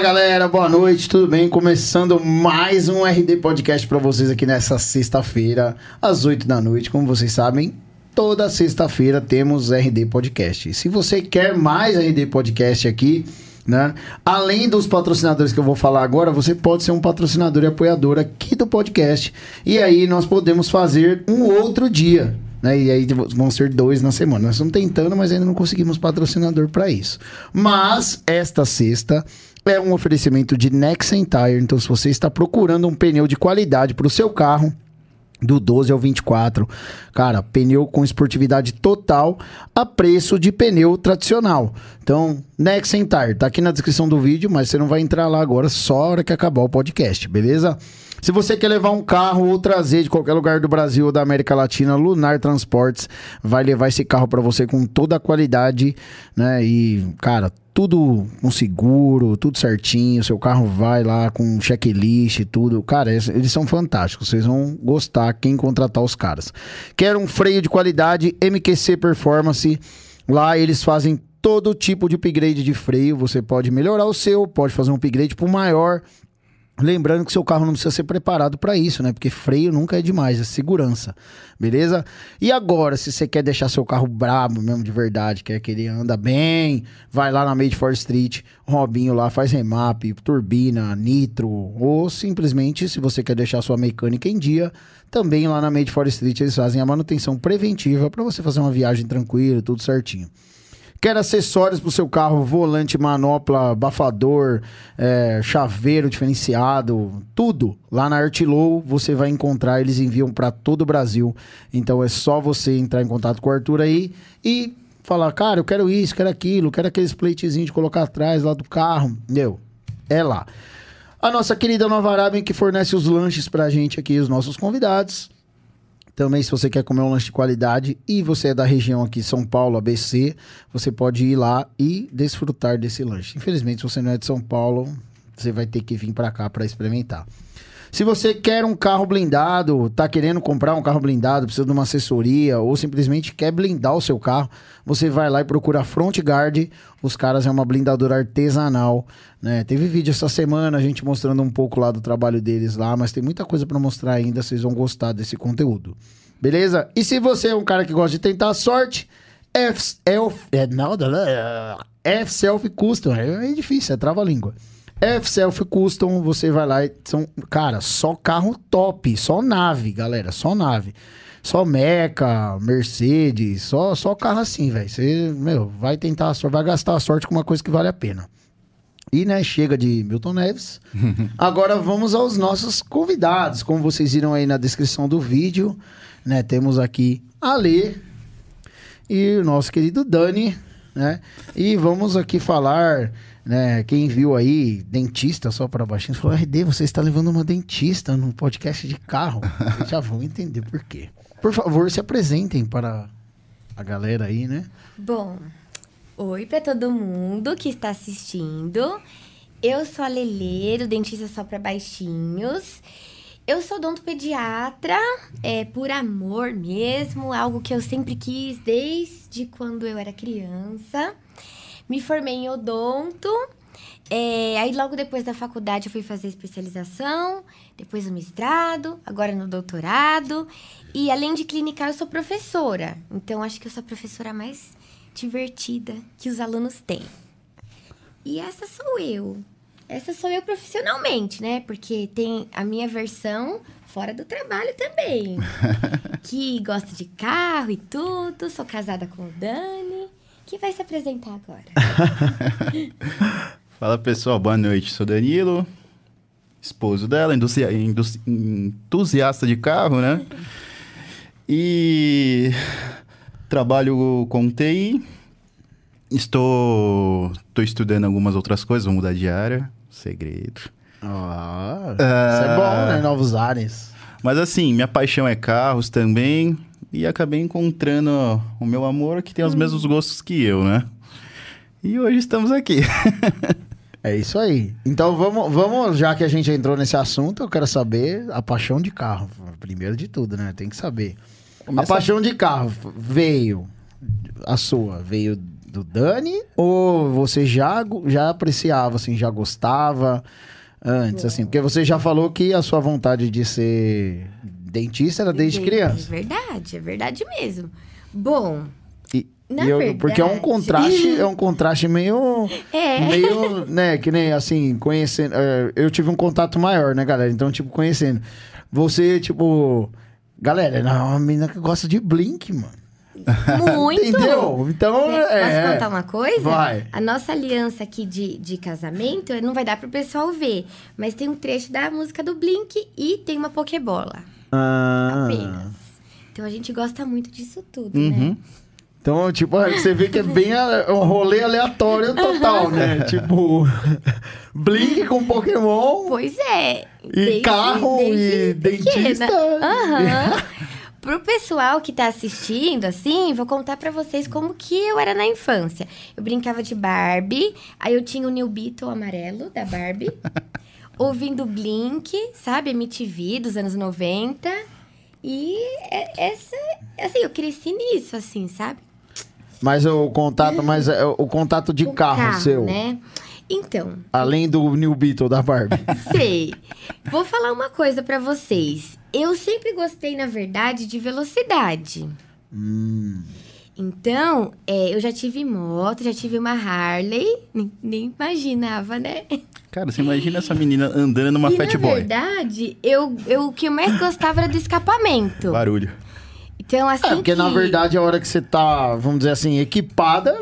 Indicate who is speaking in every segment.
Speaker 1: galera, boa noite, tudo bem? Começando mais um RD Podcast pra vocês aqui nessa sexta-feira, às 8 da noite. Como vocês sabem, toda sexta-feira temos RD Podcast. E Se você quer mais RD Podcast aqui, né? Além dos patrocinadores que eu vou falar agora, você pode ser um patrocinador e apoiador aqui do podcast. E aí nós podemos fazer um outro dia. Né? E aí vão ser dois na semana. Nós estamos tentando, mas ainda não conseguimos patrocinador para isso. Mas esta sexta é um oferecimento de Nexen Tire. Então, se você está procurando um pneu de qualidade para o seu carro, do 12 ao 24. Cara, pneu com esportividade total a preço de pneu tradicional. Então, Nexen Tire, tá aqui na descrição do vídeo, mas você não vai entrar lá agora, só a hora que acabar o podcast, beleza? Se você quer levar um carro ou trazer de qualquer lugar do Brasil ou da América Latina, Lunar Transportes vai levar esse carro para você com toda a qualidade, né? E, cara, tudo com seguro, tudo certinho, seu carro vai lá com checklist e tudo. Cara, eles, eles são fantásticos, vocês vão gostar quem contratar os caras. Quer um freio de qualidade, MQC Performance, lá eles fazem todo tipo de upgrade de freio, você pode melhorar o seu, pode fazer um upgrade pro maior, Lembrando que seu carro não precisa ser preparado para isso, né? Porque freio nunca é demais, é segurança, beleza? E agora, se você quer deixar seu carro brabo mesmo de verdade, quer que ele anda bem, vai lá na Made for Street, Robinho lá faz remap, turbina, nitro, ou simplesmente, se você quer deixar sua mecânica em dia, também lá na Made for Street eles fazem a manutenção preventiva para você fazer uma viagem tranquila, tudo certinho. Quer acessórios para o seu carro, volante, manopla, abafador, é, chaveiro diferenciado, tudo. Lá na Artlow você vai encontrar, eles enviam para todo o Brasil. Então é só você entrar em contato com o Arthur aí e falar, cara, eu quero isso, quero aquilo, quero aqueles pleitezinhos de colocar atrás lá do carro. Meu, é lá. A nossa querida Nova Arábia que fornece os lanches pra gente aqui, os nossos convidados. Também, se você quer comer um lanche de qualidade e você é da região aqui, São Paulo, ABC, você pode ir lá e desfrutar desse lanche. Infelizmente, se você não é de São Paulo, você vai ter que vir para cá para experimentar. Se você quer um carro blindado, tá querendo comprar um carro blindado, precisa de uma assessoria ou simplesmente quer blindar o seu carro, você vai lá e procura a Front Guard. Os caras é uma blindadora artesanal, né? Teve vídeo essa semana, a gente mostrando um pouco lá do trabalho deles lá, mas tem muita coisa para mostrar ainda, vocês vão gostar desse conteúdo. Beleza? E se você é um cara que gosta de tentar a sorte, F, Elf, é, não, é F Self Custom, é, é difícil, é trava-língua. F-Self É, Custom, você vai lá e são, cara, só carro top, só nave, galera, só nave. Só Meca, Mercedes, só, só carro assim, velho. Você, meu, vai tentar a sorte, vai gastar a sorte com uma coisa que vale a pena. E, né, chega de Milton Neves. Agora vamos aos nossos convidados. Como vocês viram aí na descrição do vídeo, né, temos aqui a Lê e o nosso querido Dani, né? E vamos aqui falar né? Quem viu aí, dentista só para baixinho, falou: RD, você está levando uma dentista num podcast de carro. Vocês já vão entender por quê. Por favor, se apresentem para a galera aí, né?
Speaker 2: Bom, oi pra todo mundo que está assistindo. Eu sou a Lelê, do Dentista Só Pra Baixinhos. Eu sou odontopediatra, é por amor mesmo, algo que eu sempre quis desde quando eu era criança. Me formei em odonto. é, aí logo depois da faculdade eu fui fazer especialização, depois o mestrado, agora no doutorado. E além de clinicar, eu sou professora. Então acho que eu sou a professora mais divertida que os alunos têm. E essa sou eu. Essa sou eu profissionalmente, né? Porque tem a minha versão fora do trabalho também. que gosta de carro e tudo. Sou casada com o Dani, que vai se apresentar agora.
Speaker 3: Fala pessoal, boa noite. Sou Danilo, esposo dela, entusi- entusi- entusiasta de carro, né? E trabalho com TI. Estou tô estudando algumas outras coisas, vou mudar de área, segredo.
Speaker 1: Ah, isso é bom, né? Novos ares.
Speaker 3: Mas assim, minha paixão é carros também. E acabei encontrando o meu amor que tem os mesmos gostos que eu, né? E hoje estamos aqui.
Speaker 1: É isso aí. Então vamos, vamos, já que a gente entrou nesse assunto, eu quero saber a paixão de carro. Primeiro de tudo, né? Tem que saber. A
Speaker 3: Começa-
Speaker 1: paixão de carro veio. A sua veio do Dani? Ou você já, go- já apreciava, assim, já gostava antes, assim? Porque você já falou que a sua vontade de ser dentista era desde
Speaker 2: É
Speaker 1: criança.
Speaker 2: verdade, é verdade mesmo. Bom,
Speaker 3: E-
Speaker 2: na
Speaker 1: E eu-
Speaker 2: verdade...
Speaker 1: porque é um contraste, é um contraste meio.
Speaker 2: É.
Speaker 1: Meio, né, que nem assim, conhecendo. é, eu tive um contato maior, né, galera? Então, tipo, conhecendo. Você, tipo. Galera, ela é uma menina que gosta de blink, mano.
Speaker 2: Muito. Né?
Speaker 1: Entendeu? Então,
Speaker 2: Posso
Speaker 1: é.
Speaker 2: contar uma coisa?
Speaker 1: Vai.
Speaker 2: A nossa aliança aqui de, de casamento não vai dar pro pessoal ver, mas tem um trecho da música do Blink e tem uma pokebola
Speaker 1: Ah,
Speaker 2: apenas. Então a gente gosta muito disso tudo, né?
Speaker 3: Uhum.
Speaker 1: então, tipo, é, você vê que é bem a- um rolê aleatório total, né? tipo, blink com Pokémon
Speaker 2: Pois é.
Speaker 1: e carro e dentista.
Speaker 2: Ah. Aham. Pro pessoal que tá assistindo, assim, vou contar pra vocês como que eu era na infância. Eu brincava de Barbie, aí eu tinha o New Beetle amarelo da Barbie, ouvindo Blink, sabe, MTV dos anos 90. E é- essa, assim, eu cresci nisso, assim, sabe?
Speaker 1: Mas o contato, mas é, o contato de
Speaker 2: Com
Speaker 1: carro, seu.
Speaker 2: né? Então,
Speaker 1: Além do New Beetle da Barbie.
Speaker 2: Sei. Vou falar uma coisa pra vocês. Eu sempre gostei, na verdade, de velocidade.
Speaker 1: Hum.
Speaker 2: Então, é, eu já tive moto, já tive uma Harley. Nem, nem imaginava, né?
Speaker 3: Cara, você imagina essa menina andando numa
Speaker 2: e,
Speaker 3: Fat
Speaker 2: na
Speaker 3: Boy.
Speaker 2: verdade, eu, eu, o que eu mais gostava era do escapamento.
Speaker 3: Barulho.
Speaker 2: Então, assim
Speaker 1: É, porque na
Speaker 2: que
Speaker 1: verdade a hora que você tá, vamos dizer assim, equipada,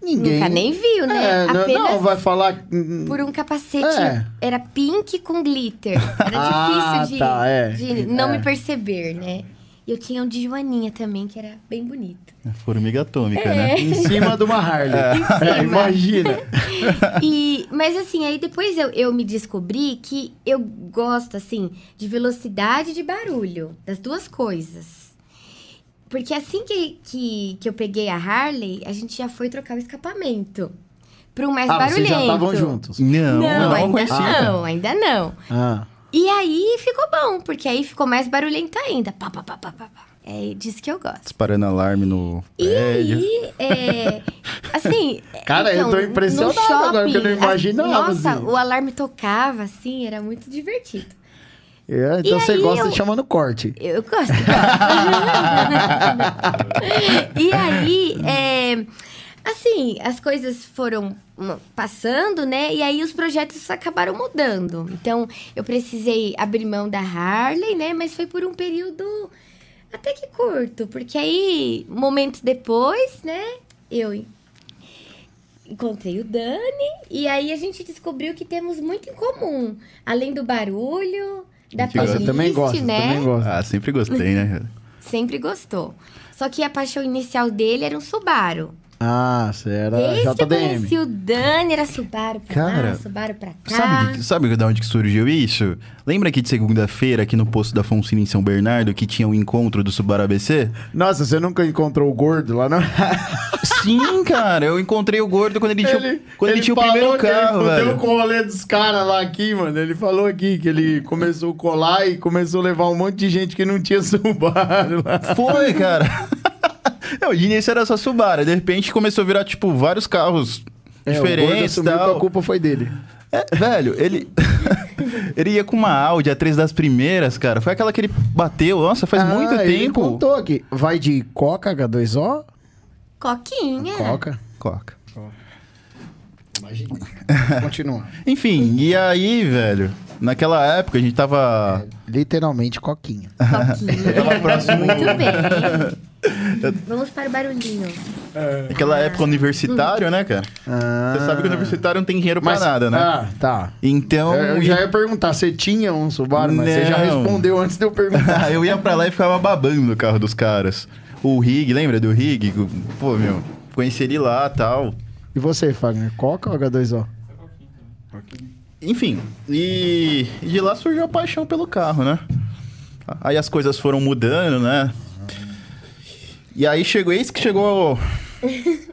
Speaker 1: ninguém.
Speaker 2: Nunca nem viu,
Speaker 1: É,
Speaker 2: né?
Speaker 1: não-
Speaker 2: Apenas
Speaker 1: Não, vai falar. hum,
Speaker 2: por um capacete.
Speaker 1: É.
Speaker 2: Era pink com glitter. Era
Speaker 1: Ah,
Speaker 2: difícil de,
Speaker 1: tá, é.
Speaker 2: de não
Speaker 1: É.
Speaker 2: me perceber, né? E eu tinha um de Joaninha também, que era bem bonito.
Speaker 3: É Formiga atômica, né?
Speaker 1: Em cima de uma Harley.
Speaker 2: cima.
Speaker 1: É, imagina.
Speaker 2: E, mas assim, aí depois eu, eu me descobri que eu gosto, assim, de velocidade e de barulho. Das duas coisas. Porque assim que, que, que eu peguei a Harley, a gente já foi trocar o escapamento. Pro mais
Speaker 1: Ah, vocês
Speaker 2: É barulhento.
Speaker 1: já estavam juntos.
Speaker 3: Não,
Speaker 2: Não,
Speaker 3: não, eu
Speaker 2: ainda
Speaker 3: conhecia.
Speaker 2: não, ainda não.
Speaker 1: Ah,
Speaker 2: E aí ficou bom, porque aí ficou mais barulhento ainda. Pá, pá, pá, pá, pá, pá. É disso que eu gosto.
Speaker 3: Disparando alarme no
Speaker 2: E
Speaker 3: prédio.
Speaker 2: aí, é, assim.
Speaker 1: Cara, eu tô
Speaker 2: no
Speaker 1: impressionado agora, que eu não
Speaker 2: shopping,
Speaker 1: imaginava,
Speaker 2: a- Nossa,
Speaker 1: assim.
Speaker 2: o alarme tocava, assim, era muito divertido.
Speaker 1: é, então
Speaker 2: E
Speaker 1: você
Speaker 2: aí
Speaker 1: gosta
Speaker 2: eu-
Speaker 1: de chamar no corte.
Speaker 2: Eu gosto. e aí, é, assim, as coisas foram hum, passando, né? E aí os projetos acabaram mudando. Então, eu precisei abrir mão da Harley, né? Mas foi por um período até que curto. Porque aí, momentos depois, né? Eu encontrei o Dani e aí a gente descobriu que temos muito em comum. Além do barulho, da
Speaker 3: Que gosta.
Speaker 1: Você
Speaker 2: playlist,
Speaker 3: Triste,
Speaker 1: também gosta, você
Speaker 2: né?
Speaker 1: também gosta.
Speaker 3: Ah, sempre gostei, né?
Speaker 2: Sempre gostou. Só que a paixão inicial dele era um Subaru.
Speaker 1: Ah, você era
Speaker 2: Desde que eu
Speaker 1: JDM.
Speaker 2: conheci o Dani, era Subaru pra
Speaker 3: Cara,
Speaker 2: lá, Subaru pra cá.
Speaker 3: Sabe, de- sabe da onde que surgiu isso? Lembra que de segunda-feira, aqui no posto da Fonsina em São Bernardo, que tinha o encontro do Subaru ABC?
Speaker 1: Nossa, você nunca encontrou o gordo lá, não?
Speaker 3: Sim, cara, eu encontrei o gordo quando ele tinha, quando ele tinha o
Speaker 1: falou
Speaker 3: primeiro
Speaker 1: que
Speaker 3: carro,
Speaker 1: ele fudeu
Speaker 3: velho.
Speaker 1: com o rolê dos caras lá aqui, mano. Ele falou aqui que ele começou a colar e começou a levar um monte de gente que não tinha Subaru lá.
Speaker 3: Foi, cara. Não, de início era só Subaru, de repente começou a virar, tipo, vários carros
Speaker 1: É,
Speaker 3: diferentes e
Speaker 1: que a
Speaker 3: tal.
Speaker 1: culpa foi dele.
Speaker 3: É, velho, ele... ele ia com uma Audi, a três das primeiras, cara. Foi aquela que ele bateu, nossa, faz muito
Speaker 1: Ah, Ele
Speaker 3: tempo.
Speaker 1: contou aqui. Vai de Coca H2O?
Speaker 2: Coquinha.
Speaker 1: Coca.
Speaker 3: Coca.
Speaker 1: Imagina. Continua.
Speaker 3: Enfim, e aí, velho, naquela época a gente tava.
Speaker 1: Literalmente Coquinha.
Speaker 2: Coquinha.
Speaker 3: tava próximo-
Speaker 2: Muito bem. Vamos para o barulhinho.
Speaker 3: Naquela época universitário, né, cara?
Speaker 1: Ah.
Speaker 3: Você sabe que universitário não tem dinheiro pra nada, né?
Speaker 1: Ah, tá.
Speaker 3: Então.
Speaker 1: Eu já ia perguntar, você tinha um Subaru, mas você já
Speaker 3: Não.
Speaker 1: respondeu antes de eu perguntar.
Speaker 3: eu ia pra lá e ficava babando o carro dos caras. O Rig, lembra do Rig? Pô, meu, conheci ele lá tal.
Speaker 1: e você, Fagner?
Speaker 3: é
Speaker 1: Coca ou H2O?
Speaker 3: Enfim, e e de lá surgiu a paixão pelo carro, né? Aí as coisas foram mudando, né? E aí chegou esse que chegou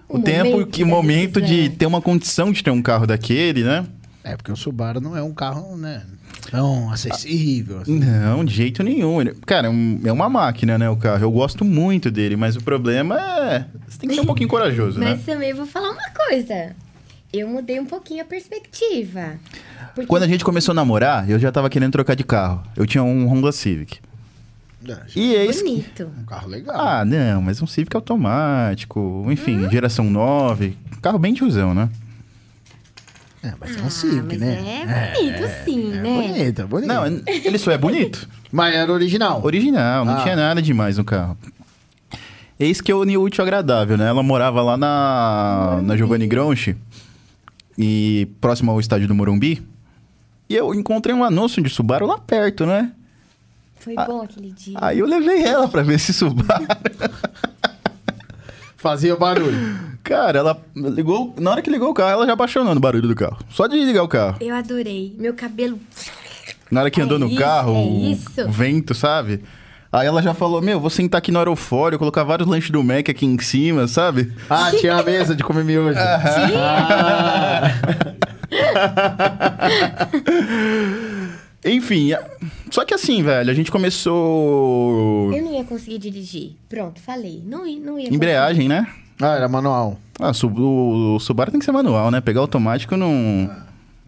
Speaker 3: o,
Speaker 2: O
Speaker 3: tempo
Speaker 2: momento
Speaker 3: que o
Speaker 2: da
Speaker 3: momento de
Speaker 2: decisão.
Speaker 3: ter uma condição de ter um carro daquele, né?
Speaker 1: É, porque o Subaru não é um carro, né? tão acessível. assim.
Speaker 3: Não, de jeito nenhum. Ele- Cara, é um- é uma máquina, né, o carro. Eu gosto muito dele, mas o problema é... Você tem que ser um pouquinho corajoso, né?
Speaker 2: Mas também vou falar uma coisa. Eu mudei um pouquinho a perspectiva. Porque
Speaker 3: Quando a gente começou a namorar, eu já tava querendo trocar de carro. Eu tinha um Honda Civic.
Speaker 1: É,
Speaker 3: E eis...
Speaker 2: bonito.
Speaker 1: um carro legal.
Speaker 3: Ah, não, mas um Civic automático. Enfim, geração 9. Carro bem tiozão, né?
Speaker 1: é, mas é um Civic,
Speaker 2: mas
Speaker 1: né?
Speaker 2: é bonito, sim,
Speaker 1: é
Speaker 2: né?
Speaker 1: Bonito, é bonito.
Speaker 3: Não, ele só é bonito.
Speaker 1: Mas era original.
Speaker 3: Original, não
Speaker 1: Ah.
Speaker 3: tinha nada demais no carro. Eis que eu uni o útil ao agradável, né? Ela morava lá na, na Giovanni Gronchi, e próximo ao estádio do Morumbi. E eu encontrei um anúncio de Subaru lá perto, né?
Speaker 2: Foi
Speaker 3: Ah,
Speaker 2: bom aquele dia.
Speaker 3: Aí eu levei ela pra ver esse Subaru.
Speaker 1: Fazia barulho.
Speaker 3: Cara, ela ligou. Na hora que ligou o carro, ela já apaixonou no barulho do carro. Só de ligar o carro.
Speaker 2: Eu adorei. Meu cabelo.
Speaker 3: Na hora que
Speaker 2: É
Speaker 3: andou no
Speaker 2: isso,
Speaker 3: carro,
Speaker 2: é
Speaker 3: o-
Speaker 2: isso.
Speaker 3: o vento, sabe? Aí ela já falou: Meu, vou sentar aqui no aerofólio, colocar vários lanches do Mac aqui em cima, sabe?
Speaker 1: Ah, tinha a mesa de comer miojo. Ah,
Speaker 3: Enfim, a- só que assim, velho, a gente começou.
Speaker 2: Eu não ia conseguir dirigir. Pronto, falei. Não ia, não ia.
Speaker 3: Embreagem, né?
Speaker 1: Ah, era manual.
Speaker 3: Ah, su- o, o Subaru tem que ser manual, né? Pegar automático não.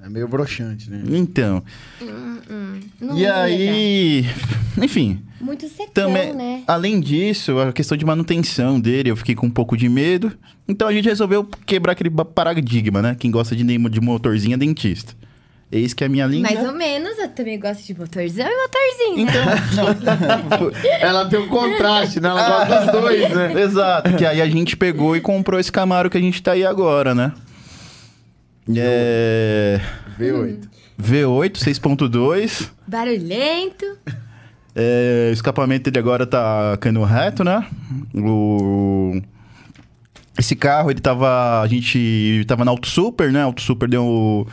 Speaker 1: É meio broxante, né?
Speaker 3: Então.
Speaker 2: conseguir. Hum, Não é
Speaker 3: e
Speaker 2: ia
Speaker 3: aí. Enfim.
Speaker 2: dar. Muito secão,
Speaker 3: Também,
Speaker 2: né?
Speaker 3: além disso, a questão de manutenção dele, eu fiquei com um pouco de medo. Então a gente resolveu quebrar aquele ba- paradigma, né? Quem gosta de, nem- de motorzinho é dentista. Eis que a minha linha.
Speaker 2: Mais ou menos, eu também gosto de motorzão e motorzinho. né?
Speaker 3: Então, não.
Speaker 1: Ela tem um contraste, né? Ela gosta dos dois, né?
Speaker 3: Exato. Que aí a gente pegou e comprou esse Camaro que a gente tá aí agora, né? É...
Speaker 1: V8.
Speaker 3: V8, 6.2.
Speaker 2: Barulhento.
Speaker 3: É... O escapamento dele agora tá cano reto, né? O... Esse carro, ele tava... A gente tava na Auto Super, né? A Auto Super deu...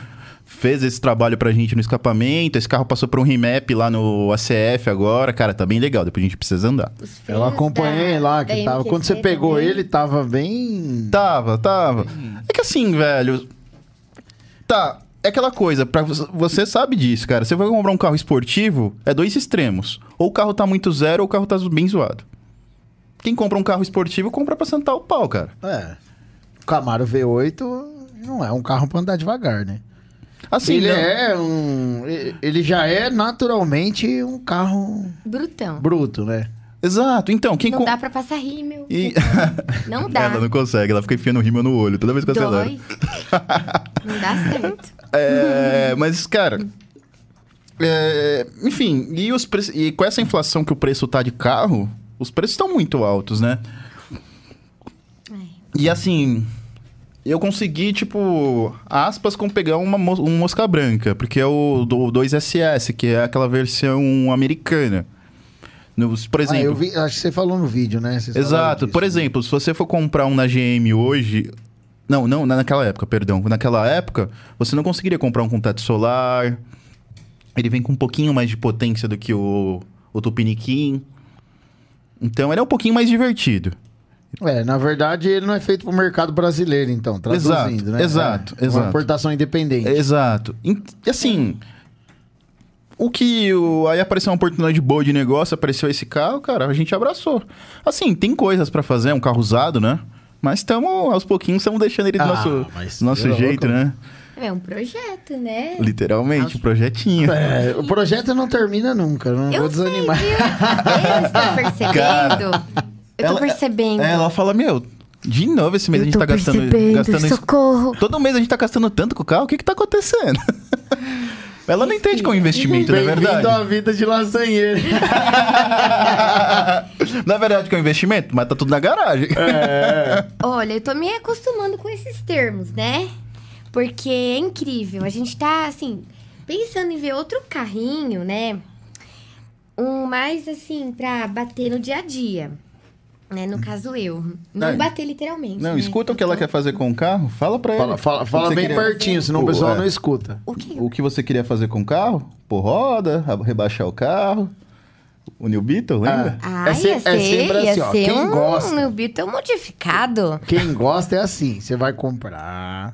Speaker 3: Fez esse trabalho pra gente no escapamento. Esse carro passou por um remap lá no ACF agora. Cara, tá bem legal. Depois a gente precisa andar.
Speaker 2: Os freios
Speaker 1: Eu acompanhei
Speaker 2: da-
Speaker 1: lá
Speaker 2: da
Speaker 1: que tava. Quando você
Speaker 2: MQC
Speaker 1: pegou
Speaker 2: também.
Speaker 1: ele, tava bem.
Speaker 3: Tava, tava. É que assim, velho. Tá, é aquela coisa, pra, vo- você sabe disso, cara. Você vai comprar um carro esportivo, é dois extremos. Ou o carro tá muito zero, ou o carro tá bem zoado. Quem compra um carro esportivo, compra pra sentar o pau, cara.
Speaker 1: É. O Camaro V8 não é um carro pra andar devagar, né?
Speaker 3: Assim,
Speaker 1: ele
Speaker 3: não-
Speaker 1: é um. e- Ele já é naturalmente um carro
Speaker 2: Brutão.
Speaker 1: bruto, né?
Speaker 3: Exato, então, quem
Speaker 2: não
Speaker 3: com-
Speaker 2: dá pra passar rímel.
Speaker 3: E-
Speaker 2: Não dá.
Speaker 3: Ela é não consegue, ela fica enfiando rima no olho toda vez que eu acelero.
Speaker 2: Dói. não dá certo.
Speaker 3: É, mas, cara. é, enfim, e, os pre- e com essa inflação que o preço tá de carro, os preços estão muito altos, né? E assim, eu consegui, tipo, aspas, com pegar uma mos- um mosca branca, porque é o do 2SS, que é aquela versão americana. Nos, por
Speaker 1: Ah, eu
Speaker 3: exemplo.
Speaker 1: vi, acho que você falou no vídeo, né? Vocês falaram
Speaker 3: Exato.
Speaker 1: disso.
Speaker 3: Por exemplo, se você for comprar um na GM hoje. Não, não, na- naquela época, perdão. Naquela época, você não conseguiria comprar um com teto solar. Ele vem com um pouquinho mais de potência do que o, o Tupiniquim. Então, ele é um pouquinho mais divertido.
Speaker 1: É, na verdade, ele não é feito pro mercado brasileiro, então, traduzindo,
Speaker 3: Exato,
Speaker 1: né?
Speaker 3: exato,
Speaker 1: é,
Speaker 3: exato.
Speaker 1: Uma importação independente.
Speaker 3: Exato. E, assim, o que. o- aí apareceu uma oportunidade boa de negócio, apareceu esse carro, cara, a gente abraçou. Assim, tem coisas pra fazer, é um carro usado, né? Mas estamos, aos pouquinhos, estamos deixando ele do
Speaker 1: Ah,
Speaker 3: nosso,
Speaker 1: mas
Speaker 3: do nosso
Speaker 1: eu-
Speaker 3: jeito, né?
Speaker 2: É um projeto, né?
Speaker 3: Literalmente, um projetinho.
Speaker 1: É, o projeto não termina nunca, não
Speaker 2: Eu
Speaker 1: vou desanimar.
Speaker 2: sei, viu? Eu estou percebendo.
Speaker 3: Cara,
Speaker 2: eu tô
Speaker 3: ela-
Speaker 2: percebendo.
Speaker 3: É, ela fala, meu, de novo esse mês
Speaker 2: eu
Speaker 3: a gente
Speaker 2: tô
Speaker 3: tá gastando,
Speaker 2: percebendo,
Speaker 3: gastando isso.
Speaker 2: socorro.
Speaker 3: Todo mês a gente tá gastando tanto com o carro, o que que tá acontecendo? Ela não entende como investimento, na
Speaker 1: Bem-vindo à
Speaker 3: verdade.
Speaker 1: vida de lasanheiro.
Speaker 3: na verdade, que é um investimento, mas tá tudo na garagem.
Speaker 2: É.
Speaker 1: É.
Speaker 2: Olha, eu tô me acostumando com esses termos, né? Porque é incrível. A gente tá, assim, pensando em ver outro carrinho, né? Um mais, assim, pra bater no dia a dia. Né? No caso, eu. Não
Speaker 3: Não,
Speaker 2: bater literalmente.
Speaker 3: É. Não,
Speaker 2: né?
Speaker 3: escuta o que ela quer fazer com o carro, fala pra
Speaker 1: Fala,
Speaker 3: ela.
Speaker 1: fala,
Speaker 3: O que
Speaker 1: fala
Speaker 3: você
Speaker 1: bem
Speaker 3: queria-
Speaker 1: pertinho, senão o pessoal
Speaker 3: é,
Speaker 1: não escuta.
Speaker 2: O que?
Speaker 3: O que você queria fazer com o carro? Pô, roda, a- rebaixar o carro. O New Beetle, lembra?
Speaker 2: Ah,
Speaker 1: É se-
Speaker 2: ia
Speaker 1: é
Speaker 2: ser,
Speaker 1: sempre
Speaker 2: ia
Speaker 1: assim, ó,
Speaker 2: ser
Speaker 1: quem
Speaker 2: um
Speaker 1: gosta.
Speaker 2: Beetle modificado.
Speaker 1: Quem gosta é assim, você vai comprar,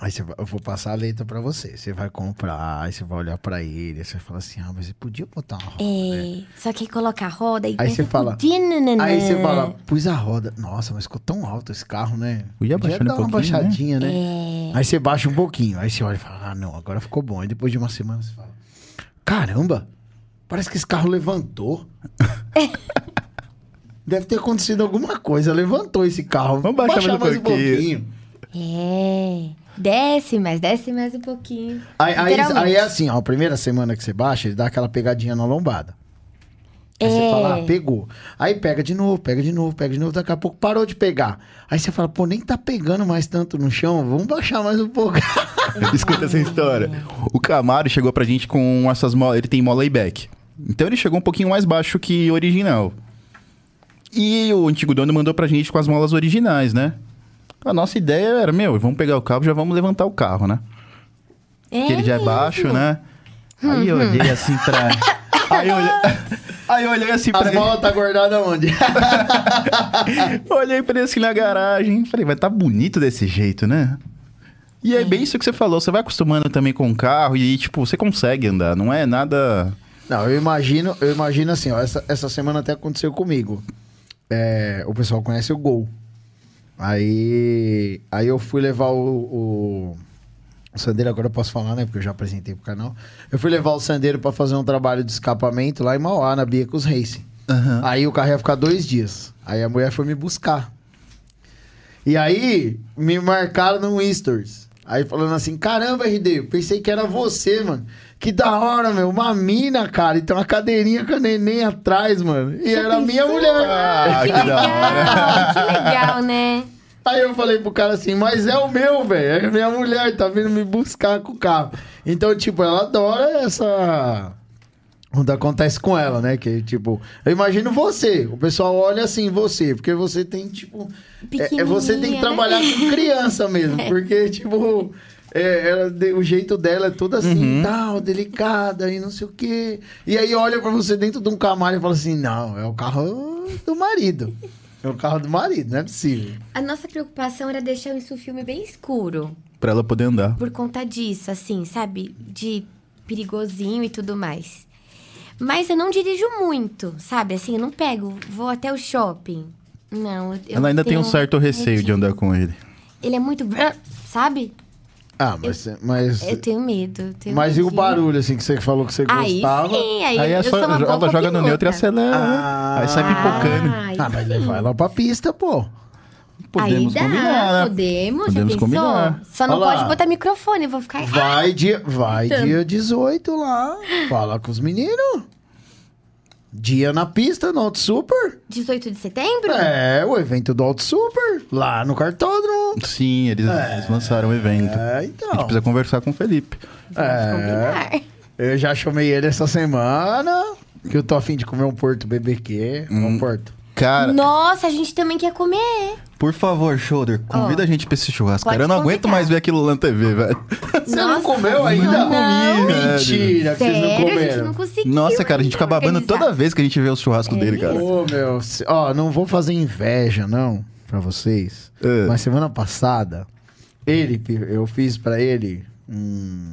Speaker 1: Aí você vai- eu vou passar a letra pra você. Você vai comprar, aí você vai olhar pra ele, aí você fala assim, ah, mas você podia botar uma roda.
Speaker 2: É, só que aí coloca a roda e
Speaker 1: Aí
Speaker 2: pensa
Speaker 1: você fala-
Speaker 2: que- Dinanana.
Speaker 1: Aí você fala, pus a roda. Nossa, mas ficou tão alto esse carro, né?
Speaker 3: Podia
Speaker 1: Podia
Speaker 3: abaixar um
Speaker 1: dar uma
Speaker 3: pouquinho, né?
Speaker 1: baixadinha, né?
Speaker 2: É,
Speaker 1: Aí você baixa um pouquinho, aí você olha e fala, ah, não, agora ficou bom. Aí depois de uma semana você fala, caramba, parece que esse carro levantou. Deve ter acontecido alguma coisa, levantou esse carro.
Speaker 3: Vamos baixar mais um pouquinho.
Speaker 2: É. Desce mais, desce mais um pouquinho.
Speaker 1: Aí, aí-
Speaker 2: Literalmente.
Speaker 1: aí é assim, ó, a primeira semana que você baixa, ele dá aquela pegadinha na lombada. Aí você
Speaker 2: É.
Speaker 1: fala, ah, pegou. Aí pega de novo, pega de novo, pega de novo, daqui a pouco parou de pegar. Aí você fala, pô, nem tá pegando mais tanto no chão, vamos baixar mais um pouco.
Speaker 3: Escuta essa história. O Camaro chegou pra gente com essas molas. Ele tem mola e back. Então ele chegou um pouquinho mais baixo que o original. E o antigo dono mandou pra gente com as molas originais, né? A nossa ideia era, meu, vamos pegar o carro, já vamos levantar o carro, né?
Speaker 2: É
Speaker 3: Porque ele já é baixo, né? Aí eu olhei assim pra. Aí eu olhei, Aí eu olhei assim pra.
Speaker 1: As bolas tá guardada onde?
Speaker 3: Olhei pra ele assim na garagem. Falei, vai tá bonito desse jeito, né? E é bem isso que você falou. Você vai acostumando também com o carro e, tipo, você consegue andar. Não é nada.
Speaker 1: Não, eu imagino, eu imagino assim, ó, essa, essa semana até aconteceu comigo. É, o pessoal conhece o Gol. Aí, aí eu fui levar o, o, o Sandeiro, agora eu posso falar, né? Porque eu já apresentei pro canal. Eu fui levar o Sandeiro pra fazer um trabalho de escapamento lá em Mauá, na Bia com os Racing. Aí o carro ia ficar dois dias. Aí a mulher foi me buscar. E aí, me marcaram no Stories. Aí falando assim, caramba, RD, eu pensei que era você, mano. Que da hora, meu. Uma mina, cara. E tem uma cadeirinha com a neném atrás, mano. E era a minha
Speaker 2: pensou?
Speaker 1: mulher.
Speaker 3: Ah,
Speaker 2: Que legal, que legal, né?
Speaker 1: Aí eu falei pro cara assim, mas é o meu, velho. É minha mulher, tá vindo me buscar com o carro. Então, tipo, ela adora essa. Quando acontece com ela, né? Que, tipo, eu imagino você. O pessoal olha assim, você, porque você tem, tipo. É, é você tem que
Speaker 2: Pequenininha,
Speaker 1: trabalhar
Speaker 2: né? É.
Speaker 1: com criança mesmo, porque, tipo. é, ela, de- o jeito dela é todo assim, tal, delicada e não sei o quê. E aí olha pra você dentro de um camaro e fala assim: não, é o carro do marido. É o carro do marido, não é possível.
Speaker 2: A nossa preocupação era deixar isso um filme bem escuro.
Speaker 3: Pra ela poder andar.
Speaker 2: Por conta disso, assim, sabe? De perigosinho e tudo mais. Mas eu não dirijo muito, sabe? Assim, eu não pego, vou até o shopping. Não, eu
Speaker 3: ela ainda tem um
Speaker 2: tenho
Speaker 3: certo receio de
Speaker 2: medinho.
Speaker 3: andar com ele.
Speaker 2: Ele é muito... brrr, Sabe?
Speaker 1: Ah, mas. mas
Speaker 2: É, Eu tenho medo. eu tenho
Speaker 1: mas e o
Speaker 2: medinho.
Speaker 1: barulho, assim, que você falou que você
Speaker 2: Aí
Speaker 1: gostava?
Speaker 2: sim, aí,
Speaker 3: é
Speaker 2: eu
Speaker 3: só-
Speaker 2: sou uma boa
Speaker 3: ela joga no neutro
Speaker 2: copilota.
Speaker 3: e acelera. né?
Speaker 1: Ah.
Speaker 3: aí sai pipocando.
Speaker 2: Ai,
Speaker 1: Ah, mas levar ela pra pista, pô.
Speaker 3: Podemos
Speaker 2: aí dá,
Speaker 3: combinar, né?
Speaker 2: podemos, já
Speaker 3: Podemos
Speaker 2: pensou?
Speaker 3: combinar.
Speaker 2: Só não
Speaker 1: Olha lá.
Speaker 2: pode botar microfone, eu vou ficar... Ah,
Speaker 1: Vai dia, vai
Speaker 2: Então.
Speaker 1: dia 18 lá. Fala com os meninos. Dia na pista, no Auto Super.
Speaker 2: 18 de setembro?
Speaker 1: É, o evento do Auto Super. Lá no cartódromo.
Speaker 3: Sim, eles, eles lançaram o evento.
Speaker 1: É,
Speaker 3: A gente
Speaker 1: então. É.
Speaker 3: precisa conversar com o Felipe.
Speaker 2: Vamos combinar.
Speaker 1: Eu já chamei ele essa semana. Que eu tô afim de comer um porto BBQ.
Speaker 3: Hum.
Speaker 1: Um porto.
Speaker 3: Cara,
Speaker 2: Nossa, a gente também quer comer.
Speaker 3: por favor, Shoulder, convida
Speaker 2: Ó,
Speaker 3: a gente pra esse churrasco.
Speaker 2: pode
Speaker 3: Cara, eu não aguento
Speaker 2: convidar.
Speaker 3: mais ver aquilo lá na TV, velho.
Speaker 1: Você não
Speaker 2: Nossa,
Speaker 1: comeu ainda?
Speaker 2: não.
Speaker 1: Mentira, É que vocês não
Speaker 2: Sério, a gente
Speaker 1: comeram.
Speaker 2: não conseguiu.
Speaker 3: Nossa, cara, a
Speaker 2: ainda
Speaker 3: gente fica babando
Speaker 2: organizar. É
Speaker 3: toda vez que a gente vê o churrasco dele, cara.
Speaker 1: Ô, meu. se- Ó, não vou fazer inveja, não, pra vocês.
Speaker 3: É.
Speaker 1: Mas semana passada, ele, eu fiz pra ele um.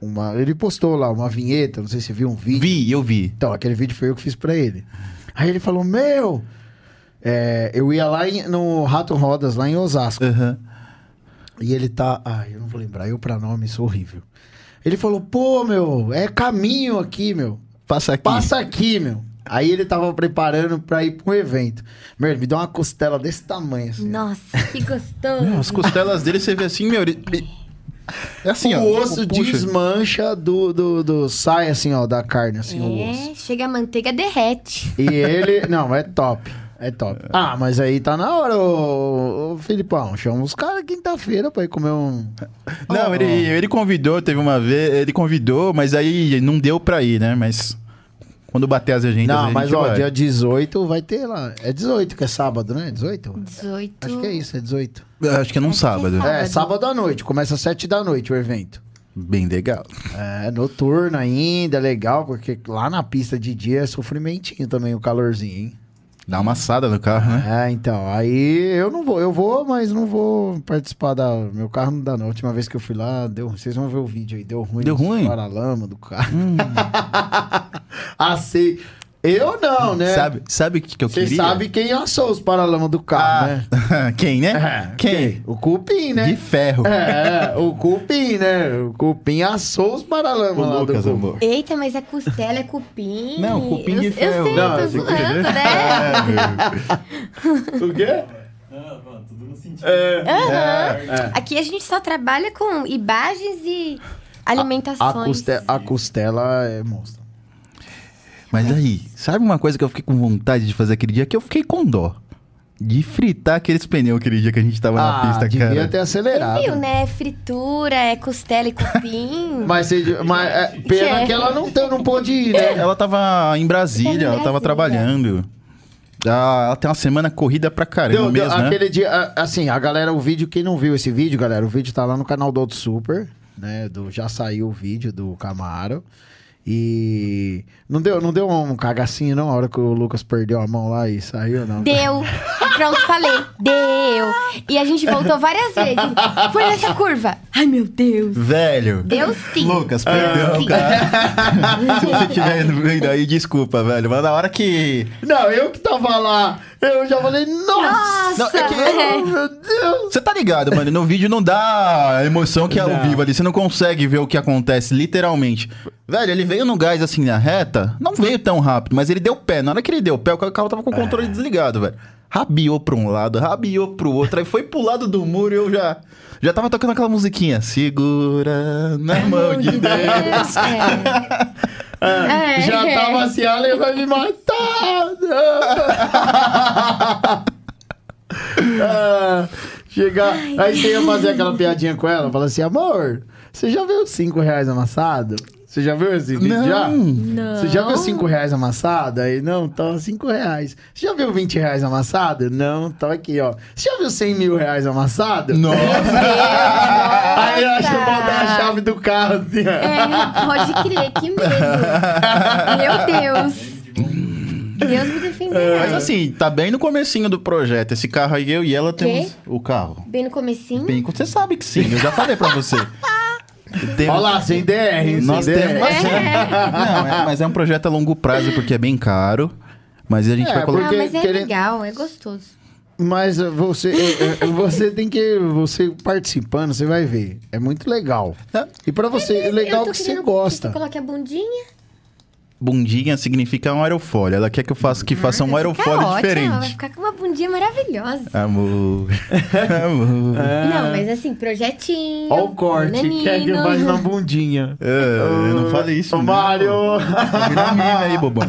Speaker 1: Uma, ele postou lá uma vinheta, não sei se você viu um vídeo.
Speaker 3: Vi, eu vi.
Speaker 1: Então, aquele vídeo foi eu que fiz pra ele. Aí ele falou: Meu, é, eu ia lá em- no Rato Rodas, lá em Osasco.
Speaker 3: Aham.
Speaker 1: E ele tá. Ai, eu não vou lembrar, eu pra nome sou horrível. Ele falou: Pô, meu, é caminho aqui, meu.
Speaker 3: Passa aqui.
Speaker 1: Passa aqui, meu. Aí ele tava preparando pra ir pra um evento. Meu, ele me deu uma costela desse tamanho, assim.
Speaker 2: Nossa, que
Speaker 3: As
Speaker 2: gostoso.
Speaker 3: costelas dele, você vê assim, meu. ele- ele- É assim, ó.
Speaker 1: o osso
Speaker 3: puxa.
Speaker 1: desmancha do, do, do- Sai assim, ó, da carne, assim, o osso.
Speaker 2: é, chega a manteiga, derrete.
Speaker 1: E ele. Não, é top. É top. Ah, mas aí tá na hora, ô, ô Filipão. Chama os caras quinta-feira pra ir comer um.
Speaker 3: Não,
Speaker 1: Ó,
Speaker 3: ele, ele convidou, teve uma vez, ele convidou, mas aí não deu pra ir, né? Mas quando bater as agendas,
Speaker 1: Não,
Speaker 3: a
Speaker 1: mas
Speaker 3: gente
Speaker 1: ó,
Speaker 3: vai.
Speaker 1: dia 18 vai ter lá. É 18, que é sábado, né? 18?
Speaker 2: 18.
Speaker 1: Acho que é isso, é 18.
Speaker 3: Acho que é num
Speaker 2: Acho que é
Speaker 3: sábado.
Speaker 2: sábado.
Speaker 1: É, sábado à noite. Começa às 7 da noite o evento.
Speaker 3: Bem legal.
Speaker 1: É, é noturno ainda, legal, porque lá na pista de dia é sofrimentinho também o calorzinho, hein?
Speaker 3: Dá uma assada no carro, né?
Speaker 1: É, então, aí eu não vou, eu vou, mas não vou participar da. Meu carro não dá, não. A última vez que eu fui lá, deu. Vocês vão ver o vídeo aí, deu ruim.
Speaker 3: Deu ruim? Hum.
Speaker 1: Para lama do carro. assim. Eu não, né?
Speaker 3: Sabe É. sabe o que, que eu
Speaker 1: Você
Speaker 3: queria?
Speaker 1: sabe quem assou os paralamas do carro,
Speaker 3: Ah,
Speaker 1: né?
Speaker 3: Quem, né?
Speaker 1: É,
Speaker 3: quem?
Speaker 1: O cupim, né?
Speaker 3: De ferro.
Speaker 1: É, o cupim, né? O cupim assou os
Speaker 3: O
Speaker 1: paralamas lá do
Speaker 3: Lucas,
Speaker 1: cupim.
Speaker 3: amor.
Speaker 2: Eita, mas é costela, é cupim.
Speaker 3: Não, cupim
Speaker 2: eu,
Speaker 3: de ferro.
Speaker 2: Eu sei,
Speaker 1: Não, é
Speaker 2: tô
Speaker 1: eu sei
Speaker 2: zoando,
Speaker 1: que-
Speaker 2: né?
Speaker 3: É,
Speaker 1: O quê?
Speaker 4: Ah, mano, tudo no sentido.
Speaker 1: É.
Speaker 2: Aham. Aqui a gente só trabalha com imagens e
Speaker 1: A,
Speaker 2: alimentações.
Speaker 1: custe- a costela é monstro.
Speaker 3: Mas aí, sabe uma coisa que eu fiquei com vontade de fazer aquele dia? Que eu fiquei com dó. De fritar aqueles pneus aquele dia que a gente tava na
Speaker 1: Ah,
Speaker 3: pista,
Speaker 1: devia
Speaker 3: cara.
Speaker 1: ter acelerado.
Speaker 2: Viu, né? Fritura, é costela e cupim.
Speaker 1: Mas, você- mas é, pena que ela não, tem- não pôde ir, né?
Speaker 3: Ela tava em Brasília,
Speaker 2: Tava em
Speaker 3: ela
Speaker 2: Brasília.
Speaker 3: tava trabalhando. Ah, ela tem uma semana corrida pra caramba
Speaker 1: Deu- deu-
Speaker 3: mesmo, né?
Speaker 1: aquele dia, a- assim, a galera, o vídeo, quem não viu esse vídeo, galera, o vídeo tá lá no canal do Auto Super, né? Do, já saiu o vídeo do Camaro. E não deu, não deu um cagacinho, não, a hora que o Lucas perdeu a mão lá e saiu, não.
Speaker 2: Deu. Pronto, falei. Deu. E a gente voltou várias vezes. Foi nessa curva. Ai, meu Deus.
Speaker 3: Velho.
Speaker 2: Deu sim.
Speaker 3: Lucas,
Speaker 1: É.
Speaker 2: Deu
Speaker 3: perdão,
Speaker 2: sim.
Speaker 3: cara. Se você estiver vendo aí, desculpa, velho. Mas na hora que.
Speaker 1: Não, eu que tava lá, eu já falei, nossa!
Speaker 3: Não, é que-
Speaker 2: é.
Speaker 1: Meu Deus!
Speaker 3: Você tá ligado, mano? No vídeo não dá a emoção que é ao vivo ali. Você não consegue ver o que acontece, literalmente. Velho, ele veio no gás assim na reta. Não veio tão rápido, mas ele deu pé. Na hora que ele deu pé, o carro tava com o controle desligado, velho. Rabiou pra um lado, rabiou pro outro. Aí foi pro lado do muro e eu já. Já tava tocando aquela musiquinha. Segura na mão de Deus.
Speaker 2: Deus. É. É.
Speaker 1: Já tava assim, a Ale vai me matar! né? Ah, chegar. Aí você ia fazer aquela piadinha com ela, fala assim, amor, você já viu 5 reais amassado? Você já viu esse vídeo?
Speaker 3: Não.
Speaker 1: Já?
Speaker 2: Não.
Speaker 1: Você já viu 5 reais amassado? Aí, não, tá 5 reais. Você já viu 20 reais amassado? Não, tá aqui, ó. Você já viu 100 mil reais amassado?
Speaker 3: Nossa.
Speaker 1: Aí ela
Speaker 2: Nossa.
Speaker 1: chamou a chave do carro, assim, ó.
Speaker 2: É, pode crer, que medo. Meu Deus. Deus me defendeu.
Speaker 3: Mas assim, tá bem no comecinho do projeto. Esse carro aí, eu e ela temos o carro.
Speaker 2: Bem no comecinho.
Speaker 3: Bem, você sabe que sim, eu já falei pra você. Temos-
Speaker 1: Olha lá, sem DR,
Speaker 3: Nós
Speaker 1: sem DR.
Speaker 3: temos Não, é- mas é um projeto a longo prazo, porque é bem caro. Mas a gente
Speaker 1: É,
Speaker 3: vai colocar.
Speaker 2: Ah,
Speaker 1: porque
Speaker 2: mas é
Speaker 1: querendo-
Speaker 2: legal, é gostoso.
Speaker 1: Mas uh, você, uh, uh, você tem que. Você participando, você vai ver. É muito legal.
Speaker 3: É.
Speaker 1: E pra você, é legal
Speaker 2: Eu tô
Speaker 1: que você
Speaker 2: querendo
Speaker 1: gosta.
Speaker 2: Você coloca a bundinha.
Speaker 3: Bundinha significa um aerofólio. Ela quer que eu faça que faça um
Speaker 2: vai ficar
Speaker 3: aerofólio
Speaker 2: ótimo, Vai
Speaker 3: diferente.
Speaker 2: ficar com uma bundinha maravilhosa.
Speaker 3: Amor. Amor.
Speaker 1: É.
Speaker 2: Não, mas assim, projetinho. um
Speaker 1: Olha o
Speaker 2: Né,
Speaker 1: corte, que é que
Speaker 2: nananino.
Speaker 1: faz na bundinha.
Speaker 3: É, eu não falei isso. né?
Speaker 1: O
Speaker 3: não.
Speaker 1: Mário.
Speaker 3: Tá virando meme aí, bobão.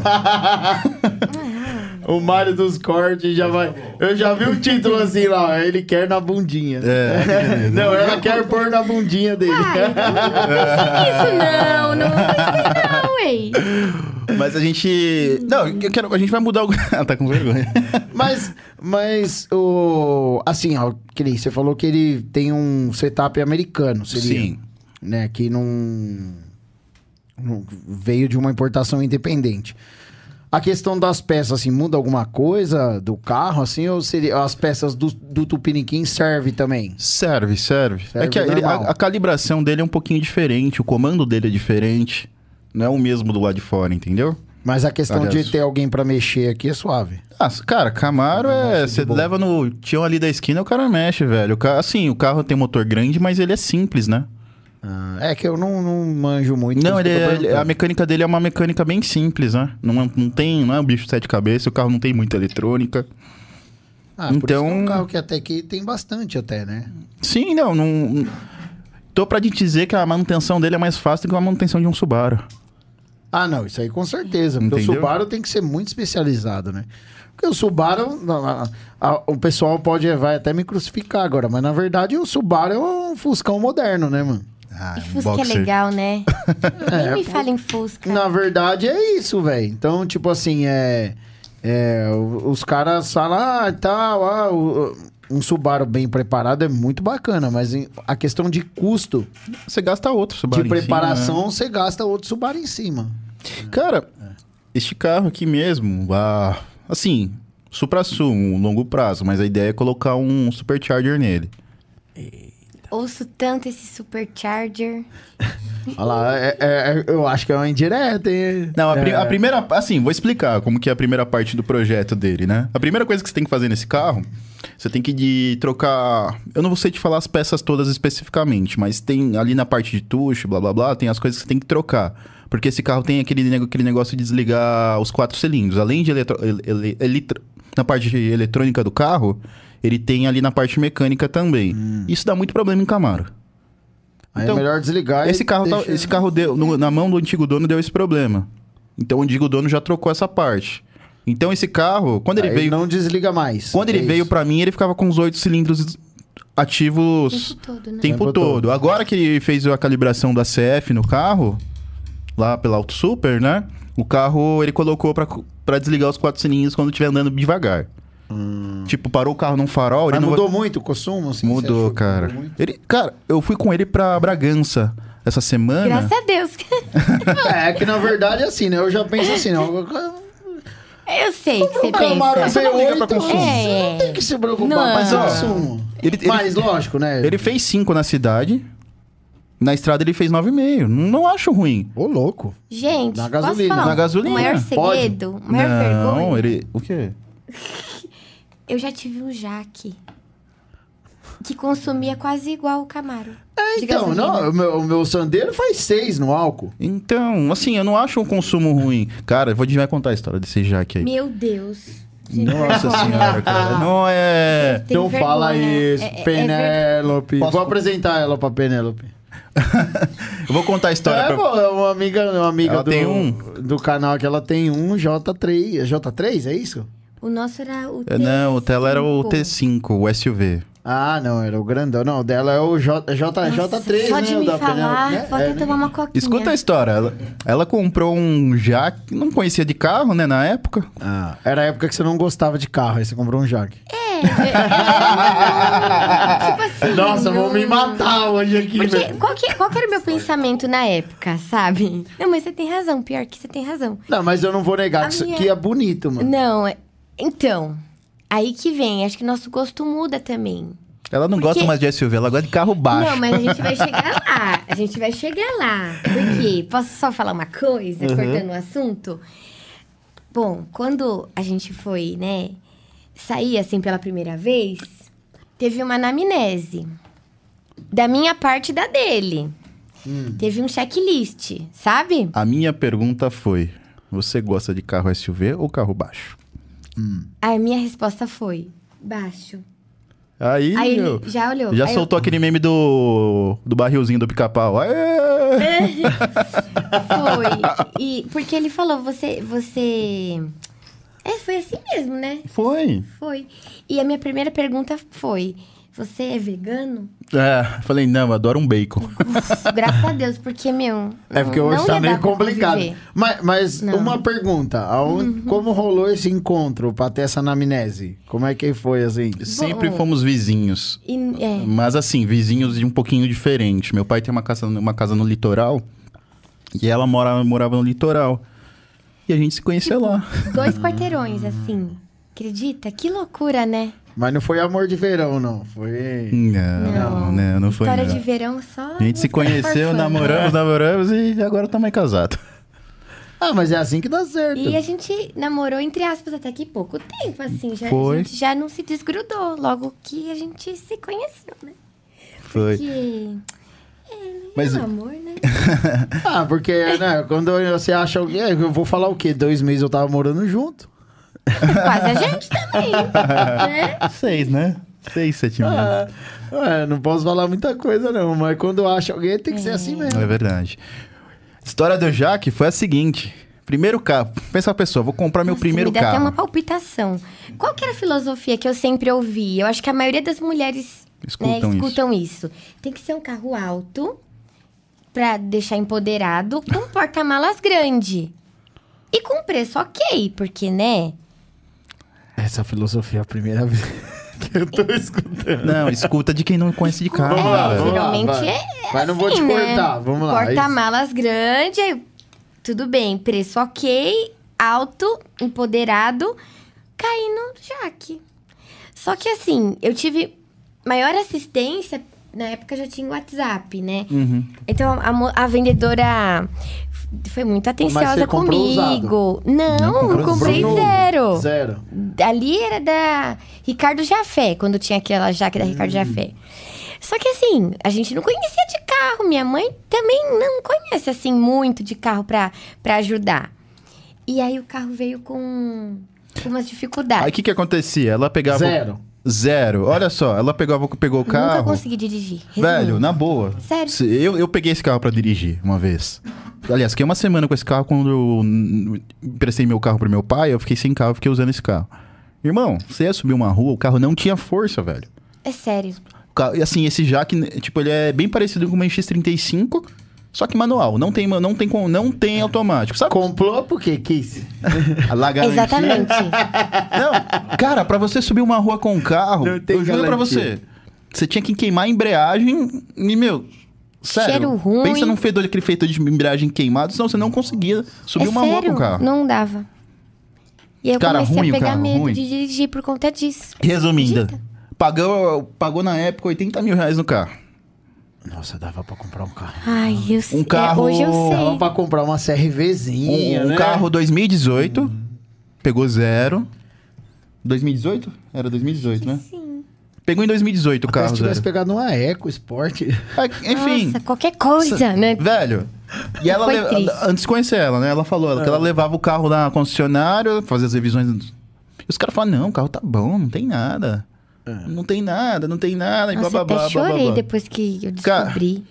Speaker 1: o Mário dos cortes já vai. Eu já vi o título assim lá, ó, ele quer na bundinha.
Speaker 3: É.
Speaker 1: Não, ela quer pôr na bundinha dele.
Speaker 2: Ai, não, não, não, isso não, não, ei.
Speaker 3: Mas a gente. Não, eu quero. A gente vai mudar o. Ela tá com vergonha.
Speaker 1: Mas, mas o assim, ó, que nem você falou que ele tem um setup americano, seria?
Speaker 3: Sim.
Speaker 1: Né, que não, não- veio de uma importação independente. A questão das peças, assim, muda alguma coisa do carro, assim, ou seria as peças do, do Tupiniquim servem também?
Speaker 3: Serve, serve.
Speaker 1: Serve
Speaker 3: é que a, ele- a-
Speaker 1: normal.
Speaker 3: a calibração dele é um pouquinho diferente, o comando dele é diferente. Não é o mesmo do lado de fora, entendeu?
Speaker 1: Mas a questão
Speaker 3: Aliás.
Speaker 1: de ter alguém pra mexer aqui é suave.
Speaker 3: Ah, cara, Camaro é. Você leva no tião ali da esquina o cara mexe, velho. O ca- Assim, o carro tem motor grande, mas ele é simples, né?
Speaker 1: Ah, é que eu não, não manjo muito.
Speaker 3: Não,
Speaker 1: por Então, isso que
Speaker 3: ele
Speaker 1: eu tô
Speaker 3: é-
Speaker 1: perguntando.
Speaker 3: a mecânica dele é uma mecânica bem simples, né? Não, é- não tem. Não é um bicho de sete cabeças, o carro não tem muita eletrônica.
Speaker 1: Ah, por isso
Speaker 3: então-
Speaker 1: que é um carro que até que tem bastante até, né?
Speaker 3: Sim, não, não. Tô pra te dizer que a manutenção dele é mais fácil do que a manutenção de um Subaru.
Speaker 1: Ah, não, isso aí com certeza. Porque
Speaker 3: Entendeu?
Speaker 1: o Subaru tem que ser muito especializado, né? Porque o Subaru, a- a- a- o pessoal pode vai até me crucificar agora, mas na verdade o Subaru é um Fuscão moderno, né, mano?
Speaker 3: Ah,
Speaker 2: E Fusca é legal, né?
Speaker 3: É,
Speaker 2: Nem me fala em Fusca.
Speaker 1: Na verdade é isso, velho. Então, tipo assim, é. é, o- os caras falam, ah, tal, ah, o- um Subaru bem preparado é muito bacana, mas em- a questão de custo
Speaker 3: Você gasta outro Subaru.
Speaker 1: de
Speaker 3: em cima,
Speaker 1: preparação,
Speaker 3: né?
Speaker 1: você gasta outro
Speaker 3: É.
Speaker 1: Subaru em cima.
Speaker 3: Cara, este carro aqui mesmo, ah, assim, supra-sumo, um longo prazo, mas a ideia é colocar um supercharger nele.
Speaker 2: Ouço tanto esse supercharger.
Speaker 1: Olha lá, é- é- é- eu acho que é uma indireta, hein?
Speaker 3: Não, a,
Speaker 1: é,
Speaker 3: pri- a primeira. Assim, vou explicar como que é a primeira parte do projeto dele, né? A primeira coisa que você tem que fazer nesse carro, você tem que de trocar. Eu não vou sei te falar as peças todas especificamente, mas tem ali na parte de tucho, blá blá blá, tem as coisas que você tem que trocar. Porque esse carro tem aquele, nego- aquele negócio de desligar os quatro cilindros. Além de eletro, ele- ele- elitro- na parte de eletrônica do carro, ele tem ali na parte mecânica também. Isso dá muito problema em Camaro.
Speaker 1: Aí
Speaker 3: então,
Speaker 1: é melhor desligar
Speaker 3: Esse
Speaker 1: e
Speaker 3: carro, tá-
Speaker 1: deixa-
Speaker 3: esse carro deu, no- na mão do antigo dono deu esse problema. Então o antigo dono já trocou essa parte. Então esse carro, quando ele
Speaker 1: Aí
Speaker 3: veio,
Speaker 1: não desliga mais.
Speaker 3: quando ele
Speaker 1: É
Speaker 3: veio
Speaker 1: isso.
Speaker 3: pra mim, ele ficava com os oito cilindros
Speaker 2: O
Speaker 3: ativos
Speaker 2: tempo todo, né?
Speaker 3: o tempo
Speaker 1: Tempo
Speaker 3: todo.
Speaker 1: todo.
Speaker 3: Agora que ele fez a calibração da CF no carro, lá pela Auto Super, né? O carro ele colocou pra, pra desligar os quatro cilindros quando estiver andando devagar. Tipo, parou o carro num farol, ele
Speaker 1: Hum. Mas
Speaker 3: não vai-
Speaker 1: mudou muito o consumo, assim? você achou
Speaker 3: Mudou,
Speaker 1: que
Speaker 3: cara.
Speaker 1: mudou muito?
Speaker 3: Ele, cara, eu fui com ele pra Bragança essa semana.
Speaker 2: Graças a Deus.
Speaker 1: É que na verdade é assim, né? Eu já penso assim, não.
Speaker 2: Eu sei o que você
Speaker 1: O Camaro
Speaker 2: pensa. É.
Speaker 3: Você não liga pra
Speaker 1: V8,
Speaker 3: consumo.
Speaker 1: assim, você não tem que se preocupar
Speaker 2: Não.
Speaker 1: com o
Speaker 3: Mas, ó,
Speaker 1: consumo.
Speaker 3: ele- ele-
Speaker 1: Mas lógico, né?
Speaker 3: Ele fez 5 na cidade. Na estrada ele fez 9,5. Não, não acho ruim.
Speaker 1: Ô, louco.
Speaker 2: Gente,
Speaker 1: Na
Speaker 2: posso
Speaker 1: gasolina.
Speaker 2: falar
Speaker 3: Na gasolina.
Speaker 2: o maior
Speaker 1: Pode.
Speaker 2: segredo, o maior
Speaker 3: não,
Speaker 2: vergonha?
Speaker 3: ele. O quê?
Speaker 2: Eu já tive um Jaque que consumia quase igual o Camaro. de
Speaker 1: Então,
Speaker 2: gasolina.
Speaker 1: não, o meu, o meu sandeiro faz seis no álcool.
Speaker 3: Então, assim, eu não acho um consumo ruim. Cara, eu vou vai contar a história desse Jaque aí.
Speaker 2: Meu Deus. Tive
Speaker 3: Nossa
Speaker 2: vergonha.
Speaker 3: senhora, cara. Não é.
Speaker 2: Tenho
Speaker 1: então fala
Speaker 2: vergonha.
Speaker 1: aí,
Speaker 2: É- é- é ver-
Speaker 1: Penélope.
Speaker 3: Posso-
Speaker 1: Vou apresentar ela pra Penélope.
Speaker 3: Eu vou contar a história
Speaker 1: é,
Speaker 3: Então, pra.
Speaker 1: pô, é uma amiga, uma amiga
Speaker 3: Ela
Speaker 1: do,
Speaker 3: tem um?
Speaker 1: do canal que ela tem um J3. É J3, é isso?
Speaker 2: O nosso era o
Speaker 3: É, Não, o tela era o
Speaker 2: T5.
Speaker 3: T5, o SUV.
Speaker 1: Ah, não, era o grandão. Não, o dela é o J, J,
Speaker 2: Nossa,
Speaker 1: J3,
Speaker 2: Só
Speaker 1: né?
Speaker 2: de
Speaker 1: o
Speaker 2: me
Speaker 1: da
Speaker 2: falar,
Speaker 1: Penélope, né?
Speaker 2: vou
Speaker 1: É,
Speaker 2: até
Speaker 1: né?
Speaker 2: tomar uma coquinha.
Speaker 3: Escuta a história. Ela, ela comprou um Jaque. Não conhecia de carro, né, na época.
Speaker 1: Ah, era a época que você não gostava de carro, aí você comprou um Jack.
Speaker 2: É, é, é, tipo assim,
Speaker 1: Nossa, vão me
Speaker 2: não-
Speaker 1: matar hoje aqui,
Speaker 2: Porque
Speaker 1: velho.
Speaker 2: qual que, qual que era o meu pensamento na época, sabe? Não, mas você tem razão, pior que você tem razão.
Speaker 1: Não, mas eu não vou negar
Speaker 2: A
Speaker 1: que, isso-
Speaker 2: minha-
Speaker 1: que é bonito, mano.
Speaker 2: Não, é- então, aí que vem, acho que nosso gosto muda também.
Speaker 3: Ela não gosta mais de SUV, ela gosta de carro baixo.
Speaker 2: Não, mas a gente vai chegar lá. A gente vai chegar lá. Por
Speaker 3: Uhum.
Speaker 2: quê? Posso só falar uma coisa, cortando o assunto? Bom, quando a gente foi, né, sair assim pela primeira vez, teve uma anamnese. Da minha parte e da dele.
Speaker 3: Hum.
Speaker 2: Teve um checklist, sabe?
Speaker 3: A minha pergunta foi: você gosta de carro SUV ou carro baixo?
Speaker 2: A minha resposta foi baixo.
Speaker 3: Aí,
Speaker 2: Aí
Speaker 3: eu-
Speaker 2: ele já olhou.
Speaker 3: já
Speaker 2: Aí eu-
Speaker 3: soltou aquele meme do, do barrilzinho do pica-pau. Aê!
Speaker 2: Foi. E, porque ele falou, você, você... É, foi assim mesmo, né?
Speaker 3: Foi.
Speaker 2: Foi. E a minha primeira pergunta foi: Você é vegano?
Speaker 3: É, falei, não, eu adoro um bacon.
Speaker 2: Uf, Graças a Deus, porque, meu.
Speaker 1: É porque hoje
Speaker 2: não
Speaker 1: tá
Speaker 2: ia
Speaker 1: meio
Speaker 2: dar pra
Speaker 1: complicado.
Speaker 2: conviver.
Speaker 1: Mas, mas
Speaker 2: Não. Uhum.
Speaker 1: uma pergunta: aonde- como rolou esse encontro pra ter essa anamnese? Como é que foi assim?
Speaker 3: Sempre fomos vizinhos.
Speaker 2: E, é,
Speaker 3: Mas assim, vizinhos de um pouquinho diferente. Meu pai tem uma casa, uma casa no litoral e ela mora, morava no litoral. E a gente se conhecia lá.
Speaker 2: dois quarteirões, assim. Acredita? Que loucura, né?
Speaker 1: Mas não foi amor de verão, não. Foi.
Speaker 3: Não, não, não, não foi.
Speaker 2: História
Speaker 3: não.
Speaker 2: de verão só.
Speaker 3: A gente se conheceu, namoramos, namoramos e agora estamos casado.
Speaker 1: Ah, mas é assim que dá certo.
Speaker 2: E a gente namorou, entre aspas, até que pouco tempo, assim. Já,
Speaker 3: Foi.
Speaker 2: A gente já não se desgrudou logo que a gente se conheceu, né?
Speaker 3: Foi.
Speaker 2: Que.
Speaker 3: Mas-
Speaker 2: É um amor, né?
Speaker 1: Ah, porque, né, quando você acha alguém. é, Eu vou falar o quê? Dois meses eu tava morando junto.
Speaker 2: Quase a gente também. né?
Speaker 3: Seis, né? Seis, sete meses.
Speaker 1: Ah, é, não posso falar muita coisa, não. Mas quando acha alguém, tem que ser assim mesmo.
Speaker 3: É verdade. História do Jaque foi a seguinte. Primeiro carro. Pensa a pessoa, vou comprar meu
Speaker 2: Nossa,
Speaker 3: primeiro
Speaker 2: me dá até
Speaker 3: carro.
Speaker 2: uma palpitação. Qual que era a filosofia que eu sempre ouvi? Eu acho que a maioria das mulheres né,
Speaker 3: Escutam isso.
Speaker 2: escutam isso. Tem que ser um carro alto pra deixar empoderado, com um porta-malas grande. E com um preço ok, porque, né?
Speaker 1: Essa filosofia é a primeira vez que eu tô escutando.
Speaker 3: Não, escuta de quem não conhece de carro. né,
Speaker 1: Vamos lá,
Speaker 3: velho.
Speaker 1: vamos lá.
Speaker 2: geralmente
Speaker 1: vai.
Speaker 2: é
Speaker 1: Mas não vou te
Speaker 2: assim, né?
Speaker 1: cortar, vamos lá.
Speaker 2: Porta-malas grande, aí tudo bem, preço ok, alto, empoderado, caí no Jaque. Só que assim, eu tive maior assistência. Na época já tinha o WhatsApp, né? Então a, mo- a vendedora f- foi muito atenciosa
Speaker 1: você comprou
Speaker 2: comigo. Não, eu
Speaker 3: comprou
Speaker 2: comprei
Speaker 1: Bruno,
Speaker 2: zero.
Speaker 1: Zero.
Speaker 2: Ali era da Ricardo Jafé, quando tinha aquela jaque da Ricardo
Speaker 3: Hum.
Speaker 2: Jafé. Só que assim, a gente não conhecia de carro. Minha mãe também não conhece assim muito de carro pra, pra ajudar. E aí o carro veio com umas dificuldades.
Speaker 3: Aí o que que acontecia? Ela pegava...
Speaker 1: Zero.
Speaker 3: Zero. Olha só, ela pegava, pegou o
Speaker 2: Nunca
Speaker 3: carro...
Speaker 2: consegui dirigir.
Speaker 3: Velho,
Speaker 2: resumindo.
Speaker 3: na boa.
Speaker 2: Sério?
Speaker 3: Se- Eu, eu peguei esse carro pra dirigir uma vez. Aliás, fiquei uma semana com esse carro quando eu hum, emprestei meu carro pro meu pai, eu fiquei sem carro, fiquei usando esse carro. Irmão, você ia subir uma rua, o carro não tinha força, velho.
Speaker 2: É sério.
Speaker 3: O ca- e assim, esse Jack, né, tipo, ele é bem parecido com uma X35, só que manual, não tem, ma- não tem, com- não tem automático, sabe?
Speaker 1: Comprou porque quis.
Speaker 3: A lá garantia.
Speaker 2: Exatamente.
Speaker 3: Não, cara, pra você subir uma rua com um carro,
Speaker 1: Não tem
Speaker 3: eu juro pra
Speaker 1: garantia.
Speaker 3: você, você tinha que queimar a embreagem e, meu, sério.
Speaker 2: Cheiro ruim.
Speaker 3: Pensa num fedor, aquele fedor de embreagem queimado, senão você não conseguia subir
Speaker 2: é
Speaker 3: uma
Speaker 2: sério?
Speaker 3: rua com o carro.
Speaker 2: Não dava. E aí eu
Speaker 3: Cara,
Speaker 2: comecei
Speaker 3: ruim
Speaker 2: a
Speaker 3: o
Speaker 2: pegar
Speaker 3: carro,
Speaker 2: medo
Speaker 3: ruim.
Speaker 2: de dirigir por conta disso.
Speaker 3: Resumindo,
Speaker 2: Acredita?
Speaker 3: pagou, pagou na época 80 mil reais no carro.
Speaker 1: Nossa, dava pra comprar um carro.
Speaker 2: Ai, eu sei.
Speaker 3: carro-
Speaker 2: Hoje eu
Speaker 1: Dava
Speaker 2: sei.
Speaker 1: pra comprar uma
Speaker 3: Um,
Speaker 1: CRVzinha,
Speaker 3: um
Speaker 1: né?
Speaker 3: carro 2018, pegou zero. 2018? Era 2018, né?
Speaker 2: Sim.
Speaker 3: Pegou em 2018 o
Speaker 1: Até se
Speaker 3: carro
Speaker 1: tivesse
Speaker 3: zero.
Speaker 1: pegado uma Eco Sport.
Speaker 3: Ah, Enfim,
Speaker 2: Nossa, qualquer coisa, né?
Speaker 3: Velho. E ela,
Speaker 2: Foi
Speaker 3: leva-
Speaker 2: triste.
Speaker 3: antes de conhecer ela, né? Ela falou ela- que ela levava o carro na concessionária, fazia as revisões. E os caras falaram, não, o carro tá bom, não tem nada. Não tem nada, não tem nada. E
Speaker 2: Nossa,
Speaker 3: bababá,
Speaker 2: até chorei
Speaker 3: bababá.
Speaker 2: depois que eu
Speaker 3: Cara,
Speaker 2: descobri.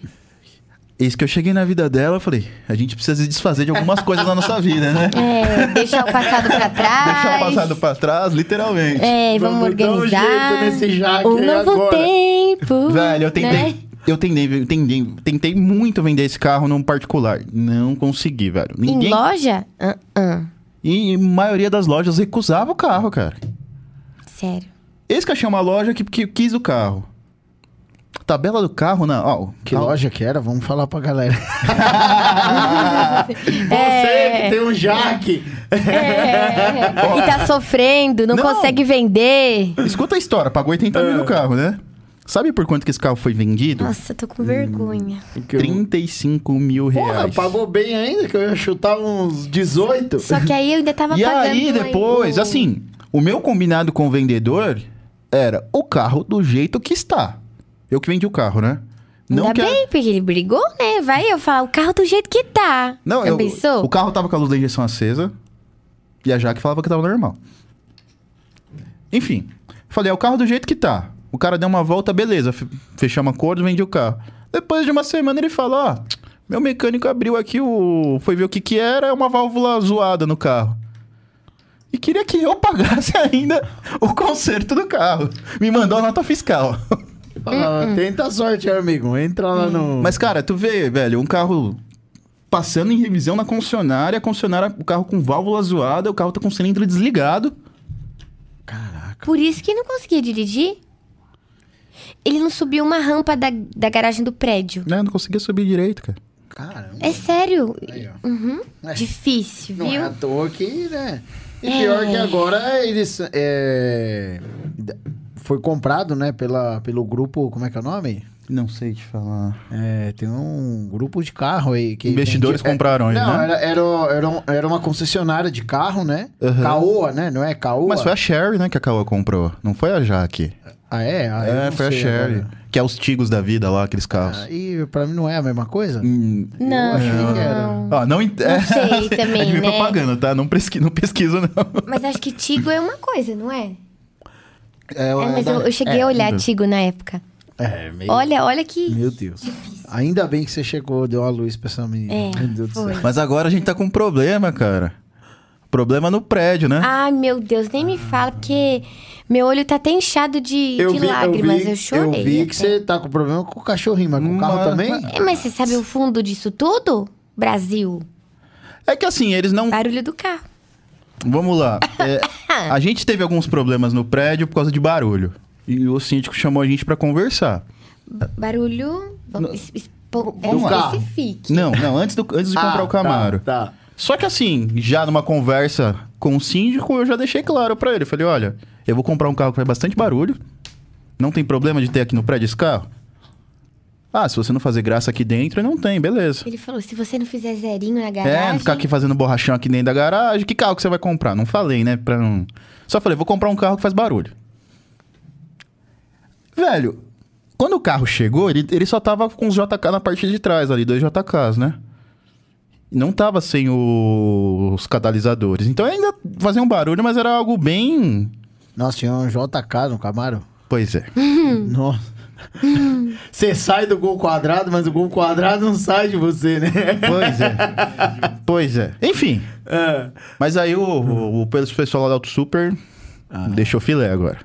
Speaker 3: Eis que eu cheguei na vida dela, eu falei, a gente precisa se desfazer de algumas coisas na nossa vida, né?
Speaker 2: É, deixar o passado pra trás.
Speaker 3: Deixar o passado pra trás, literalmente.
Speaker 2: É, vamos,
Speaker 1: Vamos dar um
Speaker 2: organizar.
Speaker 1: jeito nesse jaque
Speaker 2: um
Speaker 1: aí
Speaker 2: novo
Speaker 1: agora.
Speaker 2: tempo.
Speaker 3: Velho, eu tentei.
Speaker 2: né?
Speaker 3: Eu tentei, tentei, tentei muito vender esse carro num particular. Não consegui, velho.
Speaker 2: Em
Speaker 3: Ninguém.
Speaker 2: loja? Ah, ah,
Speaker 3: E a maioria das lojas recusava o carro, cara.
Speaker 2: Sério.
Speaker 3: Esse que eu achei uma loja que, que quis o carro. Tabela do carro na. Ó,
Speaker 1: Que
Speaker 3: a-
Speaker 1: loja que era? Vamos falar pra galera. Você que
Speaker 2: É.
Speaker 1: tem um Jaque.
Speaker 2: É. E tá sofrendo, não,
Speaker 3: Não.
Speaker 2: consegue vender.
Speaker 3: Escuta a história, pagou 80 mil no carro, né? Sabe por quanto que esse carro foi vendido?
Speaker 2: Nossa, eu tô com vergonha.
Speaker 3: 35 mil
Speaker 1: Porra,
Speaker 3: reais.
Speaker 1: pagou bem ainda, que eu ia chutar uns 18.
Speaker 2: Hum. Só que aí eu ainda tava
Speaker 3: E
Speaker 2: pagando.
Speaker 3: aí depois,
Speaker 2: ainda o-
Speaker 3: assim, o meu combinado com o vendedor era o carro do jeito que está. Eu que vendi o carro, né?
Speaker 2: Ainda
Speaker 3: que a-
Speaker 2: bem, porque ele brigou, né? Vai eu falar, o carro do jeito que tá.
Speaker 3: Não,
Speaker 2: Já
Speaker 3: eu,
Speaker 2: pensou?
Speaker 3: o carro tava com a luz da injeção acesa e a Jaque falava que tava normal. Enfim, falei, é o carro do jeito que tá. O cara deu uma volta, beleza, fe- fechamos acordo, vendi o carro. Depois de uma semana ele fala, ó, meu mecânico abriu aqui o... foi ver o que que era, é uma válvula zoada no carro. E queria que eu pagasse ainda o conserto do carro. Me mandou a nota fiscal.
Speaker 1: Ah, Tenta a sorte, amigo. Entra lá no.
Speaker 3: Hum, Mas, cara, tu vê, velho, um carro passando em revisão na concessionária, a concessionária, o carro com válvula zoada, o carro tá com o cilindro desligado.
Speaker 2: Por isso que não conseguia dirigir. Ele não subiu uma rampa da, da garagem do prédio.
Speaker 3: Né, não conseguia subir direito, cara.
Speaker 1: Caramba.
Speaker 2: É sério.
Speaker 1: Aí, ó.
Speaker 2: Uhum.
Speaker 1: É.
Speaker 2: Difícil,
Speaker 1: Não é
Speaker 2: viu?
Speaker 1: à toa que, né? E pior que agora eles. é, d- Foi comprado, né, pela, pelo grupo. Como é que é o nome?
Speaker 3: Não sei te falar.
Speaker 1: É, tem um grupo de carro aí que.
Speaker 3: Investidores
Speaker 1: vende- é,
Speaker 3: compraram ele,
Speaker 1: Não,
Speaker 3: né?
Speaker 1: era, era, o- era, um- era uma concessionária de carro, né?
Speaker 3: Aham.
Speaker 1: Caoa, né? Não é Caoa?
Speaker 3: Mas foi a Sherry, né, que a Caoa comprou. Não foi a Jaque.
Speaker 1: Ah, é? Ah, eu
Speaker 3: é,
Speaker 1: não
Speaker 3: foi a
Speaker 1: sei
Speaker 3: Sherry.
Speaker 1: agora.
Speaker 3: Que é os Tigos da vida lá, aqueles carros.
Speaker 1: Ah, E pra mim não é a mesma coisa?
Speaker 3: Hum,
Speaker 2: Não,
Speaker 1: achei que era.
Speaker 2: não.
Speaker 3: Ó, não, ent- é,
Speaker 2: sei também,
Speaker 3: é de ver
Speaker 2: né?
Speaker 3: propaganda, tá? Não, pesqui, não pesquiso, não.
Speaker 2: Mas acho que Tigo é uma coisa, não é?
Speaker 1: É,
Speaker 2: É, mas eu, eu cheguei a olhar
Speaker 3: ainda.
Speaker 2: Tigo na época.
Speaker 1: É, meio...
Speaker 2: Olha, olha que.
Speaker 1: Meu Deus. Ainda bem que você chegou, deu uma luz pra essa menina.
Speaker 2: É,
Speaker 1: Meu Deus
Speaker 2: foi.
Speaker 1: do céu.
Speaker 3: Mas agora a gente tá com um problema, cara. Problema no prédio, né?
Speaker 2: Ai, meu Deus, nem me fala, porque meu olho tá até inchado de, de lágrimas. eu chorei.
Speaker 1: Eu vi
Speaker 2: até.
Speaker 1: que você tá com problema com o cachorrinho, mas com o carro
Speaker 3: Mas-
Speaker 1: também?
Speaker 2: É, mas você sabe o fundo disso tudo? Brasil.
Speaker 3: É que assim, eles não
Speaker 2: Barulho do carro.
Speaker 3: Vamos lá. É, a gente teve alguns problemas no prédio por causa de barulho. E o síndico chamou a gente pra conversar.
Speaker 2: Barulho. Vamos, expo, é,
Speaker 3: vamos lá.
Speaker 2: especifique.
Speaker 3: Não, não, antes, do, antes de comprar o Camaro.
Speaker 1: Ah, Tá. tá.
Speaker 3: Só que assim, já numa conversa com o síndico, eu já deixei claro pra ele. Eu Falei, olha, eu vou comprar um carro que faz bastante barulho. Não tem problema de ter aqui no prédio esse carro? Ah, se você não fazer graça aqui dentro, não tem, beleza.
Speaker 2: Ele falou, se você não fizer zerinho na
Speaker 3: É,
Speaker 2: garagem...
Speaker 3: não ficar aqui fazendo borrachão aqui dentro da garagem. Que carro que você vai comprar? Não falei, né? Pra não... Só falei, vou comprar um carro que faz barulho. Velho, quando o carro chegou, ele, ele só tava com os JK na parte de trás ali, dois JKs, né? Não tava sem o- os catalisadores. Então ainda fazia um barulho, mas era algo bem.
Speaker 1: Nossa, tinha um JK no Camaro.
Speaker 3: Pois é.
Speaker 2: Hum.
Speaker 1: Nossa. Você sai do gol quadrado, mas o gol quadrado não sai de você, né?
Speaker 3: Pois é. pois é. Enfim.
Speaker 1: É.
Speaker 3: Mas aí o,
Speaker 1: Uhum.
Speaker 3: o, o pessoal lá da Auto Super
Speaker 1: Ah.
Speaker 3: deixou filé agora.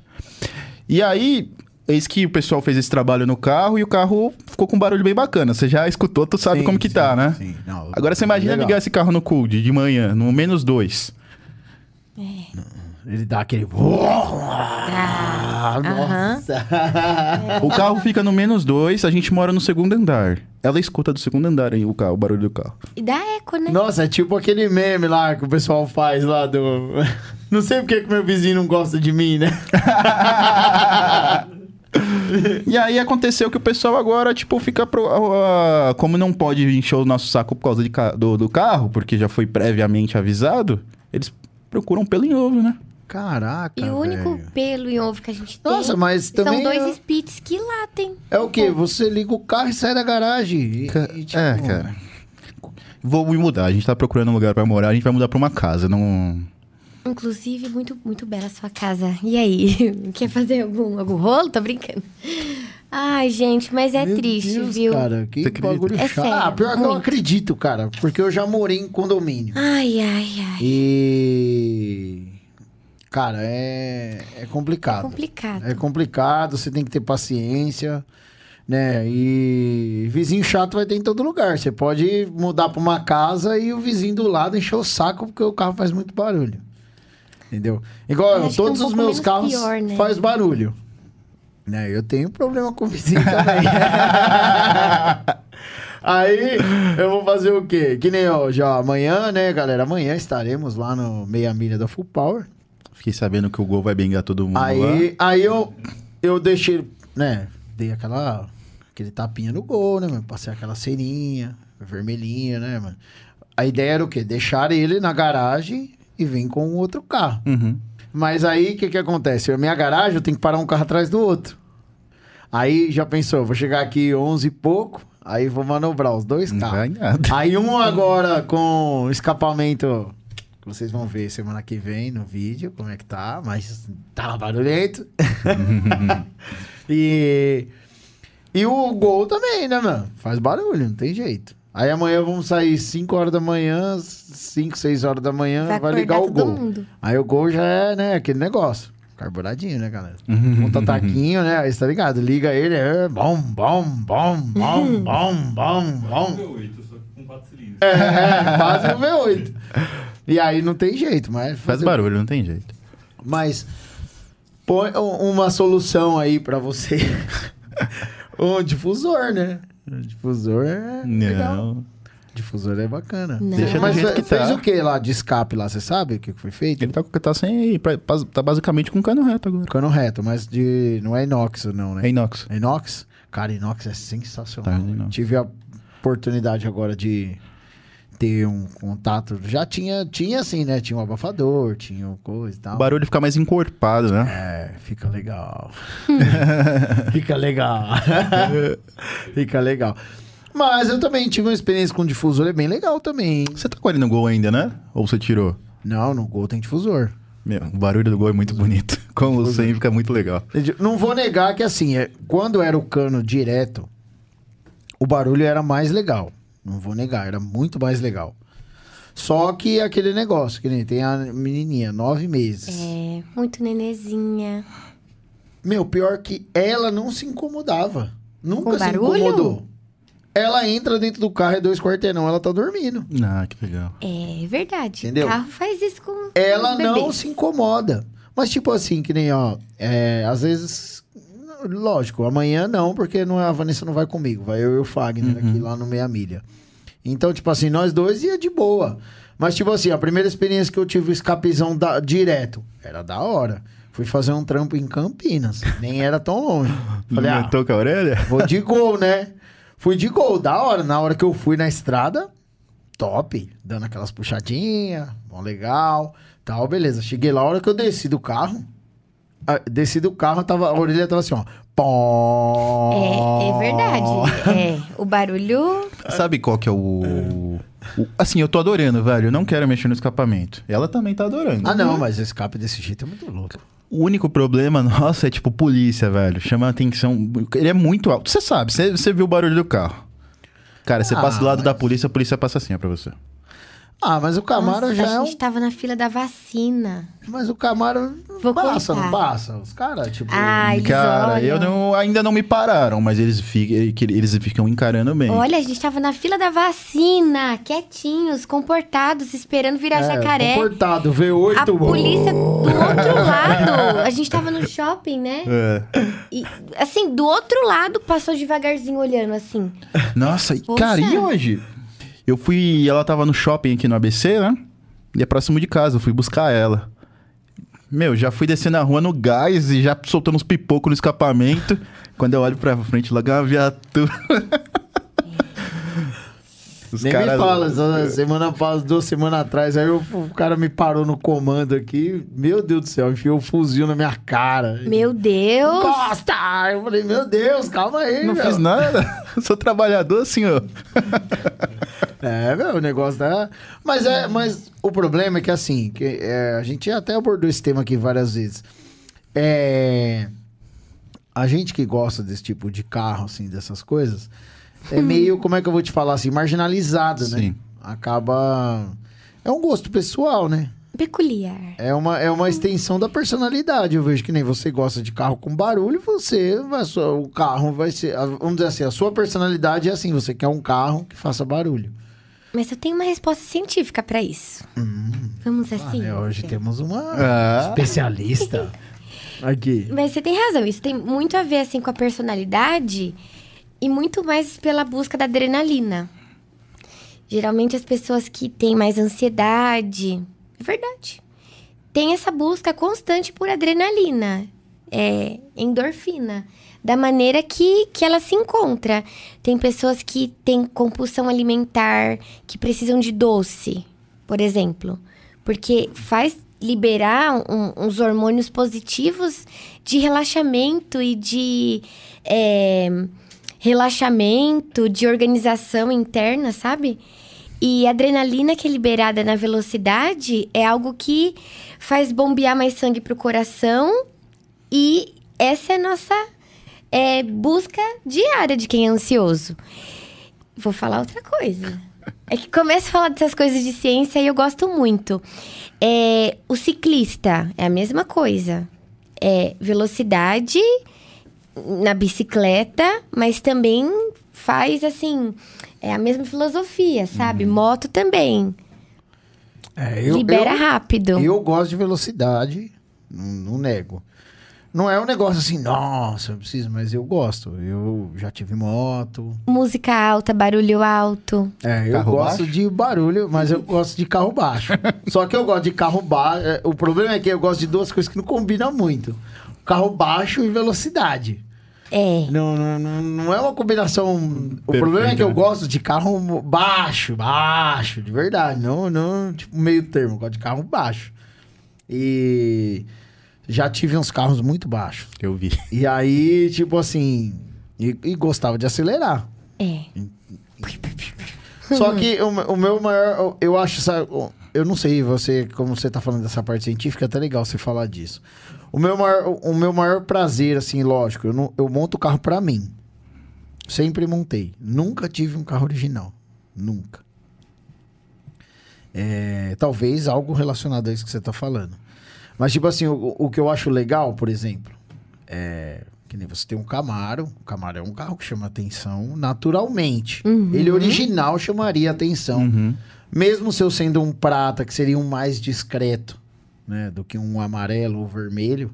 Speaker 3: E aí, eis que o pessoal fez esse trabalho no carro e o carro ficou com um barulho bem bacana. Você já escutou, tu sabe
Speaker 1: Sim,
Speaker 3: como que
Speaker 1: sim,
Speaker 3: tá, né?
Speaker 1: sim. Não,
Speaker 3: agora você imagina
Speaker 1: legal.
Speaker 3: ligar esse carro no cold de manhã, no menos dois.
Speaker 1: Ele dá aquele. Ah, nossa.
Speaker 3: O carro fica no menos dois, a gente mora no segundo andar. Ela escuta do segundo andar aí o, carro, o barulho do carro.
Speaker 2: E dá eco, né?
Speaker 1: Nossa, é tipo aquele meme lá que o pessoal faz lá do. Não sei porque que meu vizinho não gosta de mim, né?
Speaker 3: E aí aconteceu que o pessoal agora, tipo, fica pro. ah, como não pode encher o nosso saco por causa de ca- do, do carro, porque já foi previamente avisado, eles procuram pelo em ovo, né?
Speaker 1: Caraca.
Speaker 2: E o único
Speaker 1: Tá velho.
Speaker 2: pelo em ovo que a gente tem...
Speaker 1: Nossa, mas também.
Speaker 2: São dois Tipo-
Speaker 1: é-
Speaker 2: spits que latem.
Speaker 1: É o quê? Você liga o carro e sai da garagem. E- e, tipo,
Speaker 3: é, cara. Vou me mudar, a gente tá procurando um lugar pra morar, a gente vai mudar pra uma casa, não.
Speaker 2: Inclusive, muito, muito bela a sua casa. E aí, quer fazer algum, algum rolo? Tô brincando. Ai, gente, mas é
Speaker 1: Meu
Speaker 2: triste,
Speaker 1: Deus,
Speaker 2: viu?
Speaker 1: Cara, que
Speaker 3: Você acredita?
Speaker 1: bagulho
Speaker 2: É
Speaker 1: chato.
Speaker 2: sério,
Speaker 1: ah, pior que eu
Speaker 2: muito.
Speaker 1: acredito, cara. Porque eu já morei em condomínio.
Speaker 2: Ai, ai, ai.
Speaker 1: E. Cara, é. É complicado.
Speaker 2: Complicado.
Speaker 1: É complicado, você tem que ter paciência, né? E vizinho chato vai ter em todo lugar. Você pode mudar pra uma casa e o vizinho do lado encher o saco porque o carro faz muito barulho. Entendeu? Igual
Speaker 2: Eu
Speaker 1: eu,
Speaker 2: acho que é um
Speaker 1: todos os
Speaker 2: pouco
Speaker 1: meus
Speaker 2: menos
Speaker 1: carros
Speaker 2: pior, né?
Speaker 1: faz barulho. Né? Eu tenho problema com o vizinho também. Aí eu vou fazer o quê? Que nem ó, já amanhã, né, galera? Amanhã estaremos lá no Meia Milha da Full Power.
Speaker 3: Fiquei sabendo que o gol vai bengar todo mundo lá.
Speaker 1: Aí, aí eu, eu deixei, né? Dei aquela. Aquele tapinha no gol, né, mano? Passei aquela cerinha, vermelhinha, né, mano? A ideia era o quê? Deixar ele na garagem e vir com o outro carro.
Speaker 3: Uhum.
Speaker 1: Mas aí, o que que acontece? A minha garagem, eu tenho que parar um carro atrás do outro. Aí, já pensou, vou chegar aqui 11 e pouco, aí vou manobrar os dois
Speaker 3: Não
Speaker 1: carros.
Speaker 3: vai nada.
Speaker 1: Aí um agora com escapamento. que Vocês vão ver semana que vem no vídeo como é que tá, mas tá barulhento. e, e o gol também, né, mano? Faz barulho, não tem jeito. Aí amanhã vamos sair 5 horas da manhã, 5, 6 horas da manhã, vai,
Speaker 2: Vai acordar
Speaker 1: ligar o
Speaker 2: todo
Speaker 1: gol.
Speaker 2: mundo.
Speaker 1: Aí o gol já é, né, aquele negócio. Carburadinho, né, galera? Um tataquinho, né? Aí você tá ligado? Liga ele, é bom, bom, bom, bom, bom, bom, bom.
Speaker 4: V8, só que com 4 cilindros.
Speaker 1: É, quase um V8. E aí não tem jeito, mas.
Speaker 3: Faz barulho, não tem jeito.
Speaker 1: Mas põe u- uma solução aí pra você. um difusor, né? Um Difusor é. Legal.
Speaker 3: Não.
Speaker 1: Difusor é bacana.
Speaker 2: Não. Deixa do
Speaker 1: Mas
Speaker 3: jeito que
Speaker 1: fez
Speaker 3: tá.
Speaker 1: o que lá de escape lá? Você sabe o que foi feito?
Speaker 3: Ele tá, com- tá sem aí, pra- tá basicamente com cano reto agora.
Speaker 1: Cano reto, mas de. Não é inox, não, né?
Speaker 3: É inox.
Speaker 1: Inox? Cara, inox é sensacional.
Speaker 3: Tá, inox.
Speaker 1: Tive a oportunidade agora de ter um contato. Já tinha, tinha assim, né? Tinha um abafador, tinha um coisa e
Speaker 3: O
Speaker 1: tal.
Speaker 3: barulho fica mais encorpado, né?
Speaker 1: É, fica legal. fica legal. fica legal. Mas eu também tive uma experiência com difusor, é bem legal também.
Speaker 3: Você tá com ele no gol ainda, né? Ou você tirou?
Speaker 1: Não, no Gol tem difusor.
Speaker 3: Meu, o barulho do gol é muito bonito. Como sempre, fica muito legal.
Speaker 1: Entendi. Não vou negar que assim, é, quando era o cano direto, o barulho era mais legal. Não vou negar, era muito mais legal. Só que aquele negócio, que nem tem a menininha, nove meses.
Speaker 2: É, muito nenezinha.
Speaker 1: Meu, pior que ela não se incomodava. Nunca
Speaker 2: Com
Speaker 1: se
Speaker 2: barulho?
Speaker 1: incomodou. Ela entra dentro do carro, é dois quarteirão, ela tá dormindo.
Speaker 3: Ah, que legal.
Speaker 2: É verdade.
Speaker 1: Entendeu?
Speaker 2: O carro faz isso com os
Speaker 1: Ela não
Speaker 2: bebês.
Speaker 1: se incomoda. Mas, tipo assim, que nem, ó, é, às vezes. Lógico, amanhã não, porque não é, a Vanessa não vai comigo, vai eu e o Fagner aqui lá no Meia Milha. Então, tipo assim, nós dois ia de boa. Mas, tipo assim, a primeira experiência que eu tive o escapizão da- direto era da hora. Fui fazer um trampo em Campinas. Nem era tão longe. Falei, ah,
Speaker 3: Aumentou com a orelha?
Speaker 1: Vou de gol, né? Fui de gol, da hora. Na hora que eu fui na estrada, top. Dando aquelas puxadinhas, bom legal, tal, beleza. Cheguei lá, a hora que eu desci do carro, ah, desci do carro, tava, a orelha tava assim, ó.
Speaker 2: É,
Speaker 1: Pó.
Speaker 2: é
Speaker 1: Oh.
Speaker 2: verdade. É, o barulho.
Speaker 3: Sabe qual que é o... o- Assim, eu tô adorando, velho. Eu não quero mexer no escapamento. Ela também tá adorando.
Speaker 1: Ah, não, mas o escape desse jeito é muito louco.
Speaker 3: O único problema nosso é, tipo, polícia, velho. Chama a atenção. Ele é muito alto. Você sabe, você você viu o barulho do carro. Cara, você
Speaker 1: Ah,
Speaker 3: passa do lado da
Speaker 1: mas-
Speaker 3: polícia, a polícia passa assim, ó, pra você.
Speaker 1: Ah, mas o Camaro
Speaker 2: Nossa,
Speaker 1: já é
Speaker 2: a
Speaker 1: um.
Speaker 2: gente tava na fila da vacina.
Speaker 1: Mas o Camaro
Speaker 2: Vou
Speaker 1: passa, não
Speaker 2: contar.
Speaker 1: passa? Os caras, tipo.
Speaker 2: Ah, eles
Speaker 3: Cara, eu
Speaker 2: olham.
Speaker 3: não- ainda não me pararam, mas eles, fi- que eles ficam encarando bem.
Speaker 2: Olha, a gente tava na fila da vacina, quietinhos, comportados, esperando virar jacaré.
Speaker 1: é Comportado, V8.
Speaker 2: A polícia do outro lado. A gente tava no shopping, né?
Speaker 3: É.
Speaker 2: E, assim, do outro lado passou devagarzinho olhando assim.
Speaker 3: Nossa, e,
Speaker 2: Poxa.
Speaker 3: cara, e hoje? Eu fui. Ela tava no shopping aqui no ABC, né? E é próximo de casa, eu fui buscar ela. Meu, já fui descendo a rua no gás e já soltando uns pipocos no escapamento. Quando eu olho pra frente, logo é uma viatura. Os É.
Speaker 1: Nem me
Speaker 3: caras-
Speaker 1: fala, essa semana passada, duas semanas atrás, aí eu- o cara me parou no comando aqui, meu Deus do céu, enfiou um fuzil na minha cara.
Speaker 2: Meu Deus!
Speaker 1: Costa! Eu falei, meu Deus, calma aí,
Speaker 3: Não
Speaker 1: meu.
Speaker 3: fiz nada. Sou trabalhador, senhor.
Speaker 1: É, meu, o negócio tá... Mas, é, mas o problema é que, assim, que, é, a gente até abordou esse tema aqui várias vezes. É... A gente que gosta desse tipo de carro, assim, dessas coisas, é meio, como é que eu vou te falar, assim, marginalizado, né?
Speaker 3: Sim.
Speaker 1: Acaba... É um gosto pessoal, né?
Speaker 2: Peculiar.
Speaker 1: É uma, é uma extensão da personalidade. Eu vejo que nem você gosta de carro com barulho, você vai. sua- O carro vai ser. a- Vamos dizer assim, a sua personalidade é assim: você quer um carro que faça barulho.
Speaker 2: Mas eu tenho uma resposta científica pra isso. Vamos assim?
Speaker 1: É, hoje temos uma
Speaker 3: Ah,
Speaker 1: especialista aqui.
Speaker 2: Mas você tem razão, isso tem muito a ver assim com a personalidade e muito mais pela busca da adrenalina. Geralmente as pessoas que têm mais ansiedade, é verdade, tem essa busca constante por adrenalina, é, endorfina, da maneira que, que ela se encontra. Tem pessoas que têm compulsão alimentar, que precisam de doce, por exemplo, porque faz liberar um- uns hormônios positivos de relaxamento e de é, relaxamento, de organização interna, sabe? E a adrenalina que é liberada na velocidade é algo que faz bombear mais sangue pro coração e essa é a nossa é, busca diária de quem é ansioso. Vou falar outra coisa. É que começo a falar dessas coisas de ciência e eu gosto muito. É, o ciclista é a mesma coisa. É velocidade na bicicleta, mas também faz assim. É a mesma filosofia, sabe? Moto também.
Speaker 1: É, Uhum. eu,
Speaker 2: Libera
Speaker 1: eu,
Speaker 2: rápido.
Speaker 1: eu gosto de velocidade, não, não nego. Não é um negócio assim, nossa, eu preciso, mas eu gosto. Eu já tive moto.
Speaker 2: Música alta, barulho alto.
Speaker 1: É, eu
Speaker 3: Carro
Speaker 1: gosto
Speaker 3: baixo?
Speaker 1: de barulho, mas eu gosto de carro baixo. Só que eu gosto de carro baixo. O problema é que eu gosto de duas coisas que não combinam muito: carro baixo e velocidade.
Speaker 2: É.
Speaker 1: Não, não, não- não é uma combinação. O problema é que eu
Speaker 3: né?
Speaker 1: gosto de carro baixo, baixo, de verdade. Não, não, tipo, meio termo. Eu gosto de carro baixo. E já tive uns carros muito baixos.
Speaker 3: eu vi.
Speaker 1: E aí, tipo assim. E, e gostava de acelerar.
Speaker 2: É.
Speaker 1: Só que o, o meu maior. eu- Eu acho. sabe, o- Eu não sei, você, como você tá falando dessa parte científica, é até legal você falar disso. O meu maior, o- o meu maior prazer, assim, lógico, eu, não, eu monto o carro pra mim. Sempre montei. Nunca tive um carro original. Nunca. É, talvez algo relacionado a isso que você tá falando. Mas, tipo assim, o, o que eu acho legal, por exemplo, é. Que nem você tem um Camaro. O Camaro é um carro que chama atenção naturalmente. Ele original chamaria atenção.
Speaker 3: Uhum.
Speaker 1: Mesmo se eu sendo um prata, que seria um mais discreto, né? Do que um amarelo ou vermelho.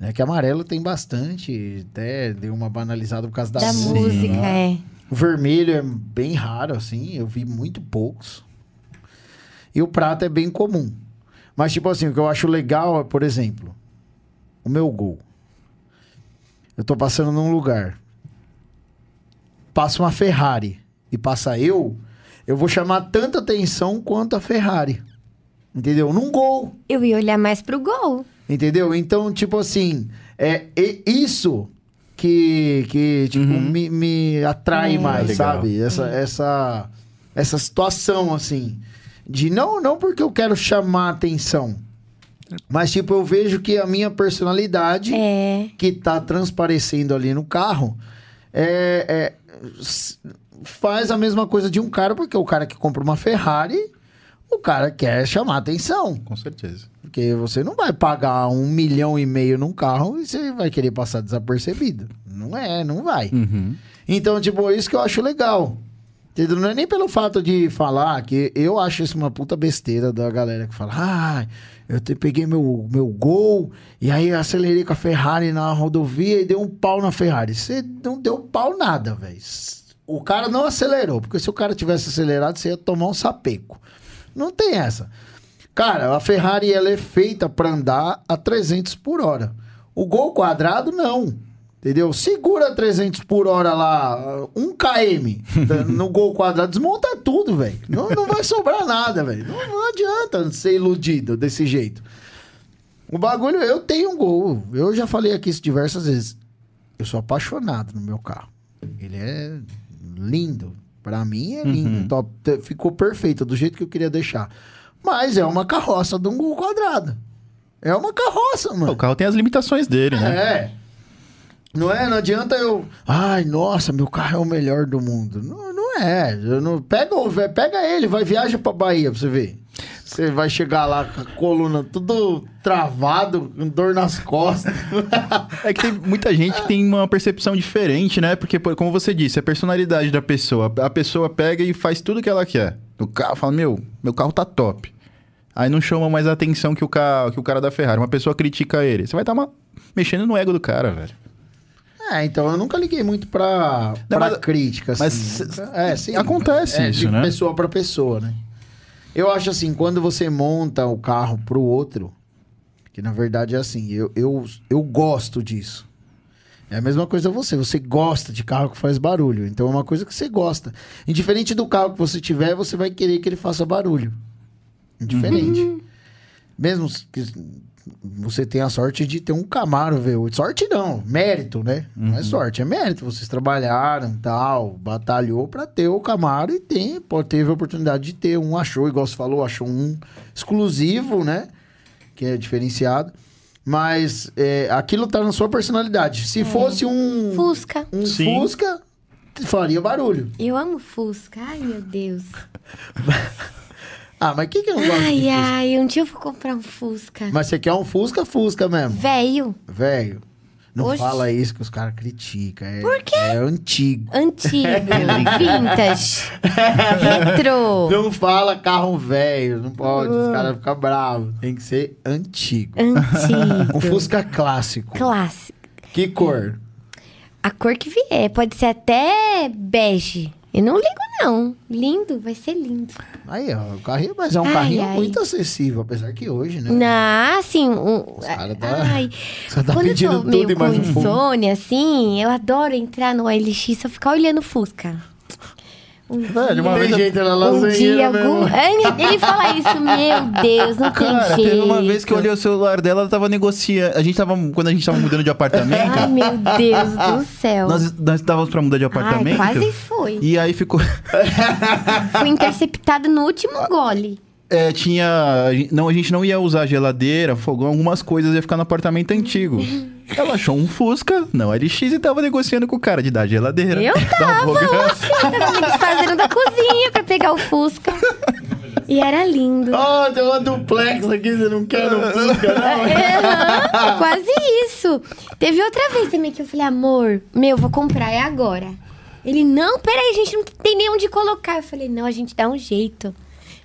Speaker 1: Né, que amarelo tem bastante, até deu uma banalizada por causa da,
Speaker 2: Da música, é.
Speaker 1: né? o vermelho é bem raro, assim. Eu vi muito poucos. E o prato é bem comum. Mas, tipo assim, o que eu acho legal é, por exemplo, o meu gol. Eu tô passando num lugar. Passa uma Ferrari e passa eu, eu vou chamar tanta atenção quanto a Ferrari. Entendeu? Num gol.
Speaker 2: Eu ia olhar mais pro gol.
Speaker 1: Entendeu? Então, tipo assim, é e- isso que, que tipo, me, me atrai mais,
Speaker 3: Legal.
Speaker 1: sabe? Essa, essa, essa situação, assim. De não, não porque eu quero chamar atenção. Mas, tipo, eu vejo que a minha personalidade
Speaker 2: É.
Speaker 1: que tá transparecendo ali no carro é, é, s- faz a mesma coisa de um cara, porque o cara que compra uma Ferrari, o cara quer chamar atenção.
Speaker 3: Com certeza.
Speaker 1: Porque você não vai pagar um milhão e meio num carro e você vai querer passar desapercebido. Não é, não vai.
Speaker 3: Hum. Uhum.
Speaker 1: Então, tipo, isso que eu acho legal. Entendeu? Não é nem pelo fato de falar que eu acho isso uma puta besteira da galera que fala: ah, eu te- peguei meu, meu gol e aí acelerei com a Ferrari na rodovia e dei um pau na Ferrari. Você não deu pau nada, velho. O cara não acelerou, porque se o cara tivesse acelerado, você ia tomar um sapeco. Não tem essa. Cara, a Ferrari ela é feita pra andar a 300 por hora. O gol quadrado, não. Entendeu? Segura 300 por hora lá, 1 km tá, no gol quadrado, desmonta tudo, velho. Não, não vai sobrar nada, velho. Não, não adianta ser iludido desse jeito. O bagulho, eu tenho um gol. Eu já falei aqui isso diversas vezes. Eu sou apaixonado no meu carro. Ele é lindo. Pra mim é lindo. Top. Te- Ficou perfeito, do jeito que eu queria deixar. Mas é uma carroça de um gol quadrado. É uma carroça, mano.
Speaker 3: O carro tem as limitações dele, né?
Speaker 1: É. Não é? Não adianta eu. Ai, nossa, meu carro é o melhor do mundo. Não, não é. Eu não... Pega, o ve- pega ele, vai viaja pra Bahia pra você ver. Você vai chegar lá com a coluna tudo travado, com dor nas costas.
Speaker 3: É que tem muita gente que tem uma percepção diferente, né? Porque, pô, como você disse, é a personalidade da pessoa. A pessoa pega e faz tudo que ela quer. O carro fala, meu, meu carro tá top. Aí não chama mais a atenção que o, ca... que o cara da Ferrari. Uma pessoa critica ele. Você vai estar mexendo no ego do cara, velho.
Speaker 1: É, então eu nunca liguei muito pra,
Speaker 3: Não,
Speaker 1: pra
Speaker 3: mas-
Speaker 1: crítica. Assim.
Speaker 3: mas-
Speaker 1: é, sim.
Speaker 3: acontece
Speaker 1: É,
Speaker 3: isso,
Speaker 1: de
Speaker 3: né?
Speaker 1: pessoa pra pessoa, né? Eu acho assim, quando você monta o carro pro outro, que na verdade é assim, eu, eu, eu gosto disso. É a mesma coisa você, você gosta de carro que faz barulho, então é uma coisa que você gosta. Indiferente do carro que você tiver, você vai querer que ele faça barulho. Indiferente.
Speaker 2: Uhum.
Speaker 1: Mesmo que você tenha a sorte de ter um Camaro V8. Sorte não, mérito, né? Não
Speaker 2: Uhum.
Speaker 1: é sorte, é mérito. Vocês trabalharam, tal, batalhou pra ter o Camaro e tem, pô, teve a oportunidade de ter um, achou, igual você falou, achou um exclusivo, né? Que é diferenciado. Mas é, aquilo tá na sua personalidade. Se fosse um,
Speaker 2: É. Fusca.
Speaker 1: um
Speaker 3: Sim.
Speaker 1: Fusca, faria barulho.
Speaker 2: Eu amo Fusca. Ai, meu Deus.
Speaker 1: Ah, mas quem que não gosta de
Speaker 2: Ai,
Speaker 1: Fusca?
Speaker 2: ai, um dia eu vou comprar um Fusca.
Speaker 1: Mas você quer um Fusca, Fusca mesmo.
Speaker 2: Velho,
Speaker 1: Velho, não
Speaker 2: Oxi.
Speaker 1: fala isso que os caras criticam. É, Por quê? É antigo.
Speaker 2: antigo, vintage, retrô,
Speaker 1: Não fala carro velho, não pode. Os
Speaker 2: Ah.
Speaker 1: caras ficam bravos. Tem que ser antigo.
Speaker 2: antigo,
Speaker 1: Um Fusca clássico.
Speaker 2: clássico.
Speaker 1: Que cor?
Speaker 2: A cor que vier, pode ser até bege. Eu não ligo, não. Lindo, vai ser lindo.
Speaker 1: Aí, ó, o carrinho, mas é um
Speaker 2: Ai,
Speaker 1: carrinho
Speaker 2: ai.
Speaker 1: muito acessível, apesar que hoje,
Speaker 3: É.
Speaker 1: né?
Speaker 2: Na, assim, um,
Speaker 1: cara tá-
Speaker 2: ai,
Speaker 1: Você tá
Speaker 2: quando eu
Speaker 1: pedindo
Speaker 2: tô
Speaker 1: tudo e
Speaker 2: meio
Speaker 1: mais um
Speaker 2: com
Speaker 1: pouco.
Speaker 2: insônia, assim, eu adoro entrar no OLX e só ficar olhando o Fusca. Um
Speaker 3: Velho, Ah, uma
Speaker 1: Tem
Speaker 3: vez assim,
Speaker 1: jeito, ela é
Speaker 2: Um dia
Speaker 1: lasanheira
Speaker 3: né,
Speaker 2: algum.
Speaker 1: mesmo.
Speaker 2: Ai, Ele fala isso, meu Deus, não tem
Speaker 3: Cara,
Speaker 2: jeito.
Speaker 3: teve uma vez que eu olhei o celular dela, ela tava negociando. A gente tava. Quando a gente tava mudando de apartamento,
Speaker 2: Ai, meu Deus do céu.
Speaker 3: nós, nós estávamos pra mudar de
Speaker 2: Ai,
Speaker 3: apartamento.
Speaker 2: quase foi.
Speaker 3: E aí ficou.
Speaker 2: Fui interceptado no último gole.
Speaker 3: É, tinha. a gen- Não, a gente não ia usar geladeira, fogão, algumas coisas, ia ficar no apartamento antigo. Ela achou um Fusca, não LX, e tava negociando com o cara de dar geladeira.
Speaker 2: Eu
Speaker 3: dar um fogão.
Speaker 2: Tava me desfazendo da cozinha pra pegar o Fusca. E era lindo.
Speaker 1: Ó, tem uma duplex aqui, você não né? quer no Fusca, não?
Speaker 2: Aham, quase isso. Teve outra vez também que eu falei, amor, meu, vou comprar, é agora. Ele, não, peraí, a gente não tem nem onde colocar. Eu falei, não, a gente dá um jeito.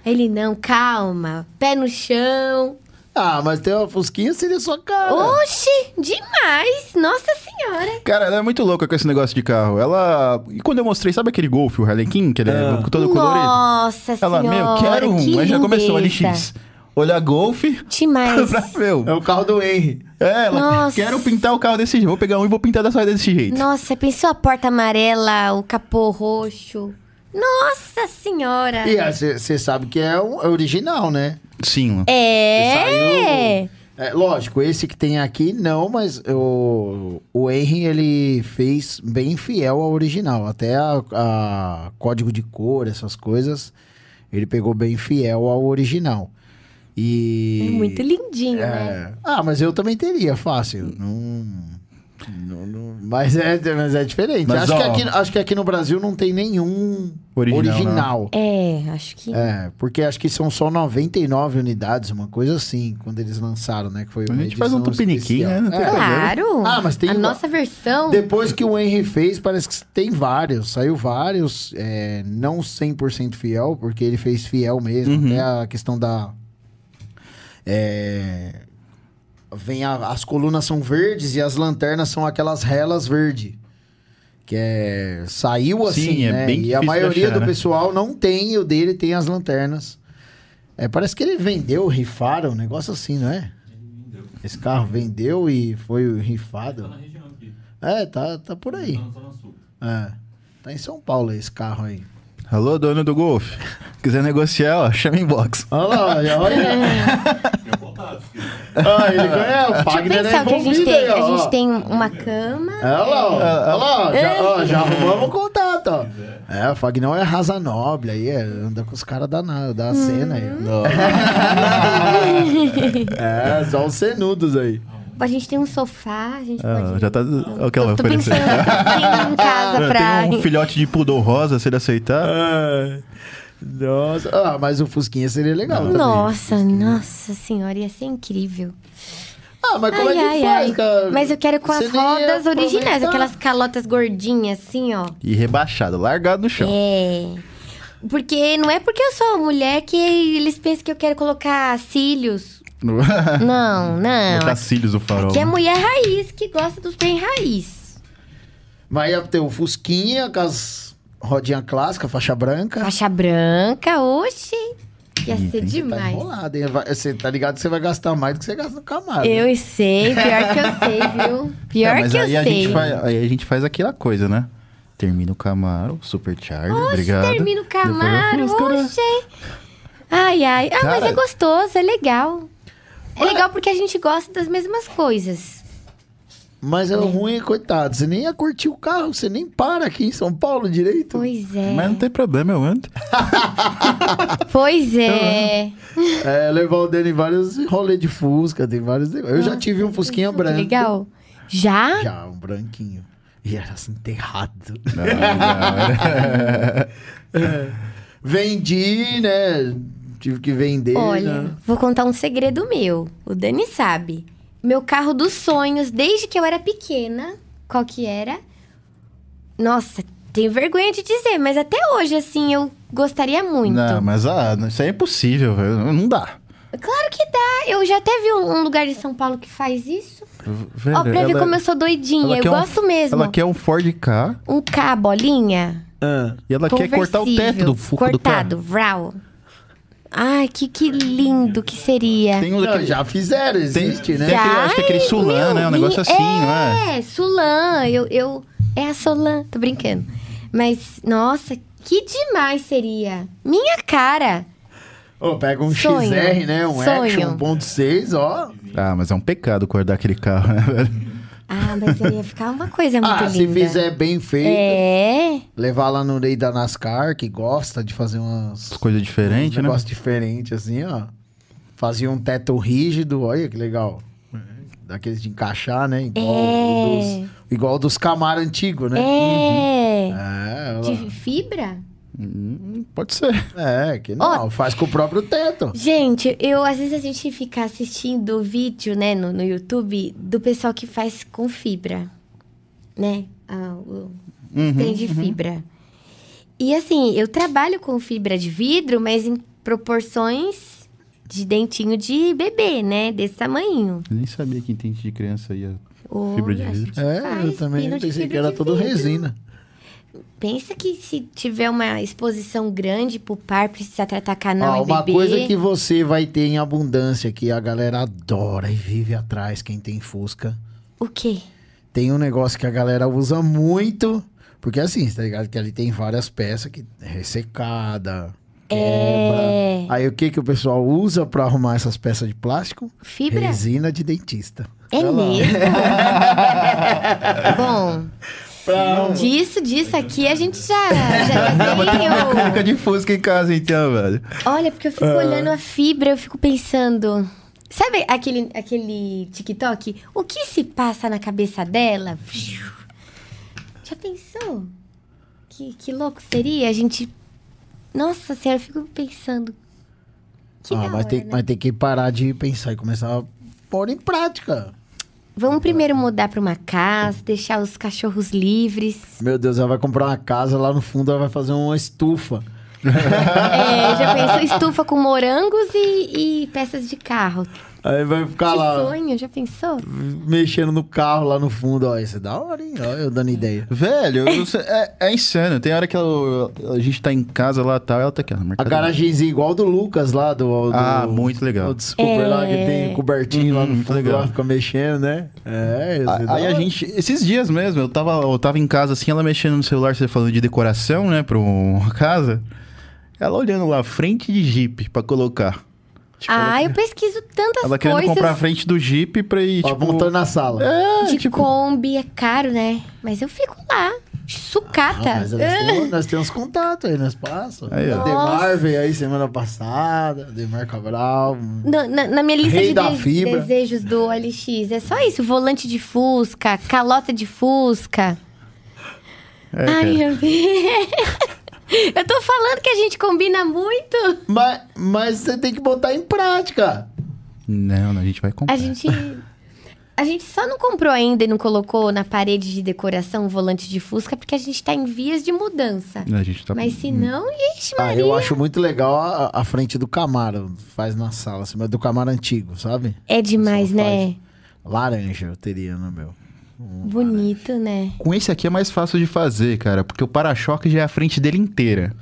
Speaker 2: Ele, não, calma, pé no chão.
Speaker 1: Ah, mas ter uma fusquinha seria sua cara.
Speaker 2: Oxi, demais! Nossa senhora!
Speaker 3: Cara, ela é muito louca com esse negócio de carro. Ela. E quando eu mostrei, sabe aquele Golf, o Harley King, que ele é
Speaker 5: Ah.
Speaker 3: todo colorido?
Speaker 2: Nossa
Speaker 3: Ela,
Speaker 2: senhora!
Speaker 3: meu, quero um.
Speaker 2: que
Speaker 3: Aí já começou a
Speaker 2: lindeza.
Speaker 3: LX. Olhar Golf.
Speaker 2: Demais.
Speaker 3: pra meu.
Speaker 1: É o carro do Henry.
Speaker 3: É, ela.
Speaker 2: Nossa.
Speaker 3: Quero pintar o carro desse jeito. Vou pegar um e vou pintar dessa desse jeito.
Speaker 2: Nossa, você pensou a porta amarela, o capô roxo? Nossa senhora!
Speaker 1: E você sabe que é, o- é original, né?
Speaker 3: Sim.
Speaker 2: É!
Speaker 1: Saiu- É, lógico, esse que tem aqui não, mas o, o Henry ele fez bem fiel ao original. Até a, a código de cor, essas coisas, ele pegou bem fiel ao original.
Speaker 2: É
Speaker 1: E.
Speaker 2: Muito lindinho, né?
Speaker 1: É. Ah, mas eu também teria, fácil. Não, não- não- mas, é, mas é diferente.
Speaker 3: Mas,
Speaker 1: acho,
Speaker 3: ó,
Speaker 1: que aqui, acho que aqui no Brasil não tem nenhum
Speaker 3: Original,
Speaker 1: original.
Speaker 3: né?
Speaker 2: É, acho que.
Speaker 1: É, porque acho que são só 99 unidades, uma coisa assim, quando eles lançaram, né? Que foi
Speaker 3: A
Speaker 1: uma
Speaker 3: gente faz um
Speaker 1: edição
Speaker 3: tupiniquim,
Speaker 1: especial.
Speaker 3: né? Não tem
Speaker 1: É.
Speaker 2: Claro!
Speaker 1: Ah, mas tem
Speaker 2: A
Speaker 1: uma-
Speaker 2: nossa versão.
Speaker 1: Depois que o Henry fez, parece que tem vários. Saiu vários, é, não 100% fiel, porque ele fez fiel mesmo.
Speaker 3: Uhum.
Speaker 1: Até a questão da... é, vem a- as colunas são verdes e as lanternas são aquelas relas verde. Que é... Saiu
Speaker 3: Sim,
Speaker 1: assim,
Speaker 3: é
Speaker 1: né?
Speaker 3: bem
Speaker 1: e a
Speaker 3: difícil de
Speaker 1: maioria
Speaker 3: achar,
Speaker 1: do
Speaker 3: né?
Speaker 1: pessoal não tem, e o dele tem as lanternas. É, parece que ele vendeu, rifaram, um negócio assim, não é?
Speaker 4: Vendeu.
Speaker 1: Esse carro vendeu e foi
Speaker 4: Tá na
Speaker 1: rifado.
Speaker 4: região aqui.
Speaker 1: É, tá, tá por aí.
Speaker 4: Tá na Zona Sul.
Speaker 1: É. Tá em São Paulo esse carro aí.
Speaker 3: Alô, dono do Golf. Quiser negociar, ó, chama inbox.
Speaker 1: Olha lá, olha. olha.
Speaker 4: Tem o contato.
Speaker 1: Ah, ele ganhou. O
Speaker 2: É. Deixa eu
Speaker 1: Fagner é
Speaker 2: pensar o que a gente
Speaker 1: envolvido
Speaker 2: tem.
Speaker 1: aí,
Speaker 2: A
Speaker 1: ó.
Speaker 2: gente tem É. uma cama.
Speaker 1: Olha lá, ó. olha lá, ó. já, ó,
Speaker 2: É.
Speaker 1: já arrumamos o contato, ó.
Speaker 4: quiser.
Speaker 1: É, o Fagnão é raza nobre aí, é, anda com os caras da, na-
Speaker 2: Hum.
Speaker 1: da cena aí. é, só os cenudos aí.
Speaker 2: A gente tem um sofá, a gente
Speaker 3: Ah,
Speaker 2: pode.
Speaker 3: já tá. Olha o que ela
Speaker 2: tô
Speaker 3: vai oferecer.
Speaker 2: pensando em casa pra.
Speaker 3: Tem um filhote de poodle rosa, se ele aceitar. Ah.
Speaker 1: Nossa, ah, mas o Fusquinha seria legal também.
Speaker 2: Nossa, nossa senhora, ia ser incrível.
Speaker 1: Ah, mas como
Speaker 2: ai,
Speaker 1: é que
Speaker 2: ai,
Speaker 1: faz,
Speaker 2: ai.
Speaker 1: cara?
Speaker 2: Mas eu quero com
Speaker 1: Você
Speaker 2: as
Speaker 1: nem ia
Speaker 2: rodas originais,
Speaker 1: aproveitar.
Speaker 2: aquelas calotas gordinhas, assim, ó.
Speaker 3: E rebaixado, largado no chão. Então.
Speaker 2: É. Porque não é porque eu sou mulher que eles pensam que eu quero colocar cílios.
Speaker 3: Uhum.
Speaker 2: Não, não.
Speaker 3: Botar cílios no farol.
Speaker 2: É. Aqui é mulher raiz que gosta dos bem raiz.
Speaker 1: Mas ia ter o Fusquinha com as rodinhas clássicas, faixa branca.
Speaker 2: Faixa branca, oxi. Ia ser
Speaker 1: Tá
Speaker 2: demais.
Speaker 1: enrolado, hein? Vai- Você tá ligado que você vai gastar mais do que você gasta no camada.
Speaker 2: Eu sei, pior que eu sei, viu?
Speaker 3: É,
Speaker 2: Pior
Speaker 3: mas
Speaker 2: que eu
Speaker 3: aí a
Speaker 2: sei.
Speaker 3: gente faz, aí a gente faz aquela coisa, né? Termina o Camaro, Supercharger, obrigado.
Speaker 2: Termina o Camaro,
Speaker 3: Depois eu falo, "Nossa,
Speaker 2: oxe. Ai, ai. Ah, mas
Speaker 3: Cara-
Speaker 2: é gostoso, é legal. É legal porque a gente gosta das mesmas coisas.
Speaker 1: Mas é ruim, coitado. Você nem ia curtir o carro, você nem para aqui em São Paulo direito.
Speaker 2: Pois
Speaker 3: cara,
Speaker 2: é.
Speaker 3: Mas não tem problema, eu ando.
Speaker 2: Pois é.
Speaker 1: É, levar o Dani em vários rolês de Fusca, tem vários. negócios. Eu já tive um Fusquinha
Speaker 2: Que
Speaker 1: branco.
Speaker 2: Tá legal. Já?
Speaker 1: Já, um branquinho. E era assim, enterrado. É.
Speaker 3: Não, não.
Speaker 1: Vendi, né? Tive que vender.
Speaker 2: Olha,
Speaker 1: né?
Speaker 2: vou contar um segredo meu. O Dani sabe. Meu carro dos sonhos, desde que eu era pequena, qual que era? Nossa, tenho vergonha de dizer, mas até hoje, assim, eu gostaria muito.
Speaker 3: Não, mas ah, isso aí é impossível, velho. Não dá.
Speaker 2: Claro que dá. Eu já até vi um, um lugar de São Paulo que faz isso. Ó, pra ver como eu sou doidinha. Eu
Speaker 3: quer um-
Speaker 2: gosto mesmo.
Speaker 3: Ela quer um Ford K
Speaker 2: Um K, bolinha.
Speaker 3: e ela quer cortar o teto do fuco do
Speaker 2: Cortado,
Speaker 3: carro.
Speaker 2: vral. Ai, que, que lindo que seria.
Speaker 3: Tem um
Speaker 1: Não,
Speaker 3: daquele-
Speaker 1: já fizeram,
Speaker 3: Tem,
Speaker 1: existe, né?
Speaker 3: tem aquele, acho que é aquele Sulan,
Speaker 2: Meu,
Speaker 3: né? Um negócio
Speaker 2: e-
Speaker 3: assim, não é?
Speaker 2: É, Sulan. Eu, eu, é a Solan. Tô brincando. Mas, nossa, que demais seria. Minha cara.
Speaker 1: Ô, pega um
Speaker 2: Sonho.
Speaker 1: XR, né? Um
Speaker 2: Sonho.
Speaker 1: Action 1.6, ó.
Speaker 3: Ah, mas é um pecado guardar aquele carro, né, velho?
Speaker 2: Ah, mas aí ia ficar uma coisa É muito
Speaker 1: Ah, se
Speaker 2: linda.
Speaker 1: fizer bem feito,
Speaker 2: É.
Speaker 1: levar lá no rei da NASCAR, que gosta de fazer umas
Speaker 3: Coisa
Speaker 1: uns
Speaker 3: diferente, né?
Speaker 1: negócios diferentes, assim, ó. Fazia um teto rígido, olha que legal. Daqueles de encaixar, né? Igual o
Speaker 2: É.
Speaker 1: dos, igual o dos Camaro antigo,
Speaker 3: Uhum.
Speaker 1: né?
Speaker 2: É.
Speaker 1: É,
Speaker 3: Ah.
Speaker 1: olha
Speaker 2: De fibra?
Speaker 3: Hum, Pode ser.
Speaker 1: lá. é que não, faz com o próprio teto.
Speaker 2: Gente, eu às vezes a gente fica assistindo vídeo, né, no, no YouTube, do pessoal que faz com fibra, né? Ah, o-
Speaker 3: Uhum,
Speaker 2: tem de fibra. E assim, eu trabalho com fibra de vidro, mas em proporções de dentinho de bebê, né? Desse tamanhinho.
Speaker 3: Eu nem sabia que entende de criança ia.
Speaker 2: Ô,
Speaker 3: Fibra de
Speaker 2: a
Speaker 3: vidro.
Speaker 2: gente
Speaker 1: É,
Speaker 2: faz
Speaker 1: eu também
Speaker 2: pino de
Speaker 1: pensei que
Speaker 2: fibra
Speaker 1: era
Speaker 2: de
Speaker 1: todo
Speaker 2: vidro.
Speaker 1: resina.
Speaker 2: Pensa que se tiver uma exposição grande pro par, precisa tratar canal
Speaker 1: Ah,
Speaker 2: e
Speaker 1: uma
Speaker 2: bebê.
Speaker 1: coisa que você vai ter em abundância, que a galera adora e vive atrás, quem tem Fusca.
Speaker 2: O quê?
Speaker 1: Tem um negócio que a galera usa muito, porque assim, tá ligado? Que ali tem várias peças que é ressecada, quebra.
Speaker 2: É...
Speaker 1: Aí o que que o pessoal usa pra arrumar essas peças de plástico?
Speaker 2: Fibra?
Speaker 1: Resina de dentista.
Speaker 2: É mesmo? Tá Bom, disso, disso aqui a gente já,
Speaker 1: tá
Speaker 2: já tem o-
Speaker 3: Fica de fusca em casa então, velho.
Speaker 2: Olha, porque eu fico
Speaker 1: Ah.
Speaker 2: olhando a fibra, eu fico pensando. Sabe aquele, aquele TikTok? O que se passa na cabeça dela? Já pensou? Que, que louco seria a gente. Nossa senhora, eu fico pensando. Que
Speaker 1: ah,
Speaker 2: da
Speaker 1: mas,
Speaker 2: hora,
Speaker 1: tem,
Speaker 2: né?
Speaker 1: mas tem que parar de pensar e começar a pôr em prática.
Speaker 2: Vamos primeiro mudar pra uma casa, deixar os cachorros livres.
Speaker 1: Meu Deus, ela vai comprar uma casa lá no fundo, ela vai fazer uma estufa.
Speaker 2: É, já pensou estufa com morangos e, e peças de carro.
Speaker 1: Aí vai ficar
Speaker 2: que
Speaker 1: lá
Speaker 2: sonho, já pensou?
Speaker 1: mexendo no carro lá no fundo. Ó, isso é da hora, hein? Ó, eu dando ideia.
Speaker 3: Velho, eu não sei- é, é insano. Tem hora que eu- a gente tá em casa lá e tal, ela tá aqui. ó,
Speaker 1: A
Speaker 3: mercado-
Speaker 1: garagenzinha igual do Lucas lá do. do
Speaker 3: Ah, muito legal.
Speaker 1: do Descooper lá que
Speaker 2: É.
Speaker 1: tem cobertinho lá no
Speaker 3: Uhum,
Speaker 1: fundo,
Speaker 3: legal.
Speaker 1: lá fica mexendo, né? É, isso é da
Speaker 3: A- Aí a
Speaker 1: hora.
Speaker 3: gente, esses dias mesmo, eu tava, eu tava em casa assim, ela mexendo no celular, você falando de decoração, né, pra uma casa. Ela olhando lá, frente de Jeep pra colocar. Tipo,
Speaker 2: ah, eu pesquiso tantas
Speaker 3: ela querendo
Speaker 2: coisas.
Speaker 3: comprar a frente do Jeep pra ir,
Speaker 1: Ó,
Speaker 3: tipo.
Speaker 1: apontando na sala.
Speaker 3: É,
Speaker 2: de
Speaker 3: tipo.
Speaker 2: Kombi é caro, né? Mas eu fico lá,
Speaker 1: Ah,
Speaker 2: sucata.
Speaker 1: mas nós temos, nós temos contato aí, nós passamos.
Speaker 3: Aí, ó.
Speaker 1: O Demar veio aí semana passada, o Demar Cabral.
Speaker 2: na, na- na minha lista
Speaker 1: Rei
Speaker 2: de,
Speaker 1: da
Speaker 2: de-
Speaker 1: fibra.
Speaker 2: desejos do LX, é só isso. Volante de Fusca, calota de Fusca.
Speaker 3: É, cara.
Speaker 2: Ai, meu Deus. Eu tô falando que a gente combina muito.
Speaker 1: Mas, mas você tem que botar em prática.
Speaker 3: Não, não, a gente vai comprar.
Speaker 2: A gente... A gente só não comprou ainda e não colocou na parede de decoração o volante de Fusca porque a gente tá em vias de mudança.
Speaker 3: A gente tá.
Speaker 2: Mas se não, ixi,
Speaker 1: Ah,
Speaker 2: Maria.
Speaker 1: eu acho muito legal a, a frente do Camaro, faz na sala, assim, mas do Camaro antigo, sabe?
Speaker 2: É demais,
Speaker 1: Só
Speaker 2: né?
Speaker 1: Laranja eu teria no meu.
Speaker 2: Bonito, né?
Speaker 3: Com esse aqui é mais fácil de fazer, cara, porque o para-choque já é a frente dele inteira.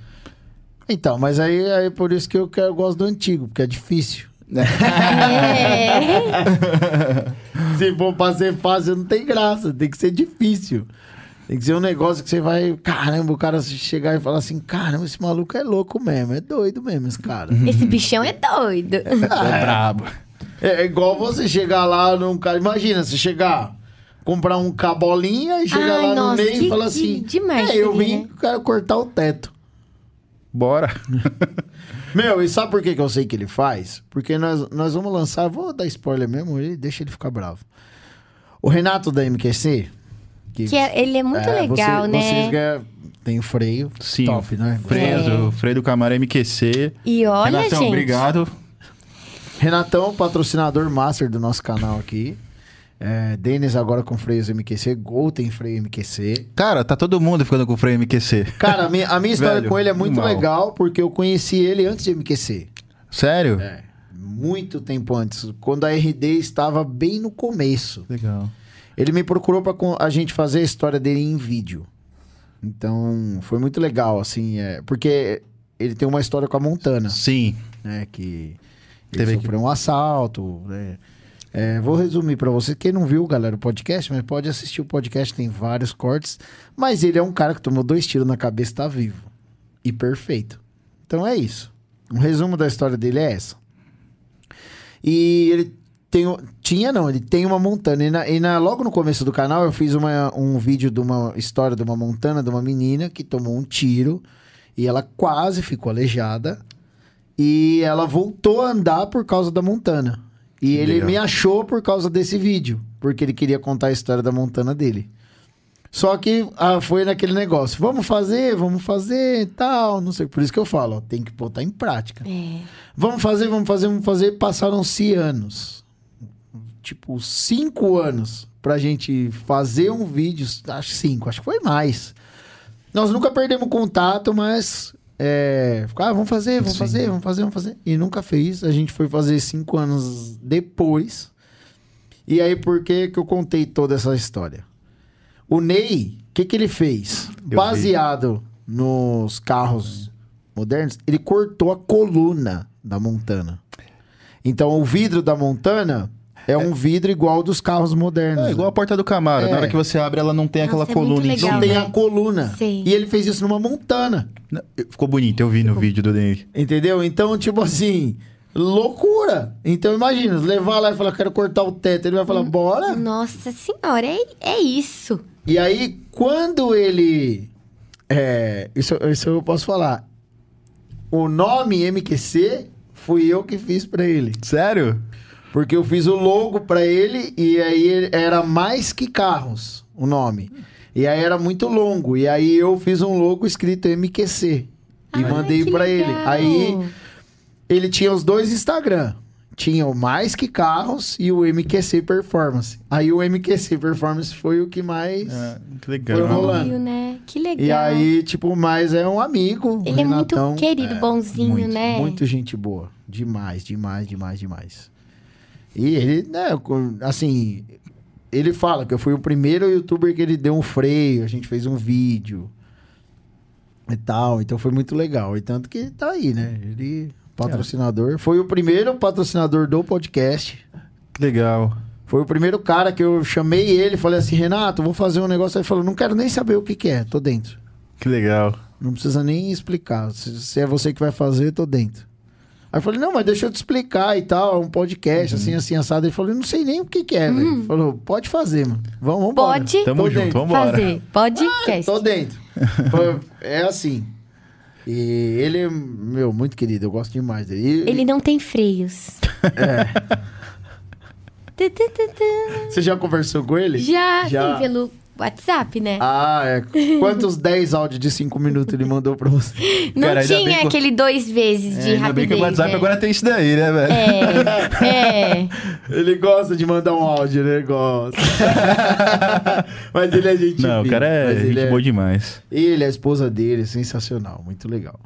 Speaker 1: Então, mas aí é por isso que eu, quero, gosto do antigo, porque é difícil.
Speaker 2: É.
Speaker 1: Se for pra ser fácil, não tem graça, tem que ser difícil. Tem que ser um negócio que você vai. Caramba, o cara chegar e falar assim: caramba, esse maluco é louco mesmo, é doido mesmo esse cara.
Speaker 2: Esse bichão é doido.
Speaker 3: é brabo.
Speaker 1: É igual você chegar lá num cara. Imagina, você chegar, comprar um cabolinha e chegar
Speaker 2: Ai,
Speaker 1: lá
Speaker 2: nossa,
Speaker 1: no meio
Speaker 2: que-
Speaker 1: e falar
Speaker 2: que
Speaker 1: assim:
Speaker 2: demais
Speaker 1: É, eu
Speaker 2: seria,
Speaker 1: vim
Speaker 2: né?"
Speaker 1: cara, cortar o teto.
Speaker 3: Bora.
Speaker 1: Meu, e sabe por que, que eu sei que ele faz? Porque nós, nós vamos lançar, vou dar spoiler mesmo, e deixa ele ficar bravo. O Renato da MQC.
Speaker 2: Que é- ele é muito
Speaker 1: é,
Speaker 2: legal,
Speaker 1: você-
Speaker 2: né?
Speaker 1: Vocês ganham- tem o freio
Speaker 3: Sim.
Speaker 1: top, né?
Speaker 3: Freio, do- freio do Camaro MQC.
Speaker 2: E olha,
Speaker 3: Renatão,
Speaker 2: gente.
Speaker 3: obrigado.
Speaker 1: Renatão, patrocinador master do nosso canal aqui. É, Denis agora com freios MQC. Gol tem freio MQC.
Speaker 3: Cara, tá todo mundo ficando com o freio MQC.
Speaker 1: Cara, a minha, a minha história
Speaker 3: Velho,
Speaker 1: com ele é muito
Speaker 3: animal.
Speaker 1: legal, porque eu conheci ele antes de MQC.
Speaker 3: Sério?
Speaker 1: É, muito tempo antes, quando a RD estava bem no começo.
Speaker 3: Legal.
Speaker 1: Ele me procurou pra con- a gente fazer a história dele em vídeo. Então, foi muito legal, assim, é, porque ele tem uma história com a Montana,
Speaker 3: Sim.
Speaker 1: né, que ele
Speaker 3: Teve que-
Speaker 1: sofreu um assalto, né. É, vou resumir pra você, quem não viu, galera, o podcast, mas pode assistir o podcast, tem vários cortes, mas ele é um cara que tomou dois tiros na cabeça e tá vivo. E perfeito. Então é isso. Um resumo da história dele é essa. E ele tem, o- tinha não, ele tem uma montana. E, na- e na- logo no começo do canal eu fiz uma- um vídeo de uma história de uma montana, de uma menina que tomou um tiro e ela quase ficou aleijada. E ela voltou a andar por causa da montana. E ele
Speaker 3: Legal.
Speaker 1: me achou por causa desse vídeo, porque ele queria contar a história da montana dele. Só que ah, foi naquele negócio, vamos fazer, vamos fazer, e tal, não sei. Por isso que eu falo, ó, tem que botar em prática.
Speaker 2: É.
Speaker 1: Vamos fazer, vamos fazer, vamos fazer. Passaram-se anos. Tipo, cinco anos pra gente fazer um vídeo. Acho que cinco, acho que foi mais. Nós nunca perdemos contato, mas é, ficou, ah, vamos fazer, vamos
Speaker 3: Sim.
Speaker 1: fazer, vamos fazer, vamos fazer. E nunca fez. A gente foi fazer cinco anos depois. E aí, por que, que eu contei toda essa história? O Ney, o que, que ele fez?
Speaker 3: vi.
Speaker 1: Baseado nos carros modernos, ele cortou a coluna da Montana. Então, o vidro da Montana é um vidro igual dos carros modernos.
Speaker 3: É igual a porta do Camaro.
Speaker 1: É.
Speaker 3: Na hora que você abre, ela não tem
Speaker 2: Nossa,
Speaker 3: aquela
Speaker 2: é
Speaker 3: coluna
Speaker 2: muito
Speaker 3: em
Speaker 2: legal,
Speaker 1: Não
Speaker 3: cima.
Speaker 1: tem
Speaker 2: né?
Speaker 1: a coluna.
Speaker 2: Sim.
Speaker 1: E ele fez isso numa Montana.
Speaker 3: Não, Ficou bonito, eu vi no vídeo do Ney.
Speaker 1: Entendeu? Então, tipo assim, loucura. Então, imagina, levar lá e falar, quero cortar o teto. Ele vai falar, bora.
Speaker 2: Nossa senhora, é, é isso.
Speaker 1: E aí, quando ele. É, isso, isso eu posso falar. O nome MQC fui eu que fiz pra ele.
Speaker 3: Sério?
Speaker 1: Porque eu fiz o logo pra ele e aí ele- era mais que carros o nome. E aí era muito longo. E aí eu fiz um logo escrito MQC. E
Speaker 2: Ai,
Speaker 1: mandei
Speaker 2: que
Speaker 1: pra ele.
Speaker 2: legal.
Speaker 1: Aí ele tinha os dois Instagram. Tinha o Mais Que Carros e o MQC Performance. Aí o MQC Performance foi o que mais.
Speaker 3: Ah, que
Speaker 1: Foi
Speaker 3: legal.
Speaker 1: rolando.
Speaker 2: Viu, né? Que legal.
Speaker 1: E aí, tipo, o mais é um amigo.
Speaker 2: ele é muito
Speaker 1: Renatão.
Speaker 2: querido, bonzinho,
Speaker 3: muito,
Speaker 2: né?
Speaker 1: Muito gente boa. Demais, demais, demais, demais. E ele, né, co- assim, ele fala que eu fui o primeiro youtuber que ele deu um freio, a gente fez um vídeo e tal, então foi muito legal. E tanto que tá aí, né? Ele, patrocinador, foi o primeiro patrocinador do podcast.
Speaker 3: Que legal.
Speaker 1: Foi o primeiro cara que eu chamei ele, falei assim, Renato, vou fazer um negócio. Aí ele falou, não quero nem saber o que que é, tô dentro.
Speaker 3: Que legal.
Speaker 1: Não precisa nem explicar. Se, se é você que vai fazer, tô dentro. Aí eu falei, não, mas deixa eu te explicar e tal. É um podcast, assim,
Speaker 2: Uhum.
Speaker 1: assim, assado. Ele falou, eu não sei nem o que que é, velho. Ele Falou, pode fazer, mano. Vamos, vamos
Speaker 2: Pode
Speaker 3: Tamo
Speaker 1: Tô
Speaker 3: junto,
Speaker 1: dentro.
Speaker 3: vambora.
Speaker 2: fazer podcast.
Speaker 1: Tô dentro. Foi- é assim. E ele, é meu, muito querido. Eu gosto demais dele. E- é,
Speaker 2: Ele não tem freios. Tu, tu, tu, tu.
Speaker 1: Você já conversou com ele?
Speaker 2: Já,
Speaker 1: Já.
Speaker 2: Sim, pelo WhatsApp, né?
Speaker 1: Ah, é. Quantos 10 áudios de 5 minutos ele mandou pra você?
Speaker 2: não
Speaker 3: cara, ainda bem
Speaker 2: tinha
Speaker 3: que-
Speaker 2: aquele dois vezes de
Speaker 3: É, ainda bem
Speaker 2: rapidez, É.
Speaker 3: que o WhatsApp
Speaker 2: né?
Speaker 3: agora tem isso daí, né, velho?
Speaker 2: É, é.
Speaker 1: Ele gosta de mandar um áudio, ele gosta. mas ele é gente
Speaker 3: Não, o
Speaker 1: fina,
Speaker 3: cara é
Speaker 1: mas
Speaker 3: gente
Speaker 1: ele é-
Speaker 3: boa demais.
Speaker 1: Ele, a esposa dele, é sensacional, muito legal.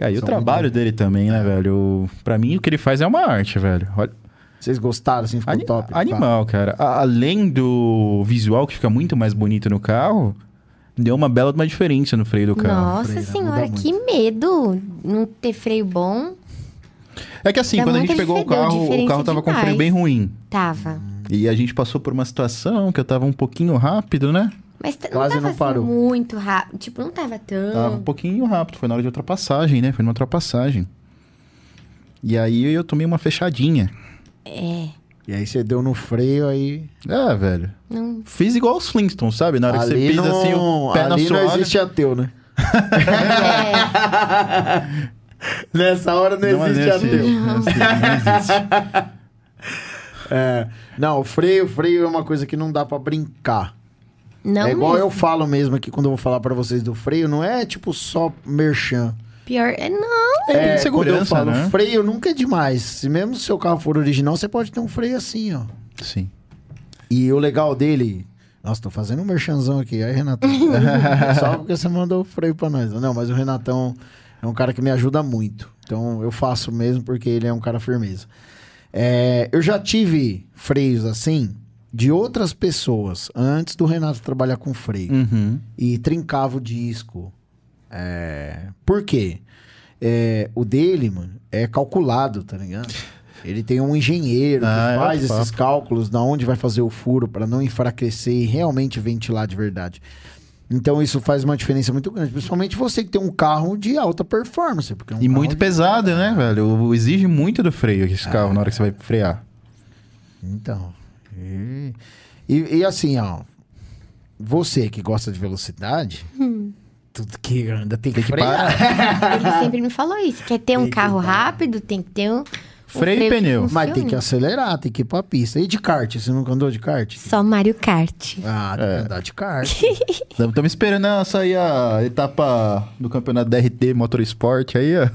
Speaker 3: Aí Ah, o
Speaker 1: São
Speaker 3: trabalho
Speaker 1: muito
Speaker 3: dele também, né, velho? O- Pra mim, o que ele faz é uma arte, velho. Olha,
Speaker 1: Vocês gostaram, assim, ficou
Speaker 3: ani-
Speaker 1: top?
Speaker 3: animal, cara. A- além do visual, que fica muito mais bonito no carro, deu uma bela de uma diferença no freio do carro.
Speaker 2: Nossa
Speaker 1: freira,
Speaker 2: senhora,
Speaker 1: muda
Speaker 2: que medo não ter freio bom.
Speaker 3: É que assim,
Speaker 2: Dá
Speaker 3: quando a
Speaker 2: muita
Speaker 3: gente pegou o
Speaker 2: diferença,
Speaker 3: carro, o carro tava com o freio
Speaker 2: demais.
Speaker 3: bem ruim.
Speaker 2: Tava.
Speaker 3: E a gente passou por uma situação que eu tava um pouquinho rápido, né?
Speaker 2: Mas t-
Speaker 1: Quase
Speaker 2: não tava
Speaker 1: não parou.
Speaker 2: Assim, muito rápido. Tipo, não tava tão.
Speaker 3: Tava um pouquinho rápido, foi na hora de ultrapassagem, né? Foi numa ultrapassagem. E aí eu tomei uma fechadinha.
Speaker 1: E aí você deu no freio aí.
Speaker 3: É, velho.
Speaker 2: Não.
Speaker 3: Fiz igual os Flintstones, sabe? Na hora que você
Speaker 1: Ali
Speaker 3: pisa
Speaker 1: não,
Speaker 3: assim o pé na
Speaker 1: ali não
Speaker 3: sua
Speaker 1: existe ateu, né?
Speaker 2: É,
Speaker 1: Nessa hora não, existe ateu.
Speaker 3: Não existe, não existe.
Speaker 1: É, não, o freio, o freio é uma coisa que não dá pra brincar.
Speaker 2: não
Speaker 1: é igual
Speaker 2: mesmo.
Speaker 1: eu falo mesmo aqui quando eu vou falar pra vocês do freio, não é tipo só merchan.
Speaker 2: Pior. é, Não.
Speaker 3: Tem
Speaker 1: é,
Speaker 3: segurança,
Speaker 1: quando eu falo
Speaker 3: né?
Speaker 1: freio nunca é demais. Se mesmo se seu carro for original, você pode ter um freio assim, ó.
Speaker 3: Sim.
Speaker 1: E o legal dele. Nossa, tô fazendo um merchanzão aqui, aí, Renatão. Só porque você mandou o freio pra nós. Não, mas o Renatão é um cara que me ajuda muito. Então eu faço mesmo porque ele é um cara firmeza. É, eu já tive freios assim de outras pessoas antes do Renato trabalhar com freio
Speaker 3: Uhum.
Speaker 1: e trincava o disco. É... Por quê? É, o dele, mano, é calculado, tá ligado? Ele tem um engenheiro
Speaker 3: Ah, é
Speaker 1: que faz
Speaker 3: outro
Speaker 1: esses cálculos na onde vai fazer o furo pra não enfraquecer e realmente ventilar de verdade. Então isso faz uma diferença muito grande, principalmente você que tem um carro de alta performance, porque é um
Speaker 3: E
Speaker 1: carro
Speaker 3: muito
Speaker 1: de-
Speaker 3: pesado, né, velho? O- Exige muito do freio esse carro na hora que você vai frear.
Speaker 1: Então. E, e- e assim, ó. Você que gosta de velocidade, tudo que anda tem que,
Speaker 3: Tem que
Speaker 1: frear.
Speaker 2: Ele sempre me falou isso. Quer ter um carro rápido, tem que ter um. um
Speaker 3: Freio e
Speaker 2: que
Speaker 3: pneu.
Speaker 2: funcione.
Speaker 1: Mas tem que acelerar, tem que ir pra pista. E de kart? Você nunca andou de kart?
Speaker 2: Só Mario Kart.
Speaker 1: Ah, tem que andar de kart.
Speaker 3: Estamos esperando ah, sair a etapa do campeonato DRT Motorsport aí, ó.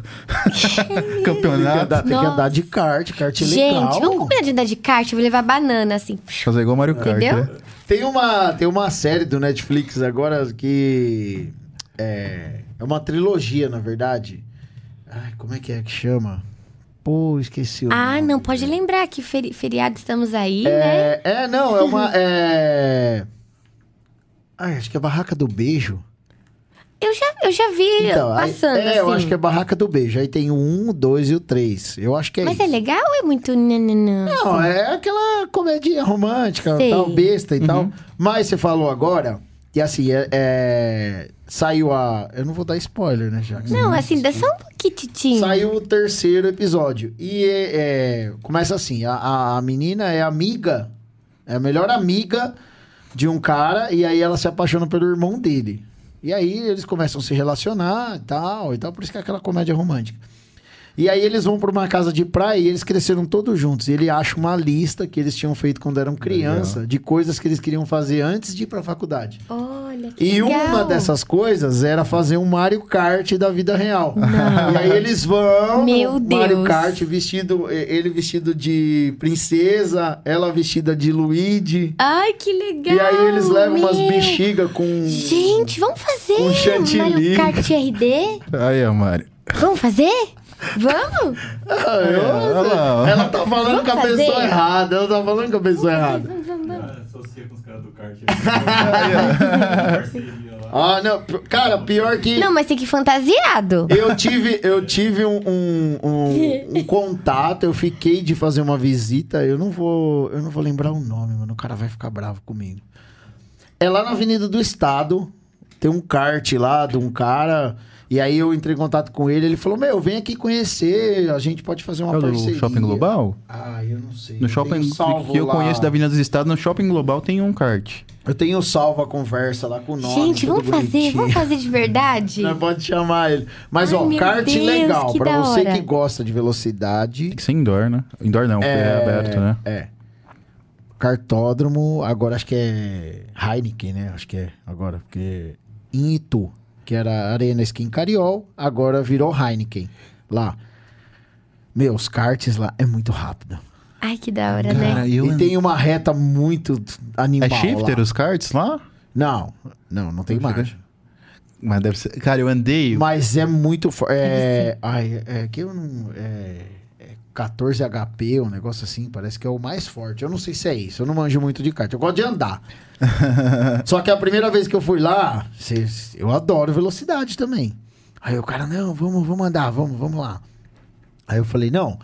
Speaker 1: tem, que
Speaker 3: campeonato.
Speaker 1: andar, tem que
Speaker 2: Nossa.
Speaker 1: andar de kart, kart é legal.
Speaker 2: Gente, vamos combinar de andar de kart? Eu vou levar banana, assim.
Speaker 3: Fazer igual Mario Kart,
Speaker 2: Entendeu?
Speaker 3: né?
Speaker 1: Tem uma, tem uma série do Netflix agora que. É. É uma trilogia, na verdade. Ai, como é que é que chama? Pô, esqueci o
Speaker 2: Ah,
Speaker 1: nome,
Speaker 2: não, pode
Speaker 1: velho.
Speaker 2: lembrar que feri- feriado estamos aí, né?
Speaker 1: É, é, não, é uma. É... Ai, acho que é Barraca do Beijo.
Speaker 2: Eu já, eu já vi
Speaker 1: aí-
Speaker 2: passando,
Speaker 1: é, eu
Speaker 2: assim.
Speaker 1: acho que é Barraca do Beijo. Aí tem o 1, o 2 e o 3. Eu acho que é
Speaker 2: Mas
Speaker 1: isso.
Speaker 2: é legal ou é muito... nananã?
Speaker 1: Não, é aquela comédia romântica,
Speaker 2: Sei.
Speaker 1: tal, besta e tal. Mas você falou agora, e assim, é, é, saiu a. Eu não vou dar spoiler, né, já que você
Speaker 2: Não, assim, dá só um pouquititinho.
Speaker 1: Saiu o terceiro episódio. E é, é, começa assim: a- a, a menina é amiga, é a melhor amiga de um cara, e aí ela se apaixona pelo irmão dele. E aí eles começam a se relacionar e tal, e tal, por isso que é aquela comédia romântica. E aí eles vão pra uma casa de praia e eles cresceram todos juntos. E ele acha uma lista que eles tinham feito quando eram criança de coisas que eles queriam fazer antes de ir pra faculdade.
Speaker 2: Olha, que
Speaker 1: E
Speaker 2: legal.
Speaker 1: uma dessas coisas era fazer um Mario Kart da vida real. E aí eles vão
Speaker 2: Meu
Speaker 1: no
Speaker 2: Deus.
Speaker 1: Mario Kart vestido, e- ele vestido de princesa, ela vestida de Luigi.
Speaker 2: Ai, que legal.
Speaker 1: e aí eles levam umas
Speaker 2: meu.
Speaker 1: bexigas com
Speaker 2: Gente, vamos fazer
Speaker 1: Um chantilly.
Speaker 2: Mario Kart RD?
Speaker 3: Aí, ó, Mário.
Speaker 2: Vamos fazer? Vamos?
Speaker 1: Ah, eu-
Speaker 3: Olha lá, ó.
Speaker 1: Ela tá falando
Speaker 2: Vamos
Speaker 1: com a
Speaker 2: fazer?
Speaker 1: pessoa errada, ela tá falando com a pessoa errada.
Speaker 2: Vamos, vamos, vamos.
Speaker 4: Ah, associa com os caras do kart. Parceria lá.
Speaker 1: Ah, não, p- cara, pior que
Speaker 2: Não, mas tem que ir fantasiado.
Speaker 1: Eu tive, eu tive um, um- um- um contato, eu fiquei de fazer uma visita, eu não vou, eu não vou lembrar o nome, mano, o cara vai ficar bravo comigo. É lá na Avenida do Estado, tem um kart lá de um cara, e aí eu entrei em contato com ele, ele falou: "Meu, vem aqui conhecer, a gente pode fazer uma
Speaker 3: É o do
Speaker 1: parceria".
Speaker 3: Shopping Global?
Speaker 1: Ah, eu não sei.
Speaker 3: No
Speaker 1: eu
Speaker 3: shopping
Speaker 1: tenho salvo
Speaker 3: que eu
Speaker 1: lá.
Speaker 3: conheço da Avenida dos Estados, no Shopping Global tem um kart.
Speaker 1: Eu tenho salvo a conversa lá com o nome.
Speaker 2: Gente,
Speaker 1: tudo
Speaker 2: vamos fazer?
Speaker 1: bonitinho.
Speaker 2: Vamos fazer de verdade?
Speaker 1: Não Né, pode chamar ele. Mas,
Speaker 2: Ai,
Speaker 1: ó,
Speaker 2: meu
Speaker 1: kart
Speaker 2: Deus,
Speaker 1: legal.
Speaker 2: que
Speaker 1: Pra
Speaker 2: da
Speaker 1: você
Speaker 2: hora.
Speaker 1: que gosta de velocidade.
Speaker 3: Tem que ser indoor, né? Indoor não, é, aberto, né?
Speaker 1: É. Cartódromo, agora acho que é Heineken, né? Acho que é agora, porque em Itu, que era Arena Skin Cariol, agora virou Heineken lá. Meu, os karts lá é muito rápido.
Speaker 2: Ai, que da hora, né?
Speaker 3: Cara, eu...
Speaker 1: e tem uma reta muito animal
Speaker 3: É shifter
Speaker 1: lá.
Speaker 3: os karts lá?
Speaker 1: Não, não, não tem
Speaker 3: Não chega.
Speaker 1: marcha.
Speaker 3: Mas deve ser... Cara, eu andei...
Speaker 1: Mas é muito forte. É, ai, é que eu não. É, é 14 HP, um negócio assim, parece que é o mais forte. Eu não sei se é isso, eu não manjo muito de kart. Eu gosto de andar. Só que a primeira vez que eu fui lá, cês- eu adoro velocidade também. Aí o cara, não, vamos, vamos andar, vamos, vamos lá. Aí eu falei, não,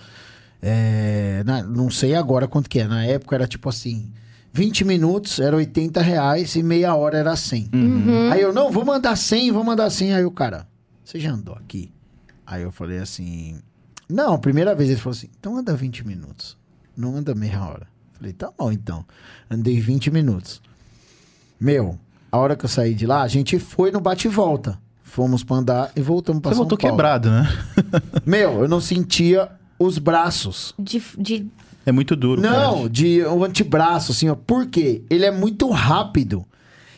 Speaker 1: é, na- não sei agora quanto que é. Na época era tipo assim, 20 minutos era 80 reais e meia hora era 100.
Speaker 3: Uhum.
Speaker 1: Aí eu, não, vou mandar 100, vou mandar 100. Aí o cara, você já andou aqui? Aí eu falei assim, não, primeira vez ele falou assim, então anda 20 minutos, não anda meia hora. Eu Falei, tá bom então. Andei 20 minutos. Meu, a hora que eu saí de lá, a gente foi no bate e volta. Fomos pra andar e voltamos pra
Speaker 3: Você
Speaker 1: São
Speaker 3: voltou
Speaker 1: Paulo.
Speaker 3: quebrado, né?
Speaker 1: Meu, eu não sentia os braços.
Speaker 2: De, de...
Speaker 3: É muito duro,
Speaker 1: Não,
Speaker 3: cara.
Speaker 1: de o antebraço, assim, ó. Por quê? Ele é muito rápido.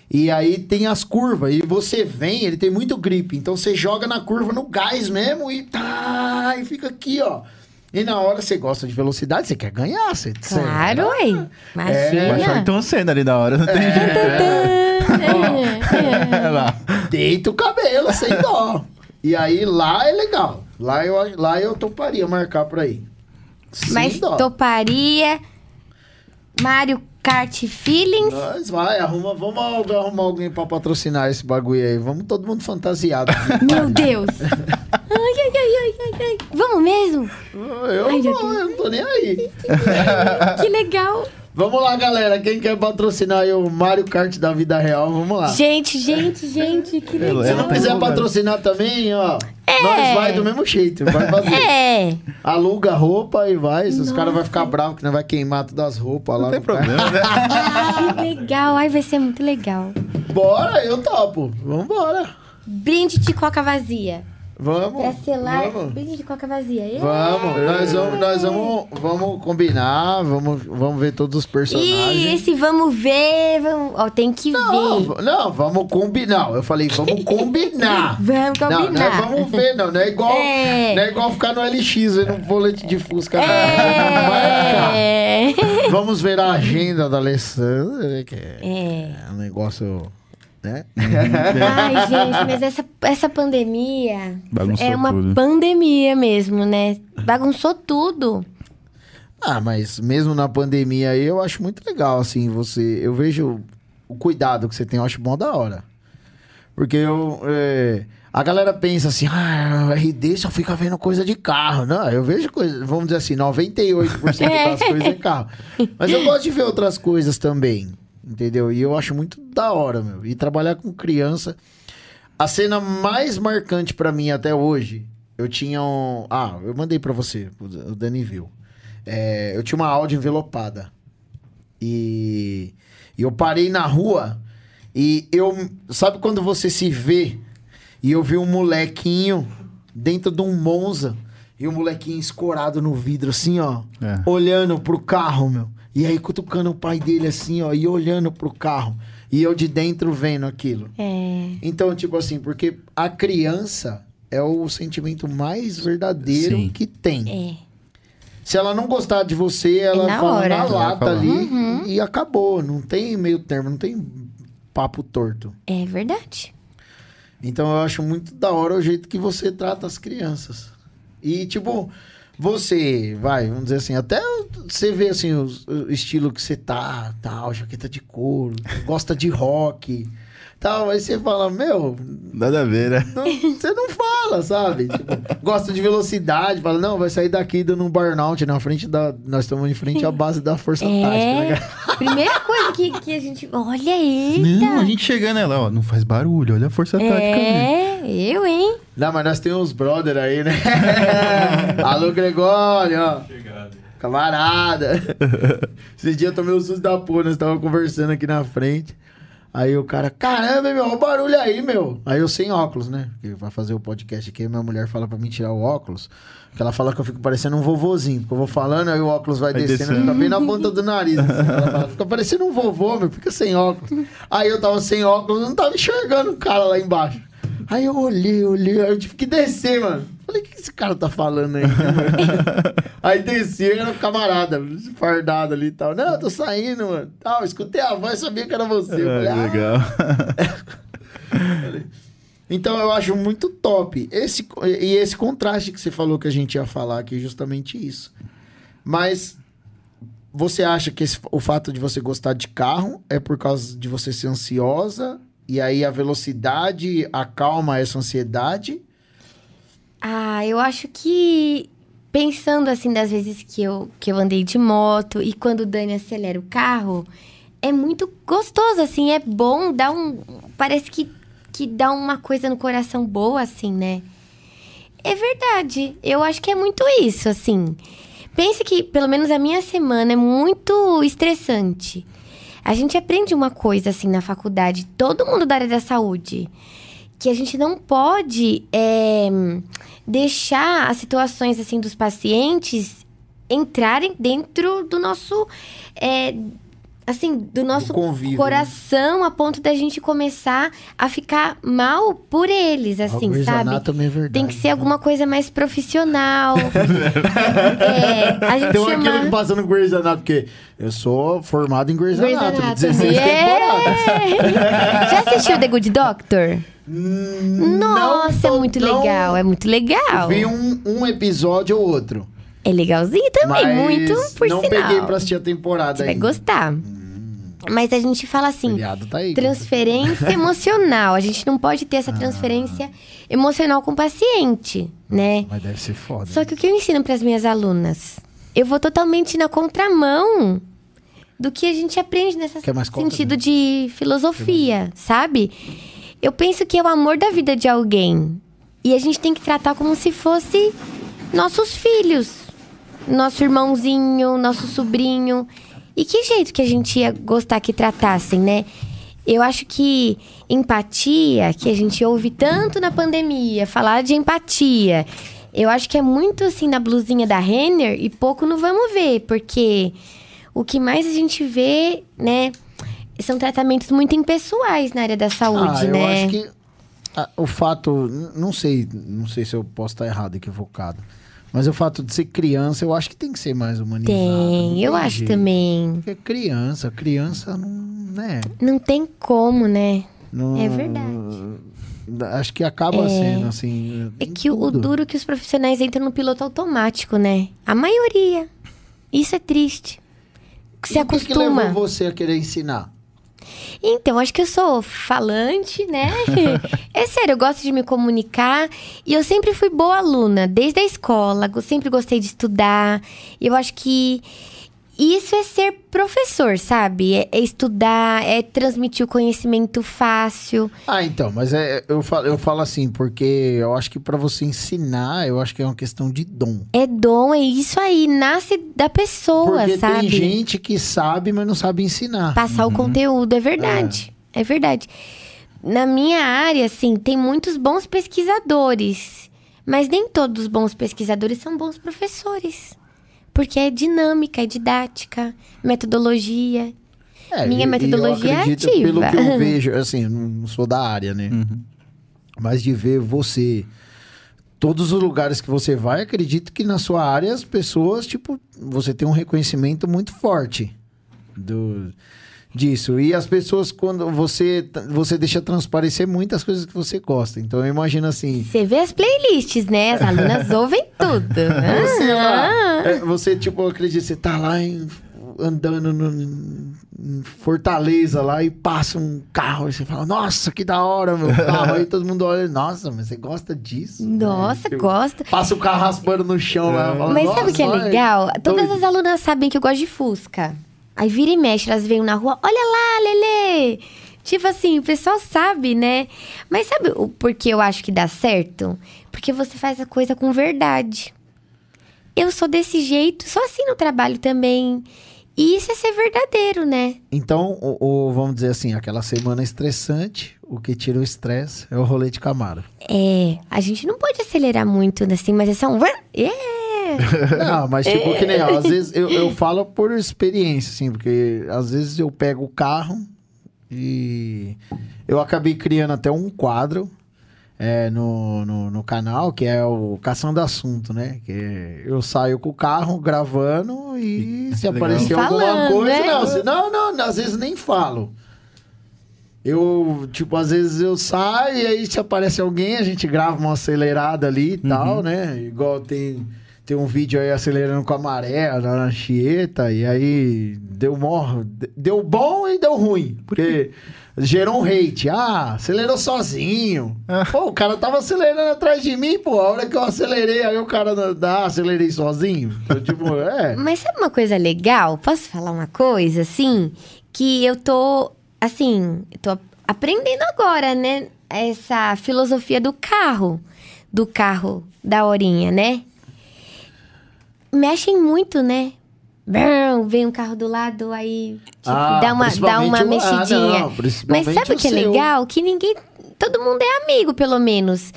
Speaker 1: E aí tem as curvas. E você vem, ele tem muito grip. Então você joga na curva no gás mesmo e tá. E fica aqui, ó. E na hora você gosta de velocidade, você quer ganhar. Você, tá né? você-
Speaker 2: Claro, é. ué.
Speaker 1: é.
Speaker 3: Vai achar
Speaker 2: Imagina.
Speaker 3: então cena ali na hora, não tem jeito.
Speaker 1: então,
Speaker 3: É lá.
Speaker 1: deita o cabelo sem dó. E aí lá é legal. Lá eu, lá eu toparia marcar por aí. Sem
Speaker 2: Mas
Speaker 1: dó.
Speaker 2: toparia... Mario Kart Feelings?
Speaker 1: Nós vai, arruma, vamos al- arrumar alguém pra patrocinar esse bagulho aí. Vamos todo mundo fantasiado.
Speaker 2: Meu Deus! Ai, ai, ai, ai, ai, ai. Vamos mesmo?
Speaker 1: eu,
Speaker 2: Ai,
Speaker 1: não,
Speaker 2: já
Speaker 1: eu não tô nem aí.
Speaker 2: Que legal!
Speaker 1: Vamos lá, galera. Quem quer patrocinar aí o Mario Kart da vida real, vamos lá.
Speaker 2: Gente, é. gente, gente, que
Speaker 3: Ela-
Speaker 1: Se
Speaker 2: legal!
Speaker 1: Ah. não quiser patrocinar também, ó, nós vai do mesmo jeito. Vai fazer.
Speaker 2: É!
Speaker 1: Aluga roupa e vai. Os caras vão ficar bravos que não vai queimar todas as roupas lá.
Speaker 3: Não tem
Speaker 1: no carro.
Speaker 3: problema, né?
Speaker 2: Ah, que legal! Ai, vai ser muito legal!
Speaker 1: Bora, eu topo. Vambora.
Speaker 2: Brinde de coca vazia.
Speaker 1: Vamos.
Speaker 2: Pra selar,
Speaker 1: Vamos.
Speaker 2: brinde de coca vazia. Yeah.
Speaker 1: Vamos, nós vamos, nós vamos, vamos combinar, vamos, vamos ver todos os
Speaker 2: E
Speaker 1: personagens.
Speaker 2: esse vamos ver, vamos... Ó, tem que
Speaker 1: Não,
Speaker 2: ver.
Speaker 1: v- não, vamos combinar. Eu falei, vamos combinar.
Speaker 2: Vamos
Speaker 1: Não, não é
Speaker 2: combinar.
Speaker 1: vamos ver, não. Não é igual,
Speaker 2: É.
Speaker 1: não é igual ficar no LX e no boletim de Fusca. não. tá, Marca.
Speaker 2: É...
Speaker 1: Vamos ver a agenda da Alessandra, né, que é
Speaker 2: é...
Speaker 1: um negócio né?
Speaker 2: Ai, gente, mas essa, essa pandemia
Speaker 3: Bagunçou
Speaker 2: é uma
Speaker 3: tudo.
Speaker 2: pandemia mesmo, né? Bagunçou tudo.
Speaker 1: Ah, mas mesmo na pandemia aí, eu acho muito legal, assim, você. Eu vejo o cuidado que você tem, eu acho bom da hora. Porque eu. é, a galera pensa assim, ah, o RD só fica vendo coisa de carro. Não, eu vejo coisa, vamos dizer assim, 98% das coisas é carro. Mas eu gosto de ver outras coisas também, entendeu? E eu acho muito da hora, meu. E trabalhar com criança. A cena mais marcante pra mim até hoje, eu tinha um. Ah, eu mandei pra você, o Dani viu. É, eu tinha uma Audi envelopada. E, e eu parei na rua e eu. Sabe quando você se vê e eu vi um molequinho dentro de um Monza e o molequinho escorado no vidro, assim, ó,
Speaker 3: É.
Speaker 1: olhando pro carro, meu. E aí cutucando o pai dele assim, ó, e olhando pro carro. E eu de dentro vendo aquilo.
Speaker 2: É.
Speaker 1: Então, tipo assim, porque a criança é o sentimento mais verdadeiro
Speaker 3: Sim.
Speaker 1: que tem.
Speaker 2: É.
Speaker 1: Se ela não gostar de você, ela
Speaker 2: na
Speaker 1: fala
Speaker 2: hora. Uhum.
Speaker 1: na lata
Speaker 3: É, Ela fala.
Speaker 1: ali e acabou. Não tem meio termo, não tem papo torto.
Speaker 2: É verdade.
Speaker 1: Então eu acho muito da hora o jeito que você trata as crianças. E, tipo, você, vai, vamos dizer assim, até você vê, assim, os- o, estilo que você tá, tal, jaqueta de couro, gosta de rock, tal. Aí você fala, meu,
Speaker 3: Nada a ver, né?
Speaker 1: não- você não fala, sabe? Tipo, gosta de velocidade, fala, não, vai sair daqui dando um burnout na frente da. Nós estamos em frente à base da força tática. né, cara?
Speaker 2: É. Primeira coisa que, que a gente. Olha, eita!
Speaker 3: Não, é a gente chegando ela, ó, não faz barulho, olha a força tática dele.
Speaker 2: É, eu, hein?
Speaker 1: Não, mas nós temos uns brother aí, né? Alô, Gregório, ó.
Speaker 4: Chegado.
Speaker 1: Camarada! Esses dias eu tomei o susto da porra, nós tava conversando aqui na frente. Aí o cara, caramba, meu, olha o barulho aí, meu. Aí eu sem óculos, né? Porque vai fazer o podcast aqui, minha mulher fala pra mim tirar o óculos. Que ela fala que eu fico parecendo um vovozinho. Porque eu vou falando, aí o óculos vai,
Speaker 3: Vai
Speaker 1: descendo,
Speaker 3: descendo.
Speaker 1: fica bem na ponta do nariz. assim. Ela fala, fica parecendo um vovô, meu, fica sem óculos. Aí eu tava sem óculos, eu não tava enxergando o cara lá embaixo. Aí eu olhei, olhei, aí eu tive que descer, mano. Falei, o que esse cara tá falando aí? Aí desci, era um camarada, fardado ali e tal. Não, eu tô saindo, mano. Tal, escutei a voz, sabia que era você. Eu falei,
Speaker 3: Ah,
Speaker 1: "Ah".
Speaker 3: legal.
Speaker 1: Então eu acho muito top. Esse, co- e esse contraste que você falou que a gente ia falar aqui, justamente isso. Mas você acha que esse- o fato de você gostar de carro é por causa de você ser ansiosa? E aí a velocidade acalma essa ansiedade?
Speaker 2: Ah, eu acho que. Pensando assim, das vezes que eu, que eu andei de moto e quando o Dani acelera o carro, é muito gostoso, assim, é bom, dá um. Parece que, que dá uma coisa no coração boa, assim, né? É verdade. Eu acho que é muito isso, assim. Pense que, pelo menos a minha semana é muito estressante. A gente aprende uma coisa, assim, na faculdade, todo mundo da área da saúde, que a gente não pode é, deixar as situações, assim, dos pacientes entrarem dentro do nosso. é, assim, do nosso
Speaker 1: convívio, né?
Speaker 2: coração, a ponto da gente começar a ficar mal por eles, assim,
Speaker 1: Grey's
Speaker 2: sabe?
Speaker 1: Anatomy é verdade.
Speaker 2: Tem que ser alguma coisa mais profissional. é, a gente
Speaker 1: Então
Speaker 2: chama...
Speaker 1: aquele que passa no Grey's Anatomy, porque eu sou formado em Grey's,
Speaker 2: Grey's
Speaker 1: Anatomy,
Speaker 2: Anatomy.
Speaker 1: 16 temporadas.
Speaker 2: É! Já assistiu The Good Doctor? Nossa, é muito legal, é muito legal.
Speaker 1: Vi um, um episódio ou outro.
Speaker 2: É legalzinho também,
Speaker 1: mas
Speaker 2: muito, por
Speaker 1: não
Speaker 2: sinal.
Speaker 1: peguei pra assistir a temporada
Speaker 2: Você vai
Speaker 1: ainda. Hum.
Speaker 2: gostar. Mas a gente fala
Speaker 1: O
Speaker 2: assim,
Speaker 1: feriado tá aí.
Speaker 2: transferência emocional. A gente não pode
Speaker 1: Ah.
Speaker 2: ter essa transferência emocional com o paciente, né?
Speaker 1: Mas deve ser foda. né?
Speaker 2: Só que o que eu ensino para as minhas alunas? Eu vou totalmente na contramão do que a gente aprende nesse
Speaker 1: Quer mais coca,
Speaker 2: sentido de filosofia, sabe? Eu penso que é o amor da vida de alguém. E a gente tem que tratar como se fosse nossos filhos. Nosso irmãozinho, nosso sobrinho. E que jeito que a gente ia gostar que tratassem, né? Eu acho que empatia, que a gente ouve tanto na pandemia, falar de empatia. Eu acho que é muito assim na blusinha da Renner e pouco no vamos ver, porque o que mais a gente vê, né, são tratamentos muito impessoais na área da saúde,
Speaker 1: ah,
Speaker 2: né?
Speaker 1: eu acho que ah, o fato, n- não sei, não sei se eu posso estar errado, equivocado. Mas o fato de ser criança, eu acho que tem que ser mais humanizado. não
Speaker 2: Tem,
Speaker 1: tem
Speaker 2: eu acho
Speaker 1: jeito.
Speaker 2: também.
Speaker 1: Porque criança, criança não, né?
Speaker 2: Não tem como, né?
Speaker 1: Não-
Speaker 2: É verdade.
Speaker 1: Acho que acaba sendo assim.
Speaker 2: É
Speaker 1: em
Speaker 2: que o- o
Speaker 1: tudo.
Speaker 2: duro é que os profissionais entram no piloto automático, né? A maioria. Isso é triste. Se
Speaker 1: E o que que levou
Speaker 2: acostuma.
Speaker 1: você a querer ensinar?
Speaker 2: Então, acho que eu sou falante, né? é sério, eu gosto de me comunicar e eu sempre fui boa aluna, desde a escola, eu sempre gostei de estudar. E Eu acho que isso é ser professor, sabe? É, é estudar, é transmitir o conhecimento fácil.
Speaker 1: Ah, então, mas é, eu, falo, eu falo assim, porque eu acho que pra você ensinar, eu acho que é uma questão de dom.
Speaker 2: É dom, é isso aí, nasce da pessoa,
Speaker 1: porque
Speaker 2: sabe?
Speaker 1: tem gente que sabe, mas não sabe ensinar.
Speaker 2: passar o conteúdo. É verdade. É. verdade. Na minha área, assim, tem muitos bons pesquisadores. Mas nem todos os bons pesquisadores são bons professores. Porque é dinâmica, é didática, metodologia.
Speaker 1: É,
Speaker 2: Minha
Speaker 1: e- e eu
Speaker 2: metodologia é
Speaker 1: acredito,
Speaker 2: ativa.
Speaker 1: Pelo que eu vejo, assim, eu não sou da área, né? Mas de ver você, todos os lugares que você vai, acredito que na sua área as pessoas, tipo, você tem um reconhecimento muito forte do disso. E as pessoas, quando você, você deixa transparecer muitas coisas que você gosta. Então eu imagino assim.
Speaker 2: Você vê as playlists, né? As alunas ouvem tudo.
Speaker 1: Você, lá,
Speaker 2: Ah,
Speaker 1: é, você, tipo, eu acredito, você tá lá em- andando no, em Fortaleza lá e passa um carro e você fala, nossa, que da hora, meu carro. Aí todo mundo olha, nossa, mas você gosta disso? né?
Speaker 2: Nossa,
Speaker 1: Tipo,
Speaker 2: gosta.
Speaker 1: Passa o carro raspando no chão lá. Fala,
Speaker 2: Mas
Speaker 1: nossa,
Speaker 2: sabe o que é
Speaker 1: olha,
Speaker 2: legal? Todas
Speaker 1: doido.
Speaker 2: as alunas sabem que eu gosto de Fusca. Aí vira e mexe, elas vêm na rua, olha lá, Lele! Tipo assim, o pessoal sabe, né? Mas sabe o porquê eu acho que dá certo? Porque você faz a coisa com verdade. Eu sou desse jeito, sou assim no trabalho também. E isso é ser verdadeiro, né?
Speaker 1: Então, o, o- vamos dizer assim, aquela semana estressante, o que tira o estresse é o rolê de Camaro.
Speaker 2: É, a gente não pode acelerar muito, assim, mas é só um... Yeah!
Speaker 1: Não, mas tipo, que nem,
Speaker 2: É.
Speaker 1: ó, às vezes eu, eu falo por experiência, assim, porque às vezes eu pego o carro e eu acabei criando até um quadro é, no, no, no canal, que é o Caçando Assunto, né? Que eu saio com o carro gravando e se
Speaker 3: legal.
Speaker 1: aparecer
Speaker 2: E
Speaker 1: alguma
Speaker 2: falando,
Speaker 1: coisa.
Speaker 2: né?
Speaker 1: Não, se- não, não, às vezes nem falo. Eu, tipo, às vezes eu saio e aí se aparece alguém, a gente grava uma acelerada ali e tal, né? Igual tem, tem um vídeo aí acelerando com a maré na Anchieta, e aí deu mor... deu bom e deu ruim. Porque gerou um hate. Ah, acelerou sozinho. Pô, o cara tava acelerando atrás de mim, pô. A hora que eu acelerei, aí o cara, ah, acelerei sozinho. Eu, tipo, é.
Speaker 2: Mas sabe uma coisa legal? Posso falar uma coisa, assim? Que eu tô, assim, eu tô aprendendo agora, né? Essa filosofia do carro. Do carro da horinha, né? Mexem muito, né? Brrr, Vem um carro do lado, aí tipo,
Speaker 1: Ah,
Speaker 2: dá uma, dá
Speaker 1: principalmente
Speaker 2: uma
Speaker 1: o- ah,
Speaker 2: mexidinha.
Speaker 1: não,
Speaker 2: Mas
Speaker 1: principalmente
Speaker 2: sabe o que é
Speaker 1: seu.
Speaker 2: legal? Que ninguém. Todo mundo é amigo, pelo menos.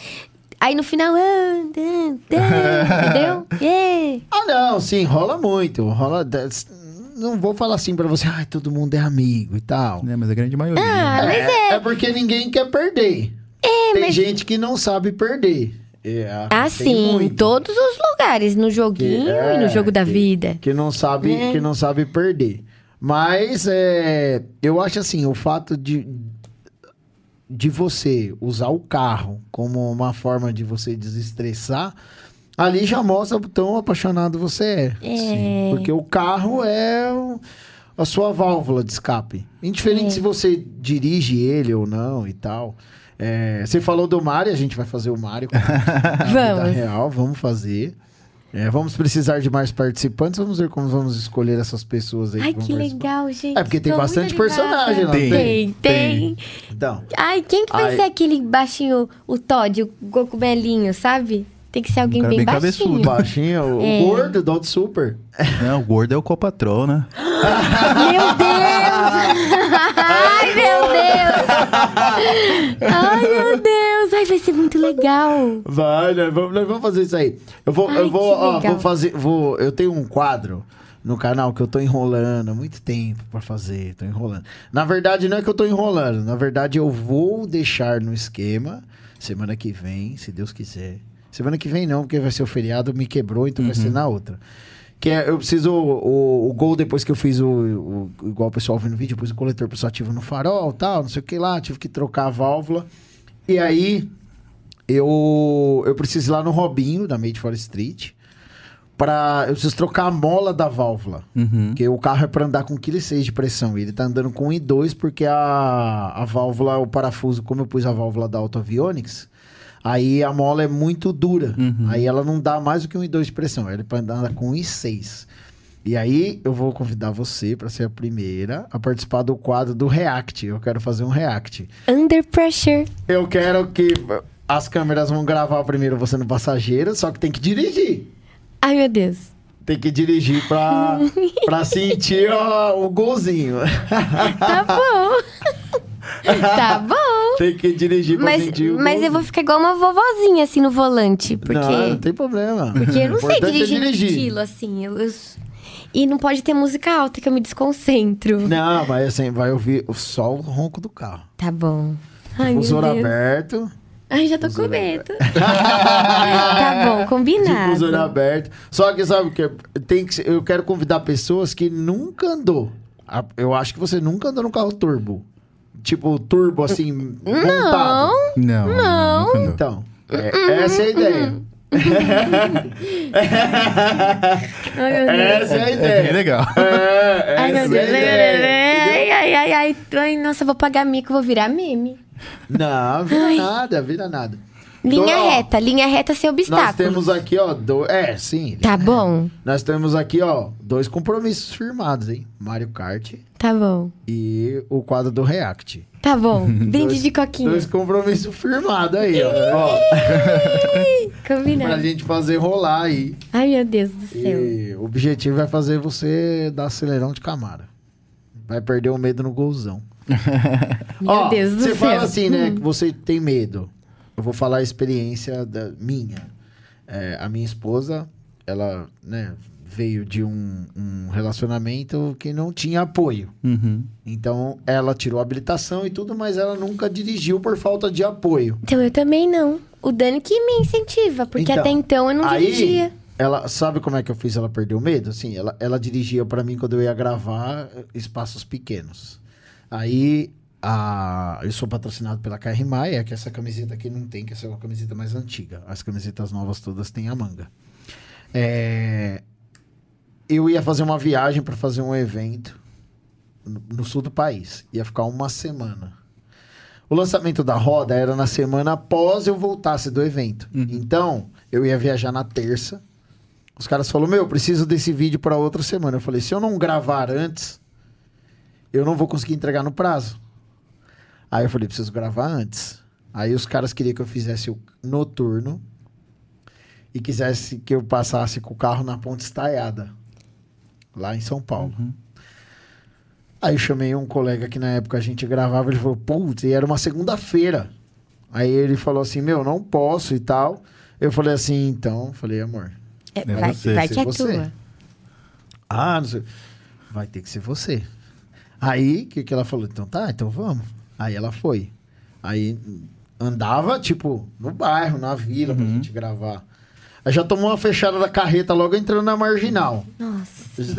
Speaker 2: Aí no final. ah, dan, dan, entendeu? É. Yeah.
Speaker 1: Ah, não, sim, rola muito. Rola. des- Não vou falar assim pra você, ai, todo mundo é amigo e tal.
Speaker 3: É, mas a grande maioria.
Speaker 2: Ah, mas
Speaker 1: é. é porque ninguém quer perder. É, Tem gente que não sabe perder. É,
Speaker 2: Ah,
Speaker 1: tem
Speaker 2: sim, em
Speaker 1: muito
Speaker 2: todos os lugares, no joguinho
Speaker 1: Que-
Speaker 2: e no
Speaker 1: é,
Speaker 2: jogo da
Speaker 1: que-
Speaker 2: vida.
Speaker 1: Que não sabe,
Speaker 2: É.
Speaker 1: que não sabe perder. Mas é, eu acho assim, o fato de, de você usar o carro como uma forma de você desestressar, ali já mostra o tão apaixonado você é.
Speaker 2: É. Sim.
Speaker 1: Porque o carro é o- a sua válvula de escape. Indiferente
Speaker 2: É.
Speaker 1: se você dirige ele ou não e tal. É, você falou do Mario, a gente vai fazer o Mario. Na
Speaker 2: Vamos.
Speaker 1: vida real, vamos fazer. É, vamos precisar de mais participantes. Vamos ver como vamos escolher essas pessoas aí.
Speaker 2: Ai,
Speaker 1: vão
Speaker 2: que
Speaker 1: participar.
Speaker 2: legal, gente.
Speaker 1: É, porque tem
Speaker 2: Tô muito
Speaker 1: bastante
Speaker 2: animada.
Speaker 1: personagem, não
Speaker 3: tem?
Speaker 2: Tem, tem.
Speaker 3: Tem.
Speaker 1: Então,
Speaker 2: Ai, quem que vai
Speaker 1: Ai.
Speaker 2: ser aquele baixinho, o Todd, o cogumelinho, sabe? Tem que ser alguém
Speaker 3: cara
Speaker 2: bem,
Speaker 3: bem
Speaker 1: o
Speaker 2: baixinho.
Speaker 3: cabeçudo.
Speaker 1: baixinho, o-
Speaker 2: É.
Speaker 1: o gordo do Auto Super.
Speaker 3: Não, o gordo é o Copatron, né?
Speaker 2: Meu Deus! Ai, meu Deus! Ai, meu Deus! Ai, vai ser muito legal.
Speaker 1: Vai, nós vamos, nós vamos fazer isso aí. Eu vou,
Speaker 2: Ai,
Speaker 1: eu vou,
Speaker 2: que
Speaker 1: ó,
Speaker 2: legal.
Speaker 1: vou fazer, vou, eu tenho um quadro no canal que eu tô enrolando há muito tempo pra fazer, tô enrolando. Na verdade, não é que eu tô enrolando, na verdade eu vou deixar no esquema semana que vem, se Deus quiser. Semana que vem não, porque vai ser o feriado, me quebrou, então vai ser na outra. Que é, eu preciso o, o, o gol depois que eu fiz o, o- Igual o pessoal viu no vídeo, eu pus o coletor pulsativo no farol tal, não sei o que lá, tive que trocar a válvula. E aí eu, eu preciso ir lá no Robinho, da Made for Street. Pra, eu preciso trocar a mola da válvula. Porque o carro é pra andar com 1,6 kg de pressão. E ele tá andando com 1,2 porque a, a válvula, o parafuso, como eu pus a válvula da AutoAvionics, aí a mola é muito dura. Aí ela não dá mais do que 1,2 de pressão. Ela é pra andar com 1,6. E aí eu vou convidar você pra ser a primeira a participar do quadro do React. Eu quero fazer um React.
Speaker 2: Under pressure.
Speaker 1: Eu quero que as câmeras vão gravar primeiro você no passageiro, só que tem que dirigir
Speaker 2: Ai, meu Deus.
Speaker 1: tem que dirigir pra, pra sentir ó, o golzinho.
Speaker 2: Tá bom. tá bom.
Speaker 1: tem que dirigir pra
Speaker 2: Mas,
Speaker 1: sentir o
Speaker 2: mas
Speaker 1: golzinho.
Speaker 2: eu vou ficar igual uma vovozinha, assim, no volante. Porque,
Speaker 1: Não, não tem problema.
Speaker 2: porque eu não sei
Speaker 1: Importante é
Speaker 2: dirigir, no estilo, assim. Eu, eu- E não pode ter música alta, que eu me desconcentro.
Speaker 1: Não, mas assim, vai ouvir só o ronco do carro.
Speaker 2: Tá bom. Ai, meu
Speaker 1: Fusor
Speaker 2: Deus.
Speaker 1: aberto.
Speaker 2: Ai, já tô com medo. tá bom, combinado.
Speaker 1: Difusor aberto. Só que sabe o que? Tem que ser- eu quero convidar pessoas que nunca andou. A- Eu acho que você nunca andou num carro turbo. Tipo, turbo assim, montado.
Speaker 2: Não,
Speaker 3: Não.
Speaker 2: Não.
Speaker 3: nunca andou.
Speaker 1: Então, é- essa é a
Speaker 2: Uhum.
Speaker 1: ideia.
Speaker 2: Ai, meu Deus.
Speaker 1: Essa é a
Speaker 3: É bem
Speaker 1: ideia.
Speaker 3: legal.
Speaker 1: É,
Speaker 2: Ai, meu
Speaker 1: essa é a
Speaker 2: Deus.
Speaker 1: ideia.
Speaker 2: Ai, ai, ai, ai. Ai, nossa, eu vou pagar mico, vou virar meme.
Speaker 1: Não, vira nada, vira nada.
Speaker 2: Linha
Speaker 1: Então, ó,
Speaker 2: reta, linha reta sem obstáculos.
Speaker 1: Nós temos aqui, ó, do... é, sim.
Speaker 2: Tá bom,
Speaker 1: Nós temos aqui, ó, dois compromissos firmados, hein? Mario Kart
Speaker 2: tá bom,
Speaker 1: e o quadro do React.
Speaker 2: tá bom. Brinde
Speaker 1: Dois-
Speaker 2: de coquinha.
Speaker 1: Dois compromissos firmados aí, ó. ó pra
Speaker 2: Combinado.
Speaker 1: gente fazer rolar aí.
Speaker 2: Ai, meu Deus do céu.
Speaker 1: E o objetivo é fazer você dar acelerão de Camara. Vai perder o medo no golzão.
Speaker 2: Meu
Speaker 1: Ó,
Speaker 2: Deus
Speaker 1: Você
Speaker 2: do céu. Hum.
Speaker 1: fala assim, né? Que você tem medo. Eu vou falar a experiência da minha. É, a minha esposa, ela né, veio de um, um relacionamento que não tinha apoio.
Speaker 2: Hum.
Speaker 3: Uhum.
Speaker 1: Então, ela tirou a habilitação e tudo, mas ela nunca dirigiu por falta de apoio.
Speaker 2: Então eu também não. O Dani que me incentiva, porque
Speaker 1: Então,
Speaker 2: até então eu não
Speaker 1: Aí,
Speaker 2: dirigia.
Speaker 1: ela sabe como é que eu fiz ela perder o medo? Assim, ela, ela dirigia pra mim quando eu ia gravar eh, espaços pequenos. Aí a, eu sou patrocinado pela KR Maia, que é essa camiseta aqui não tem, que essa é uma camiseta mais antiga. As camisetas novas todas têm a manga. É, eu ia fazer uma viagem pra fazer um evento no, no sul do país. Ia ficar uma semana. O lançamento da roda era na semana após eu voltasse do evento. Então, eu ia viajar na terça. Os caras falaram: Meu, eu preciso desse vídeo para outra semana. Eu falei: Se eu não gravar antes, eu não vou conseguir entregar no prazo. Aí eu falei: Preciso gravar antes. Aí os caras queriam que eu fizesse o noturno e quisesse que eu passasse com o carro na ponte estaiada, lá em São Paulo. Aí eu chamei um colega que na época a gente gravava, ele falou, putz, e era uma segunda-feira. Aí ele falou assim, meu, não posso e tal. Eu falei assim, então, falei, amor,
Speaker 2: É,
Speaker 3: é
Speaker 2: vai
Speaker 3: você,
Speaker 2: vai
Speaker 1: se
Speaker 2: que é
Speaker 1: né, você.
Speaker 2: tua.
Speaker 1: ah, não sei. Vai ter que ser você. Aí, o que, que ela falou? Então tá, então vamos. Aí ela foi. Aí andava, tipo, no bairro, na vila, pra gente gravar. Aí já tomou uma fechada da carreta logo entrando na marginal.
Speaker 2: Nossa,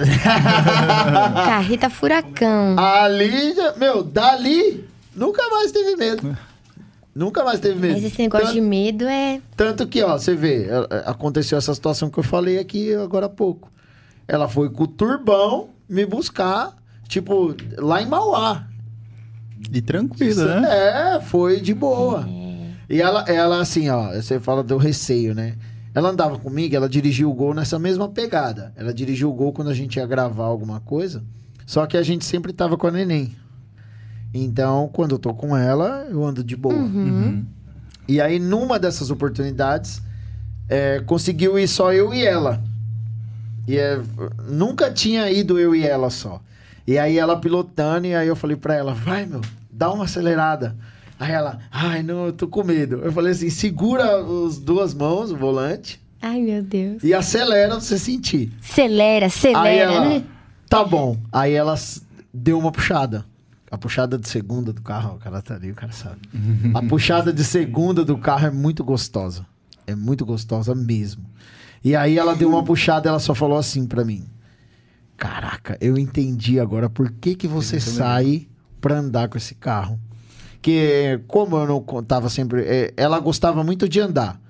Speaker 2: carreta furacão.
Speaker 1: Ah, Ali, já- meu, dali, nunca mais teve medo. Nunca mais teve medo.
Speaker 2: Mas esse negócio
Speaker 1: Tan-
Speaker 2: de medo é.
Speaker 1: Tanto que, ó, você vê, a- a- aconteceu essa situação que eu falei aqui agora há pouco. Ela foi com o turbão me buscar, tipo, lá em Mauá.
Speaker 3: E tranquilo, né?
Speaker 1: É, foi de boa. E ela, ela, assim, ó, você fala do receio, né? Ela andava comigo, ela dirigiu o gol nessa mesma pegada. Ela dirigiu o gol quando a gente ia gravar alguma coisa. Só que a gente sempre tava com a neném. Então, quando eu tô com ela, eu ando de boa.
Speaker 3: Uhum.
Speaker 1: E aí, numa dessas oportunidades, é, conseguiu ir só eu e ela. E é, nunca tinha ido eu e ela só. E aí ela pilotando, e aí eu falei pra ela, vai, meu, dá uma acelerada. Aí ela, ai, não, eu tô com medo. Eu falei assim, segura as duas mãos, o volante,
Speaker 2: Ai, meu Deus.
Speaker 1: e acelera pra você sentir.
Speaker 2: Acelera,
Speaker 1: Aí
Speaker 2: acelera,
Speaker 1: ela,
Speaker 2: né?
Speaker 1: tá bom. Aí ela s- deu uma puxada. A puxada de segunda do carro, o cara tá ali, o cara sabe. A puxada de segunda do carro é muito gostosa. É muito gostosa mesmo. E aí ela deu uma puxada, ela só falou assim pra mim: Caraca, eu entendi agora por que, que você sai pra andar com esse carro. Que como eu não co- tava sempre. é, Ela gostava muito de andar.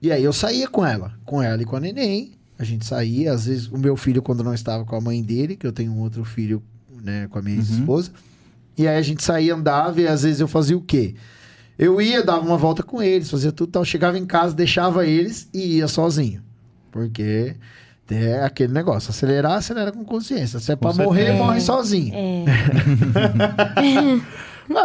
Speaker 1: E aí eu saía com ela, com ela e com a neném. A gente saía, às vezes o meu filho, quando não estava com a mãe dele, que eu tenho um outro filho né, com a minha esposa. E aí a gente saía, andava, e às vezes eu fazia o quê? Eu ia, dava uma volta com eles, fazia tudo e tal. Chegava em casa, deixava eles e ia sozinho. Porque é aquele negócio: acelerar, acelera com consciência. Se é pra
Speaker 3: certeza.
Speaker 1: morrer,
Speaker 3: É.
Speaker 1: morre sozinho.
Speaker 2: É.
Speaker 1: É.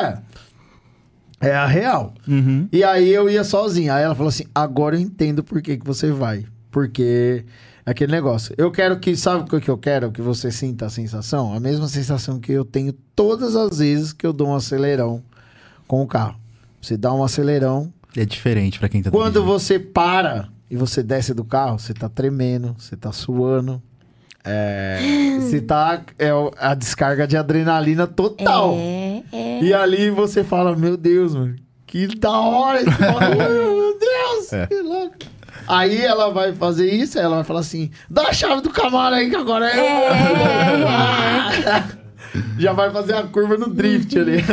Speaker 1: É a real.
Speaker 3: Uhum.
Speaker 1: E aí eu ia sozinho. Aí ela falou assim: agora eu entendo por que, que você vai. Porque é aquele negócio. Eu quero que, sabe o que que eu quero? Que você sinta a sensação? A mesma sensação que eu tenho todas as vezes que eu dou um acelerão com o carro. Você dá um acelerão.
Speaker 3: É diferente pra quem tá
Speaker 1: Quando
Speaker 3: dirigindo.
Speaker 1: você para e você desce do carro, você tá tremendo, você tá suando. É, você tá. É o- a descarga de adrenalina total.
Speaker 2: É, é.
Speaker 1: "Então." E ali você fala, meu Deus, mano, que da hora esse bagulho, meu Deus,
Speaker 3: É.
Speaker 1: que louco. Aí ela vai fazer isso, ela vai falar assim, dá a chave do camaro aí que agora é eu. Já vai fazer a curva no drift ali.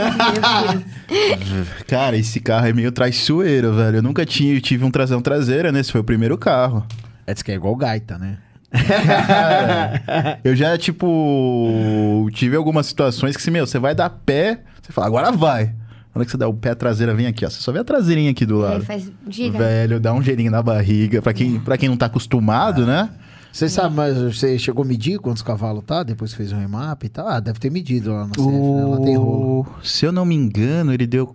Speaker 3: Cara, esse carro é meio traiçoeiro, velho. Eu nunca tinha, eu tive um trasão traseira, né? Esse foi o primeiro carro.
Speaker 1: É, diz que é igual gaita, né? É.
Speaker 3: Eu já, tipo, tive algumas situações que, assim, meu, você vai dar pé, você fala, agora vai. Na hora que você dá o pé, a traseira vem aqui, ó. Você só vê a traseirinha aqui do
Speaker 2: Aí
Speaker 3: lado.
Speaker 2: faz gira.
Speaker 3: Velho, dá um gelinho na barriga. Pra quem, pra quem não tá acostumado, né?
Speaker 1: Você sabe, mas você chegou a medir quantos cavalos tá? Depois que fez o remap e tal? Ah, deve ter medido lá na CF, né? Lá tem rolo.
Speaker 3: O- Se eu não me engano, ele deu.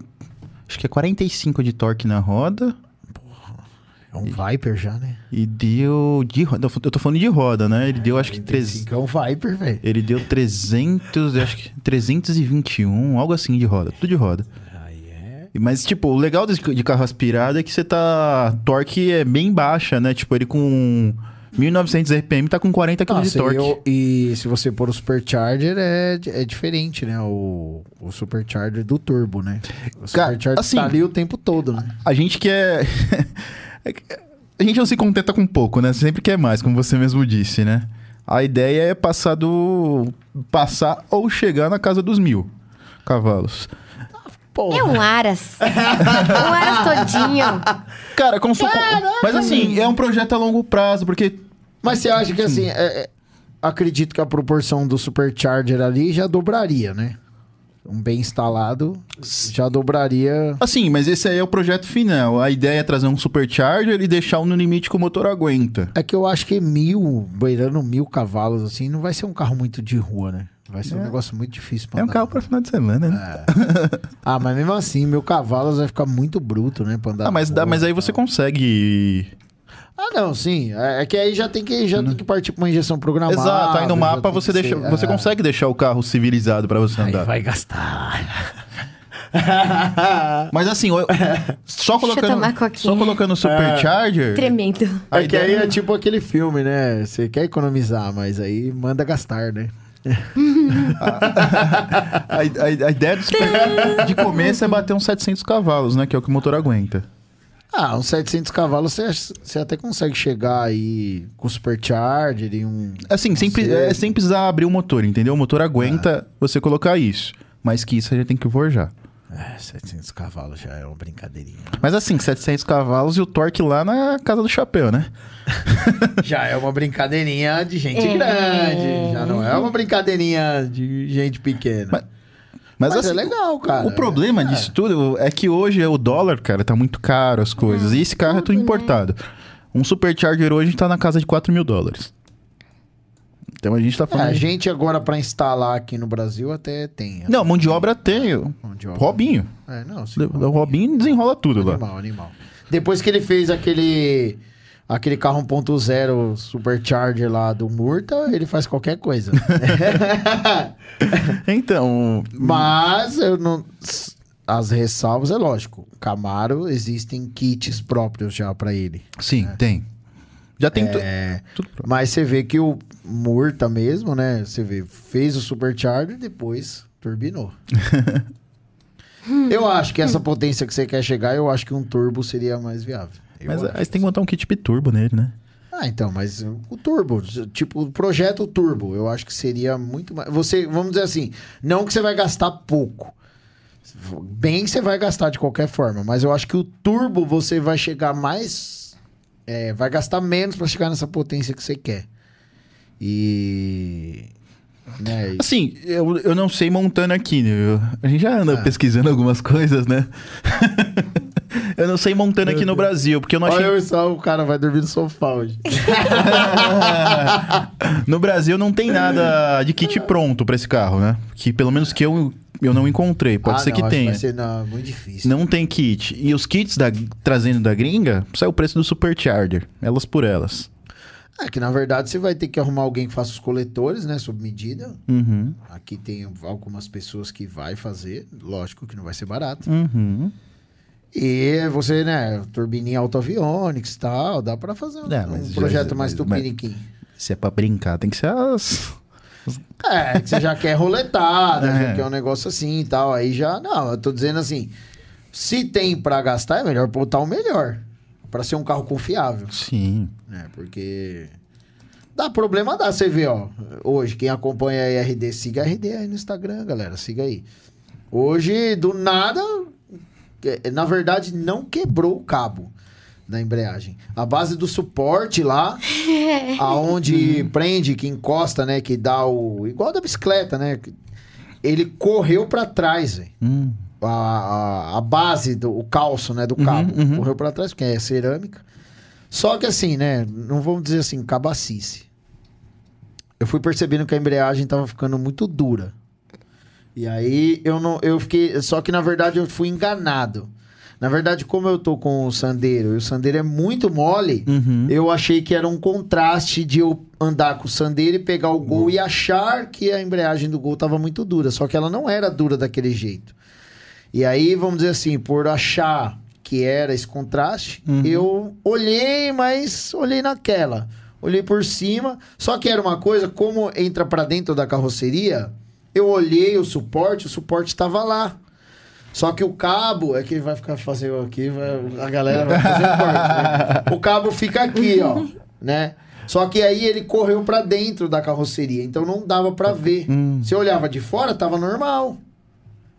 Speaker 3: Acho que é 45 de torque na roda.
Speaker 1: É um Viper já, né?
Speaker 3: E deu. De roda. Eu tô falando de roda, né? Ele deu, acho que. Treze...
Speaker 1: Cinco é um Viper, velho.
Speaker 3: Ele deu 300, eu acho que 321, algo assim de roda, tudo de roda. E- Mas, tipo, o legal desse ca- de carro aspirado é que você tá. Torque é bem baixa, né? Tipo, ele com 1900 RPM tá com 40 kg
Speaker 1: Ah,
Speaker 3: de
Speaker 1: se
Speaker 3: torque.
Speaker 1: eu- e se você pôr o Supercharger, é, di- é diferente, né? O, o Supercharger do Turbo, né? O
Speaker 3: Cara,
Speaker 1: Supercharger
Speaker 3: assim-
Speaker 1: tá ali o tempo todo, né?
Speaker 3: A gente quer. a gente não se contenta com pouco, né? Sempre quer mais, como você mesmo disse, né? A ideia é passar do. passar ou chegar na casa dos mil cavalos.
Speaker 1: Pô,
Speaker 2: É um Aras. um Aras todinho.
Speaker 3: Cara, como se. Mas assim, é um projeto a longo prazo, porque
Speaker 1: mas você acha que assim, é- é- acredito que a proporção do Supercharger ali já dobraria, né? Um bem instalado já dobraria.
Speaker 3: Assim, mas esse aí é o projeto final. A ideia é trazer um supercharger e deixar um no limite que o motor aguenta.
Speaker 1: É que eu acho que mil, beirando mil cavalos, assim, não vai ser um carro muito de rua, né? Vai ser um negócio muito difícil pra
Speaker 3: É um
Speaker 1: andar.
Speaker 3: carro pra final de semana, né?
Speaker 1: Ah, mas mesmo assim, mil cavalos vai ficar muito bruto, né? Pra andar
Speaker 3: Ah, mas,
Speaker 1: na
Speaker 3: dá,
Speaker 1: rua
Speaker 3: mas
Speaker 1: e
Speaker 3: aí
Speaker 1: tal.
Speaker 3: você consegue.
Speaker 1: Ah, não, sim. É é que aí já tem que, já tem que partir pra uma injeção programada.
Speaker 3: Né? Exato, aí no
Speaker 1: Tá já
Speaker 3: mapa
Speaker 1: tem
Speaker 3: você,
Speaker 1: que
Speaker 3: deixa,
Speaker 1: ser-
Speaker 3: você
Speaker 1: é.
Speaker 3: consegue deixar o carro civilizado pra você
Speaker 1: Aí
Speaker 3: andar.
Speaker 1: vai gastar.
Speaker 3: Mas assim, eu- só
Speaker 2: eu tomar
Speaker 3: colocando,
Speaker 2: coquinha.
Speaker 3: só colocando o supercharger.
Speaker 2: Tremendo.
Speaker 1: É
Speaker 3: A
Speaker 1: que aí
Speaker 3: ideia-
Speaker 1: é tipo aquele filme, né? Você quer economizar, mas aí manda gastar, né?
Speaker 3: A, a- a ideia do super... de começo é bater uns 700 cavalos, né? Que é o que o motor aguenta.
Speaker 1: Ah, uns 700 cavalos você, você até consegue chegar aí com o supercharger e um...
Speaker 3: Assim, sempre,
Speaker 1: Sim.
Speaker 3: é, sem precisar abrir o motor, entendeu? O motor aguenta você colocar isso. Mas que isso a gente tem que forjar.
Speaker 1: É, 700 cavalos já é uma brincadeirinha.
Speaker 3: Mas assim, 700 cavalos e o torque lá na casa do chapéu, né?
Speaker 1: já é uma brincadeirinha de gente
Speaker 2: É.
Speaker 1: grande. Já não é uma brincadeirinha de gente pequena.
Speaker 3: Mas-
Speaker 1: Mas,
Speaker 3: Mas, assim,
Speaker 1: é legal, cara.
Speaker 3: o problema disso tudo é que hoje o dólar, cara, tá muito caro as coisas. e esse
Speaker 1: Ah,
Speaker 3: carro é
Speaker 1: né?
Speaker 3: tudo importado. Um supercharger hoje tá na casa de 4 mil dólares. Então a gente tá
Speaker 1: É,
Speaker 3: falando.
Speaker 1: a gente agora pra instalar aqui no Brasil até tem.
Speaker 3: Não, mão de obra tem. o
Speaker 1: Mão de obra.
Speaker 3: Robinho.
Speaker 1: É, não, sim.
Speaker 3: O Robinho desenrola tudo lá.
Speaker 1: Animal, animal. Depois que ele fez aquele aquele carro 1.0 Supercharger lá do Murta, ele faz qualquer coisa. É,
Speaker 3: Então.
Speaker 1: Mas eu não as ressalvas é lógico. Camaro existem kits próprios já pra ele.
Speaker 3: Sim, tem. Já tem. tu-
Speaker 1: É,
Speaker 3: tudo pronto.
Speaker 1: mas você vê que o Murta mesmo, né? Você vê, fez o supercharger e depois turbinou. eu acho que essa potência que você quer chegar, eu acho que um turbo seria mais viável. Eu
Speaker 3: Mas
Speaker 1: acho
Speaker 3: aí você tem
Speaker 1: isso.
Speaker 3: que montar um kit biturbo nele, né?
Speaker 1: Ah, então, mas o turbo, tipo, o projeto turbo, eu acho que seria muito mais. Você, vamos dizer assim, não que você vai gastar pouco. Bem você vai gastar de qualquer forma, mas eu acho que o turbo você vai chegar mais. é, vai gastar menos pra chegar nessa potência que você quer. E. Né, e-
Speaker 3: Assim, eu, eu não sei montando aqui, né? Eu- a gente já anda
Speaker 1: Ah.
Speaker 3: pesquisando algumas coisas, né? eu não sei montando aqui no Brasil, porque eu não achei.
Speaker 1: Olha eu só, o cara vai dormir no sofá hoje.
Speaker 3: No Brasil não tem nada de kit pronto pra esse carro, né? Que pelo menos que eu, eu não encontrei. Pode
Speaker 1: Ah,
Speaker 3: ser
Speaker 1: não,
Speaker 3: que
Speaker 1: acho
Speaker 3: tenha.
Speaker 1: Vai ser, não, é muito difícil.
Speaker 3: Não tem kit. E os kits da- trazendo da gringa, sai o preço do Supercharger. Elas por elas.
Speaker 1: É que na verdade você vai ter que arrumar alguém que faça os coletores, né? Sob medida.
Speaker 3: Uhum.
Speaker 1: Aqui tem algumas pessoas que vai fazer, lógico que não vai ser barato.
Speaker 3: Uhum.
Speaker 1: E você, né, turbininha autoaviônicos e tal, dá pra fazer um,
Speaker 3: É, mas
Speaker 1: um
Speaker 3: já-
Speaker 1: projeto
Speaker 3: já-
Speaker 1: mais
Speaker 3: mas-
Speaker 1: tupiniquim.
Speaker 3: Se é pra brincar, tem que ser as.
Speaker 1: É, que você já quer roletar, né,
Speaker 3: É.
Speaker 1: já quer um negócio assim e tal, aí já... Não, eu tô dizendo assim, se tem pra gastar, é melhor botar o melhor, Pra ser um carro confiável,
Speaker 3: Sim.
Speaker 1: né, porque... Dá problema, dá, você vê, ó, hoje, quem acompanha a RD, siga a RD aí no Instagram, galera, siga aí. Hoje, do nada, que- na verdade, não quebrou o cabo da embreagem. A base do suporte lá, aonde prende, que encosta, né? Que dá o. Igual da bicicleta, né? que- Ele correu pra trás, velho.
Speaker 3: Hum.
Speaker 1: A, a- a base do o calço, né? Do cabo.
Speaker 3: uhum.
Speaker 1: Correu pra trás, porque é cerâmica. Só que assim, né? Não vamos dizer assim, cabacice. Eu fui percebendo que a embreagem tava ficando muito dura. E aí eu não, eu fiquei, só que na verdade eu fui enganado. Na verdade, como eu tô com o sandeiro e o sandeiro é muito mole,
Speaker 3: Uhum.
Speaker 1: eu achei que era um contraste de eu andar com o sandeiro e pegar o gol e achar que a embreagem do gol tava muito dura, só que ela não era dura daquele jeito. E aí, vamos dizer assim, por achar que era esse contraste, eu olhei, mas olhei naquela. Olhei por cima, só que era uma coisa, como entra pra dentro da carroceria, eu olhei o suporte, o suporte estava lá. Só que o cabo é que vai ficar fazendo aqui, vai- a galera vai fazer o corte, né? O cabo fica aqui, ó, né? Só que aí ele correu pra dentro da carroceria, então não dava pra ver. Você olhava de fora, tava normal.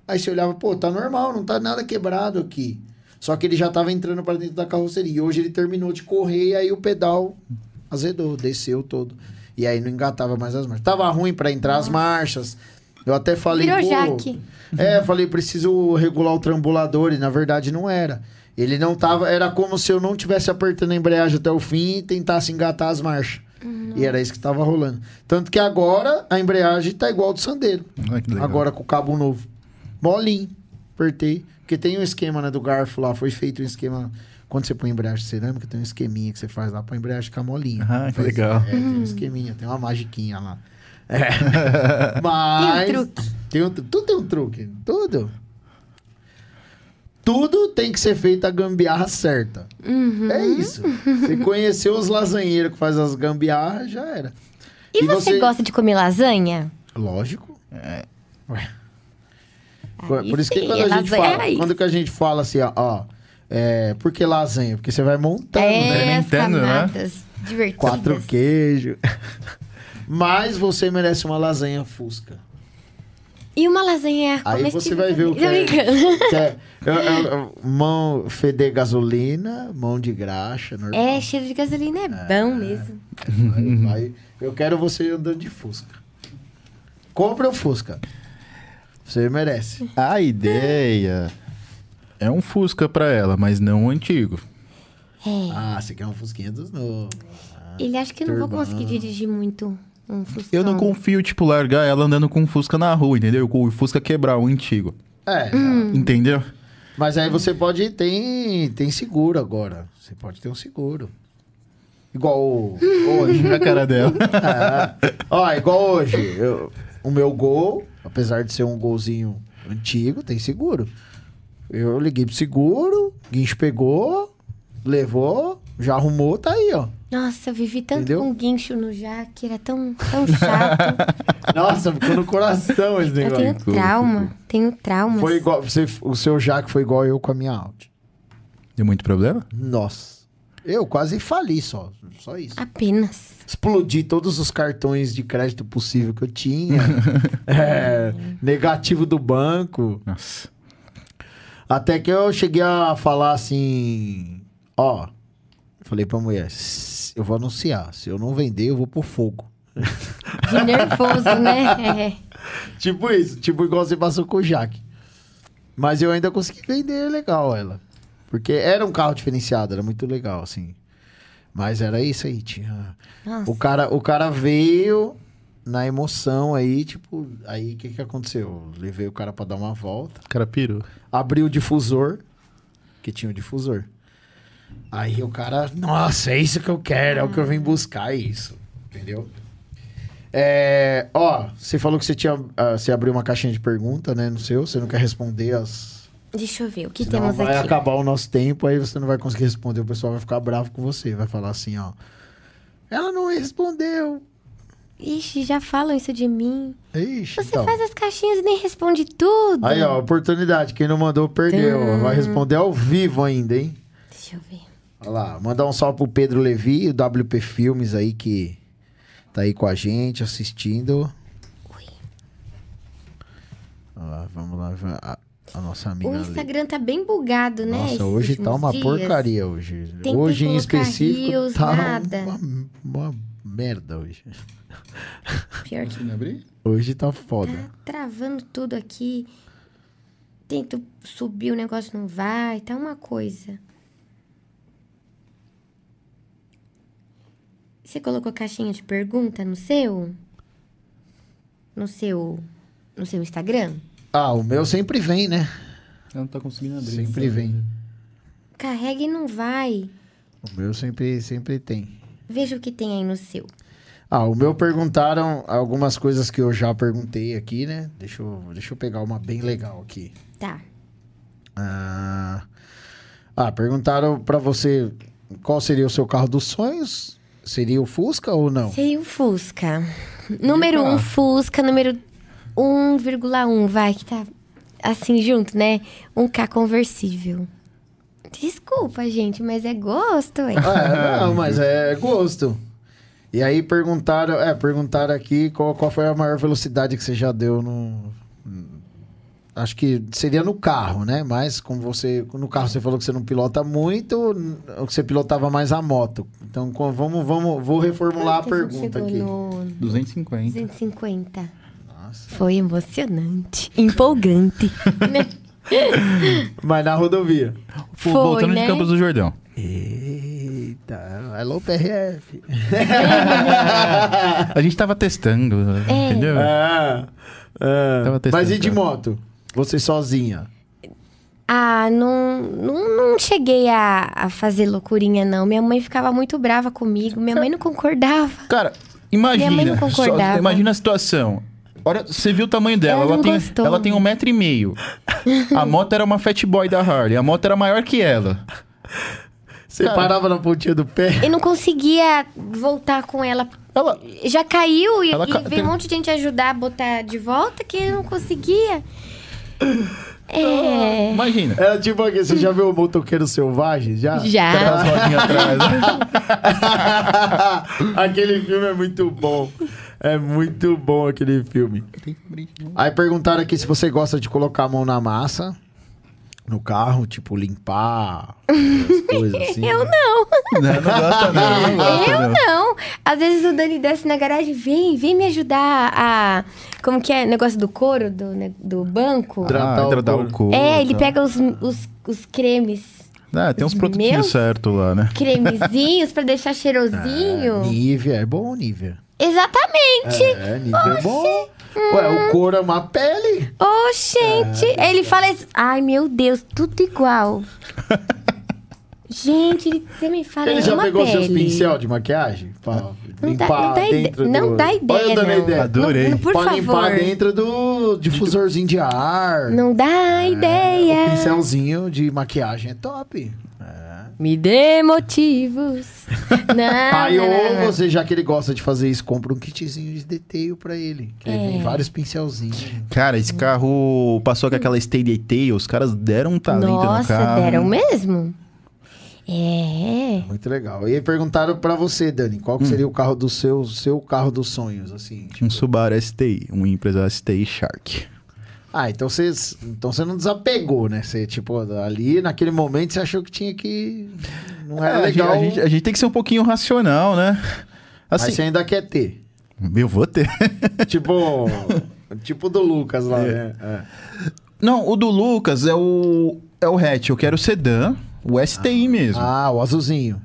Speaker 1: Aí você olhava, pô, tá normal, não tá nada quebrado aqui. Só que ele já tava entrando pra dentro da carroceria. E hoje ele terminou de correr e aí o pedal azedou, desceu todo. E aí não engatava mais as marchas. Tava ruim pra entrar as marchas. Eu até falei,
Speaker 2: Virou
Speaker 1: pô,
Speaker 2: jaque.
Speaker 1: é, eu falei, preciso regular o trambulador, e na verdade não era. Ele não tava, era como se eu não tivesse apertando a embreagem até o fim e tentasse engatar as marchas. E era isso que tava rolando. Tanto que agora a embreagem tá igual ao do Sandeiro.
Speaker 3: Olha que legal.
Speaker 1: Agora com o cabo novo. Molinho. Apertei. Porque tem um esquema, né, do garfo lá. Foi feito um esquema. Quando você põe embreagem cerâmica, tem um esqueminha que você faz lá pra embreagem ficar molinha.
Speaker 3: Ah, que
Speaker 1: Faz-
Speaker 3: legal.
Speaker 1: É, tem
Speaker 2: Uhum.
Speaker 1: um esqueminha, tem uma magiquinha lá. É. Mas.
Speaker 2: Tem um truque.
Speaker 1: tem um tru- tudo tem um truque. Tudo. Tudo tem que ser feito a gambiarra certa.
Speaker 2: Uhum.
Speaker 1: É isso. Você conheceu os lasanheiros que faz as gambiarras, já era.
Speaker 2: E,
Speaker 1: E
Speaker 2: você,
Speaker 1: você-
Speaker 2: gosta de comer lasanha?
Speaker 1: Lógico. Ué.
Speaker 2: Aí
Speaker 1: É. Por isso que
Speaker 2: sim,
Speaker 1: quando a gente
Speaker 2: lasanha
Speaker 1: fala,
Speaker 2: aí.
Speaker 1: quando que a gente fala assim, ó, ó é, por que lasanha? Porque você vai montando, né?
Speaker 2: é, as
Speaker 3: Nintendo, né?
Speaker 2: camadas divertidas.
Speaker 1: Quatro queijos. Mas você merece uma lasanha fusca.
Speaker 2: E uma lasanha
Speaker 1: Aí você
Speaker 2: comestível
Speaker 1: vai ver o que é,
Speaker 2: também. Tô tá brincando.
Speaker 1: que é- é- é- é- mão feder gasolina, mão de graxa, normal.
Speaker 2: É, cheiro de gasolina é bom mesmo.
Speaker 1: Vai- vai- eu quero você andando de fusca. Compra o fusca. Você merece.
Speaker 3: A ideia é um Fusca pra ela, mas não um antigo.
Speaker 1: Ah, você quer um fusquinha dos novos. Ah.
Speaker 2: Ele acha que eu não vou
Speaker 1: Turbão.
Speaker 2: conseguir dirigir muito um fuscão.
Speaker 3: Eu não confio, tipo, largar ela andando com o Fusca na rua, entendeu? Com o Fusca quebrar o antigo.
Speaker 1: É,
Speaker 2: Hum.
Speaker 3: Entendeu?
Speaker 1: Mas aí você pode tem tem seguro agora. Você pode ter um seguro. Igual o- hoje.
Speaker 3: A cara dela.
Speaker 1: É. Ó, igual hoje. eu- o meu gol, apesar de ser um golzinho antigo, tem seguro. Eu liguei pro seguro, Guincho pegou, levou, já arrumou, tá aí, ó.
Speaker 2: Nossa, eu vivi tanto
Speaker 1: Entendeu?
Speaker 2: com guincho no jaque, era tão, tão chato.
Speaker 1: Nossa, ficou no coração esse
Speaker 2: eu tenho
Speaker 1: negócio.
Speaker 3: ficou,
Speaker 2: trauma, tenho trauma.
Speaker 1: Foi igual, você, o seu Jaque foi igual eu com a minha Audi.
Speaker 3: Deu muito problema?
Speaker 1: Nossa. Eu quase fali só. Só isso.
Speaker 2: Ah. Apenas.
Speaker 1: Explodi todos os cartões de crédito possível que eu tinha. É, negativo do banco.
Speaker 3: Nossa.
Speaker 1: Até que eu cheguei a falar assim: Ó, falei pra mulher, "S- eu vou anunciar. Se eu não vender, eu vou pôr fogo.
Speaker 2: De nervoso, né? É.
Speaker 1: Tipo isso, tipo igual você passou com o Jaque. Mas eu ainda consegui vender legal ela. Porque era um carro diferenciado, era muito legal, assim. Mas era isso aí, tinha.
Speaker 2: Nossa.
Speaker 1: O cara, o cara veio na emoção aí, tipo, aí o que, que aconteceu? Eu levei o cara pra dar uma volta,
Speaker 3: Cara pirou.
Speaker 1: abri o difusor, que tinha o difusor. Aí o cara, nossa, é isso que eu quero, é o que eu vim buscar, é isso. Entendeu? É, ó, você falou que você tinha. ah, você abriu uma caixinha de pergunta, né? No seu, você não quer responder as.
Speaker 2: Deixa eu ver, o que
Speaker 1: Senão
Speaker 2: temos
Speaker 1: vai
Speaker 2: aqui?
Speaker 1: acabar o nosso tempo, aí você não vai conseguir responder. O pessoal vai ficar bravo com você. Vai falar assim, ó. Ela não respondeu.
Speaker 2: Ixi, já falam isso de mim.
Speaker 1: Ixi,
Speaker 2: Você
Speaker 1: então.
Speaker 2: faz as caixinhas e nem responde tudo.
Speaker 1: Aí, ó, oportunidade. Quem não mandou, perdeu.
Speaker 2: Tum.
Speaker 1: Vai responder ao vivo ainda, hein?
Speaker 2: Deixa eu ver.
Speaker 1: Olha lá, mandar um salve pro Pedro Levi, o WP Filmes aí que tá aí com a gente, assistindo.
Speaker 2: Ui.
Speaker 1: Olha lá, vamos lá, ver a, a nossa amiga
Speaker 2: O
Speaker 1: ali.
Speaker 2: Instagram tá bem bugado, né?
Speaker 1: Nossa,
Speaker 2: esses
Speaker 1: hoje tá
Speaker 2: últimos
Speaker 1: uma
Speaker 2: dias.
Speaker 1: porcaria hoje.
Speaker 2: Tentei
Speaker 1: hoje em
Speaker 2: colocar
Speaker 1: específico
Speaker 2: rios,
Speaker 1: tá
Speaker 2: nada.
Speaker 1: Uma, uma merda hoje.
Speaker 2: Pior que
Speaker 1: Hoje tá foda.
Speaker 2: tá travando tudo aqui. Tento subir, o negócio não vai. Tá uma coisa. Você colocou caixinha de pergunta no seu? No seu. No seu Instagram?
Speaker 1: Ah, o meu sempre vem, né?
Speaker 5: Ela não tá conseguindo abrir.
Speaker 1: Sempre vem.
Speaker 2: Carrega e não vai.
Speaker 1: O meu sempre, sempre tem.
Speaker 2: Veja o que tem aí no seu.
Speaker 1: Ah, o meu perguntaram algumas coisas que eu já perguntei aqui, né? Deixa eu, deixa eu pegar uma bem legal aqui.
Speaker 2: Tá.
Speaker 1: Ah, ah, perguntaram pra você qual seria o seu carro dos sonhos? Seria o Fusca ou não?
Speaker 2: Sei o Fusca. Número
Speaker 1: Epa.
Speaker 2: 1, um, Fusca. Número 1,1, vai, que tá assim junto, né? Um K conversível. Desculpa, gente, mas é gosto, hein?
Speaker 1: É, não, mas é gosto. E aí perguntaram, é, perguntaram aqui qual, qual foi a maior velocidade que você já deu no. Acho que seria no carro, né? Mas como você. No carro você falou que você não pilota muito, o que você pilotava mais a moto. Então co- vamos, vamos, vou reformular a
Speaker 2: Quanto gente
Speaker 1: pergunta
Speaker 2: chegou
Speaker 1: aqui.
Speaker 2: no
Speaker 5: 250.
Speaker 2: 250.
Speaker 1: Nossa.
Speaker 2: Foi emocionante. Empolgante. né?
Speaker 1: Mas na rodovia.
Speaker 2: Foi,
Speaker 3: Voltando
Speaker 2: né?
Speaker 3: de Campos do Jordão.
Speaker 1: Eita, alô PRF.
Speaker 3: A gente tava testando,
Speaker 2: É.
Speaker 3: entendeu?
Speaker 1: Ah, ah.
Speaker 3: Tava testando,
Speaker 1: Mas e de
Speaker 3: tava.
Speaker 1: moto? Você sozinha?
Speaker 2: Ah, não, não, não cheguei a, a fazer loucurinha, não. Minha mãe ficava muito brava comigo. Minha mãe não concordava.
Speaker 3: Cara,
Speaker 2: Minha mãe
Speaker 3: imagina.
Speaker 2: não
Speaker 3: só-
Speaker 2: concordava.
Speaker 3: imagina a situação. Olha, você viu o tamanho dela.
Speaker 2: Ela
Speaker 3: Ela,
Speaker 2: não
Speaker 3: tem,
Speaker 2: gostou.
Speaker 3: ela tem um metro e meio. A moto era uma fat boy da Harley. A moto era maior que ela.
Speaker 1: Você parava na pontinha do pé?
Speaker 2: Eu não conseguia voltar com ela
Speaker 3: Ela.
Speaker 2: já caiu e,
Speaker 3: Ela
Speaker 2: e
Speaker 3: ca-
Speaker 2: veio
Speaker 3: tem-
Speaker 2: um monte de gente ajudar a botar de volta que eu não conseguia. É.
Speaker 3: Imagina.
Speaker 1: Era tipo aqui, você já viu o motoqueiro selvagem? Já?
Speaker 2: Já.
Speaker 3: Aquelas
Speaker 2: Ah.
Speaker 3: rodinhas atrás.
Speaker 1: aquele filme é muito bom. É muito bom aquele filme.
Speaker 5: Tem que abrir de novo.
Speaker 1: Aí perguntaram aqui se você gosta de colocar a mão na massa no carro, tipo limpar, as coisas assim.
Speaker 2: Eu não,
Speaker 3: Não, não gosta, não. Não gosta,
Speaker 2: eu
Speaker 3: não.
Speaker 2: não. Às vezes o Dani desce na garagem, vem, vem me ajudar a. Como que é? Negócio do couro, do, ne- do banco.
Speaker 1: Hidratar
Speaker 3: Ah,
Speaker 1: o
Speaker 3: hidratar
Speaker 1: couro.
Speaker 3: o couro.
Speaker 2: é, ele
Speaker 3: tá.
Speaker 2: pega os, os, os cremes.
Speaker 3: Ah, tem uns
Speaker 2: Meu-
Speaker 3: produtinhos certos lá, né?
Speaker 2: Cremezinhos pra
Speaker 3: Ah,
Speaker 2: deixar cheirosinho.
Speaker 1: Nívia, é bom Nívia.
Speaker 2: Exatamente.
Speaker 1: É, Nívia é bom. Ué, o couro é uma pele.
Speaker 2: Oxente! Ele fala isso. Ai, meu Deus, tudo igual. Gente, ele também fala
Speaker 1: Ele
Speaker 2: é
Speaker 1: já
Speaker 2: uma
Speaker 1: pegou
Speaker 2: pele.
Speaker 1: seus pincel de maquiagem? Pra
Speaker 2: Não dá,
Speaker 1: limpar
Speaker 2: não dá, ide-
Speaker 1: dentro
Speaker 2: não
Speaker 1: do...
Speaker 2: dá
Speaker 1: Olha eu
Speaker 2: ideia,
Speaker 1: dando
Speaker 2: não.
Speaker 1: ideia.
Speaker 3: Adorei.
Speaker 2: Não, não, por
Speaker 1: pra limpar
Speaker 2: favor.
Speaker 1: dentro do difusorzinho de ar.
Speaker 2: Não é. dá ideia.
Speaker 1: É, O pincelzinho de maquiagem é top.
Speaker 2: Me dê motivos. não,
Speaker 1: Aí
Speaker 2: Ah, não, não, não.
Speaker 1: ou você, já que ele gosta de fazer isso, compra um kitzinho de detail pra ele. Que aí
Speaker 2: É.
Speaker 1: vem vários pincelzinhos.
Speaker 3: Cara, esse
Speaker 1: Tá
Speaker 3: carro passou com aquela Stadia Tail, os caras deram um talento no
Speaker 2: Nossa,
Speaker 3: carro.
Speaker 2: deram mesmo? É.
Speaker 1: Muito legal. E aí perguntaram pra você, Dani, qual
Speaker 2: Hum.
Speaker 1: que seria o carro do seu, seu carro dos sonhos, assim? tipo?
Speaker 3: Um Subaru STI, um empresa STI Shark.
Speaker 1: Ah, então você então você não desapegou, né? Você, tipo, ali naquele momento você achou que tinha que. Não era
Speaker 3: É, a gente-
Speaker 1: legal.
Speaker 3: A gente, a gente tem que ser um pouquinho racional, né?
Speaker 1: Mas
Speaker 3: Assim,
Speaker 1: você ainda quer ter.
Speaker 3: eu vou ter.
Speaker 1: tipo. Tipo do Lucas lá, né? É.
Speaker 3: Não, o do Lucas é o é o hatch. Eu quero o sedã, o STI mesmo.
Speaker 1: Ah, o azulzinho.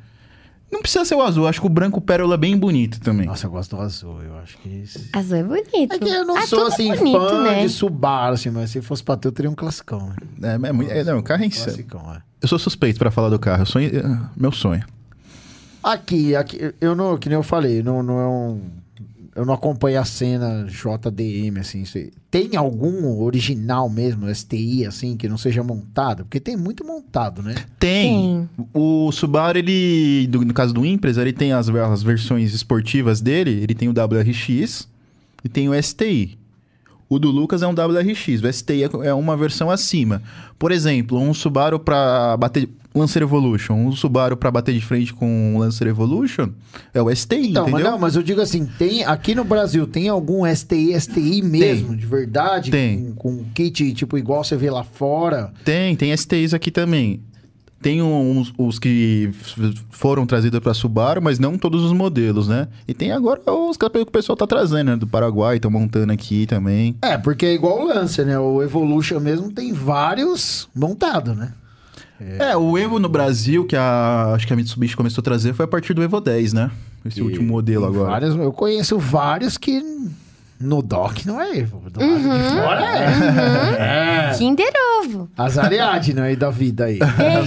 Speaker 3: Não precisa ser o azul. Acho que o branco pérola é bem bonito também.
Speaker 1: Nossa, eu gosto do azul. Eu acho que. esse-
Speaker 2: Azul é bonito.
Speaker 1: É que eu não
Speaker 2: Ah,
Speaker 1: sou
Speaker 2: tudo
Speaker 1: assim,
Speaker 2: bonito,
Speaker 1: fã
Speaker 2: né?
Speaker 1: de Subaru, assim, mas se fosse pra ter, eu teria um classicão, né?
Speaker 3: É, mas é muito- é, não, o carro é insano.
Speaker 1: Classicão, é.
Speaker 3: Eu sou suspeito pra falar do carro. Eu sonho, é, meu sonho.
Speaker 1: Aqui, aqui, eu não, que nem eu falei, não, não é um. Eu não acompanho a cena JDM, assim. isso aí. Tem algum original mesmo, STI, assim, que não seja montado? Porque tem muito montado, né?
Speaker 3: Tem. O Subaru, ele, do- no caso do Impreza, ele tem as, as versões esportivas dele. Ele tem o WRX e tem o STI. O do Lucas é um WRX. O STI é- é uma versão acima. Por exemplo, um Subaru pra bater. Lancer Evolution. Um Subaru pra bater de frente com o Lancer Evolution é o STI,
Speaker 1: Então, mas,
Speaker 3: entendeu?
Speaker 1: não, mas eu digo assim, tem aqui no Brasil tem algum STI, STI mesmo, de verdade?
Speaker 3: Tem.
Speaker 1: Com, com kit, tipo, igual você vê lá fora.
Speaker 3: Tem, tem STIs aqui também. Tem um, uns, os que f- foram trazidos para Subaru, mas não todos os modelos, né? E tem agora os que o pessoal tá trazendo, né? Do Paraguai, estão montando aqui também.
Speaker 1: É, porque é igual o Lancer, né? O Evolution mesmo tem vários montados, né?
Speaker 3: É, o Evo no Brasil, que a, acho que a Mitsubishi começou a trazer, foi a partir do Evo 10, né? Esse último modelo agora.
Speaker 1: Vários, eu conheço vários que no dock não é Evo. Do lado
Speaker 2: Uhum.
Speaker 1: de fora é. é.
Speaker 2: Kinder Ovo.
Speaker 1: As Ariadne aí da vida aí.
Speaker 2: Ai,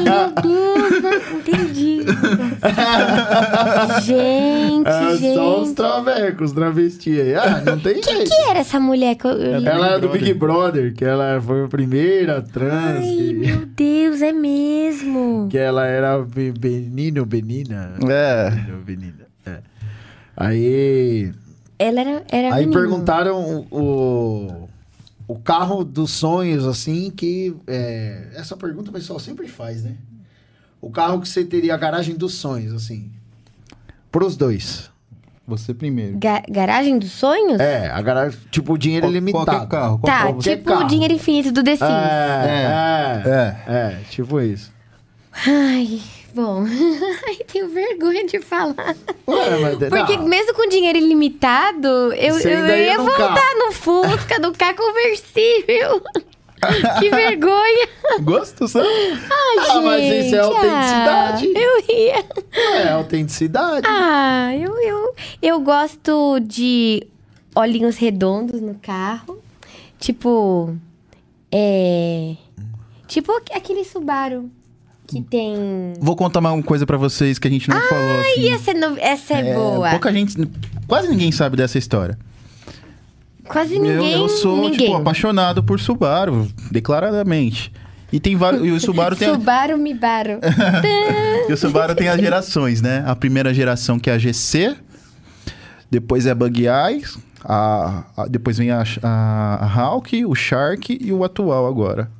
Speaker 2: meu Deus, não entendi. gente,
Speaker 1: É
Speaker 2: gente.
Speaker 1: só os travecos, travesti aí. Ah, não tem jeito.
Speaker 2: Quem era essa mulher que eu... eu lembro?
Speaker 1: Ela é do Big Brother, que ela foi a primeira trans.
Speaker 2: Ai,
Speaker 1: que-
Speaker 2: meu Deus, é mesmo.
Speaker 1: Que ela era be- Benino, Benina.
Speaker 3: É.
Speaker 1: Benino, Benina. É. Aí.
Speaker 2: Ela era, era
Speaker 1: Aí
Speaker 2: É menino.
Speaker 1: perguntaram o, o carro dos sonhos, assim, que. é, essa pergunta o pessoal sempre faz, né? O carro que você teria a garagem dos sonhos, assim. Pros dois.
Speaker 5: Você primeiro.
Speaker 2: Ga- garagem dos sonhos?
Speaker 1: É, a garagem. Tipo, o dinheiro
Speaker 5: Qual-
Speaker 1: ilimitado.
Speaker 3: é
Speaker 5: Qualquer carro. Qual
Speaker 2: Tá,
Speaker 5: qual você-
Speaker 1: qualquer
Speaker 2: tipo
Speaker 1: carro.
Speaker 2: o dinheiro infinito do The Sims.
Speaker 1: É,
Speaker 3: É.
Speaker 1: é, é, tipo isso.
Speaker 2: Ai, bom. Ai, tenho vergonha de falar.
Speaker 1: Ué, é, mas,
Speaker 2: Porque
Speaker 1: não.
Speaker 2: mesmo com dinheiro ilimitado, eu,
Speaker 1: Você
Speaker 2: eu,
Speaker 1: ainda
Speaker 2: eu
Speaker 1: ia
Speaker 2: ia
Speaker 1: num
Speaker 2: voltar
Speaker 1: carro.
Speaker 2: no Fusca, no carro conversível. que vergonha.
Speaker 3: Gosto, sabe?
Speaker 2: Ai,
Speaker 1: Ah, mas isso é
Speaker 2: gente, ah,
Speaker 1: autenticidade.
Speaker 2: eu ia.
Speaker 1: É autenticidade.
Speaker 2: Ah, eu, eu, eu gosto de olhinhos redondos no carro. Tipo. É. Tipo aqu- aquele Subaru que tem.
Speaker 3: Vou contar uma coisa pra vocês que a gente não falou. Assim.
Speaker 2: Ih, essa é, no- essa é, boa.
Speaker 3: Pouca gente. Quase ninguém sabe dessa história.
Speaker 2: Quase
Speaker 3: Eu-
Speaker 2: ninguém.
Speaker 3: Eu, sou,
Speaker 2: ninguém.
Speaker 3: tipo, apaixonado por Subaru, declaradamente. E tem vários. E o Subaru tem. a-
Speaker 2: Subaru Mibaro.
Speaker 3: e o Subaru tem as gerações, né? A primeira geração que é a GC, depois é a Bug Eyes, a, a- depois vem a, a, a Hawk, o Shark e o atual agora.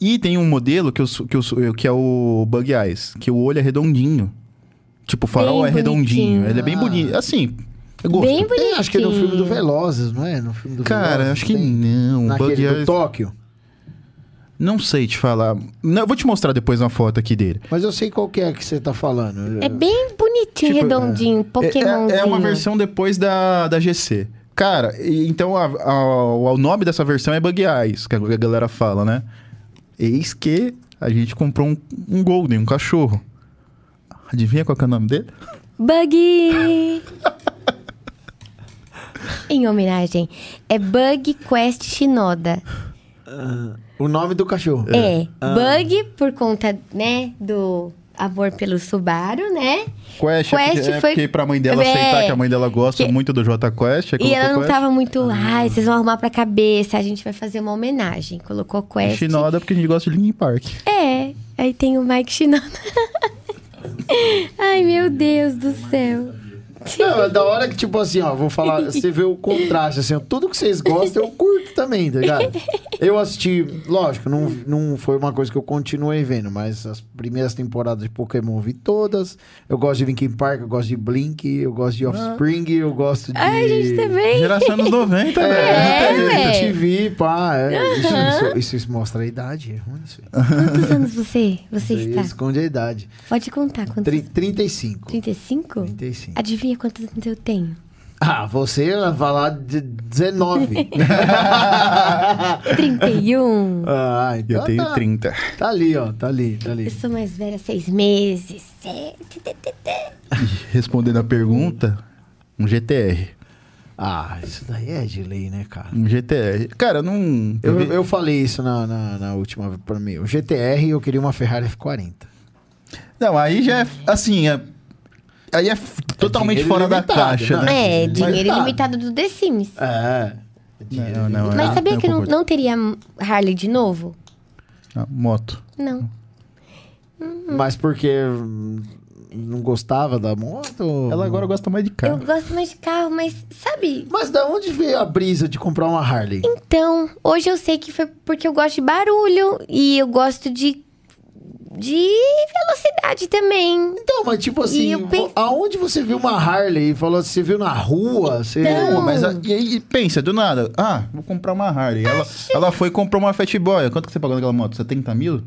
Speaker 3: E tem um modelo que, eu, sou- que, eu, sou- que é o Bug Eyes, que o olho é redondinho. Tipo, o farol
Speaker 2: Bem
Speaker 3: é redondinho.
Speaker 2: bonitinho.
Speaker 3: Ele é bem bonito. Assim, eu gosto.
Speaker 2: Bem é bonitinho.
Speaker 1: Tem,
Speaker 3: é
Speaker 1: acho que no filme do Velozes, não é? No filme do Velozes
Speaker 3: Cara, acho que
Speaker 1: tem.
Speaker 3: não. é Bug
Speaker 1: Naquele do
Speaker 3: Eyes.
Speaker 1: Tóquio.
Speaker 3: Não sei te falar. Não, eu vou te mostrar depois uma foto aqui dele.
Speaker 1: Mas eu sei qual que é que você tá falando.
Speaker 2: É bem bonitinho,
Speaker 3: Tipo,
Speaker 2: redondinho,
Speaker 3: É-
Speaker 2: Pokémonzinho.
Speaker 3: É, é uma versão depois da, da GC. Cara, e- então a- a- o nome dessa versão é Bug Eyes, que a galera fala, né? Eis que a gente comprou um, um Golden, um cachorro. Adivinha qual que é o nome dele?
Speaker 2: Bug! em homenagem, é Bug Quest Shinoda.
Speaker 1: O nome do cachorro.
Speaker 2: É,
Speaker 3: Ah.
Speaker 2: Bug por conta, né, do amor pelo Subaru, né?
Speaker 3: Quest, é porque-
Speaker 2: Quest
Speaker 3: é
Speaker 2: foi-
Speaker 3: porque pra mãe dela
Speaker 2: É,
Speaker 3: aceitar que a mãe dela gosta
Speaker 2: que-
Speaker 3: muito do J Quest.
Speaker 2: E
Speaker 3: aí colocou
Speaker 2: ela não
Speaker 3: Quest. Ah.
Speaker 2: tava muito, ai, vocês vão arrumar pra cabeça, a gente vai fazer uma homenagem. Colocou Quest.
Speaker 3: É Shinoda porque a gente gosta de Linkin Park.
Speaker 2: É, aí tem o Mike Shinoda. ai, meu Deus do céu.
Speaker 1: Não, é da hora que, tipo assim, ó, vou falar, você vê o contraste, assim, ó, tudo que vocês gostam eu curto também, tá ligado? Eu assisti, lógico, não, não foi uma coisa que eu continuei vendo, mas as primeiras temporadas de Pokémon eu vi todas. Eu gosto de Linkin Park, eu gosto de Blink, eu gosto de Offspring, eu gosto de.
Speaker 2: Ai, a gente tá também.
Speaker 3: Geração né? anos 90,
Speaker 1: É,
Speaker 3: velho.
Speaker 2: É,
Speaker 1: é,
Speaker 2: velho.
Speaker 1: TV, pá. é. Isso, isso- isso mostra a idade, é ruim isso. aí.
Speaker 2: Quantos anos você, você
Speaker 1: Isso
Speaker 2: está?
Speaker 1: Esconde a idade.
Speaker 2: Pode contar quantos.
Speaker 1: Tri- 35.
Speaker 2: 35?
Speaker 1: 35.
Speaker 2: Adivinha quantos anos eu tenho?
Speaker 1: Ah, você vai falar de 19.
Speaker 2: 31.
Speaker 1: ah, então
Speaker 3: Eu tenho
Speaker 1: tá,
Speaker 3: 30.
Speaker 1: tá ali, ó. Tá ali, tá
Speaker 2: Eu
Speaker 1: ali.
Speaker 2: sou mais velha seis meses. Sete.
Speaker 3: Respondendo a pergunta, um GTR.
Speaker 1: Ah, isso daí é de lei, né, cara?
Speaker 3: Um GTR. Cara, não.
Speaker 1: Eu, eu falei isso na, na, na última pra mim. O GTR eu queria uma Ferrari F40.
Speaker 3: Não, aí já é. Assim, é. Aí é f- totalmente
Speaker 1: dinheiro
Speaker 3: fora da
Speaker 1: ilimitado,
Speaker 3: caixa,
Speaker 1: né?
Speaker 3: né?
Speaker 2: É,
Speaker 1: Mas
Speaker 2: dinheiro
Speaker 1: tá.
Speaker 2: ilimitado do The Sims.
Speaker 1: É.
Speaker 3: Não, não,
Speaker 2: Mas
Speaker 1: tá,
Speaker 3: Ah,
Speaker 2: sabia
Speaker 3: não
Speaker 2: que não,
Speaker 3: concordo.
Speaker 2: não teria Harley de novo?
Speaker 3: Ah, moto.
Speaker 2: Não.
Speaker 1: Mas porque hum, não gostava da moto?
Speaker 3: Ela agora gosta mais
Speaker 1: Tá.
Speaker 3: de
Speaker 2: Eu
Speaker 3: carro.
Speaker 2: gosto mais de carro, mas sabe?
Speaker 1: Mas da onde veio a brisa de comprar uma Harley?
Speaker 2: Então, hoje eu sei que foi porque eu gosto de barulho e eu gosto de. de velocidade também.
Speaker 1: Então, mas tipo assim,
Speaker 2: eu
Speaker 1: vo-
Speaker 2: pensei-
Speaker 1: aonde você viu uma Harley e falou assim, você viu na rua? Você...
Speaker 2: Então,
Speaker 3: Pô, mas a- e aí, pensa, do nada. Ah, vou comprar uma Harley. Ela, ela foi e comprou uma Fat Boy. Quanto que você pagou naquela moto? 70 mil?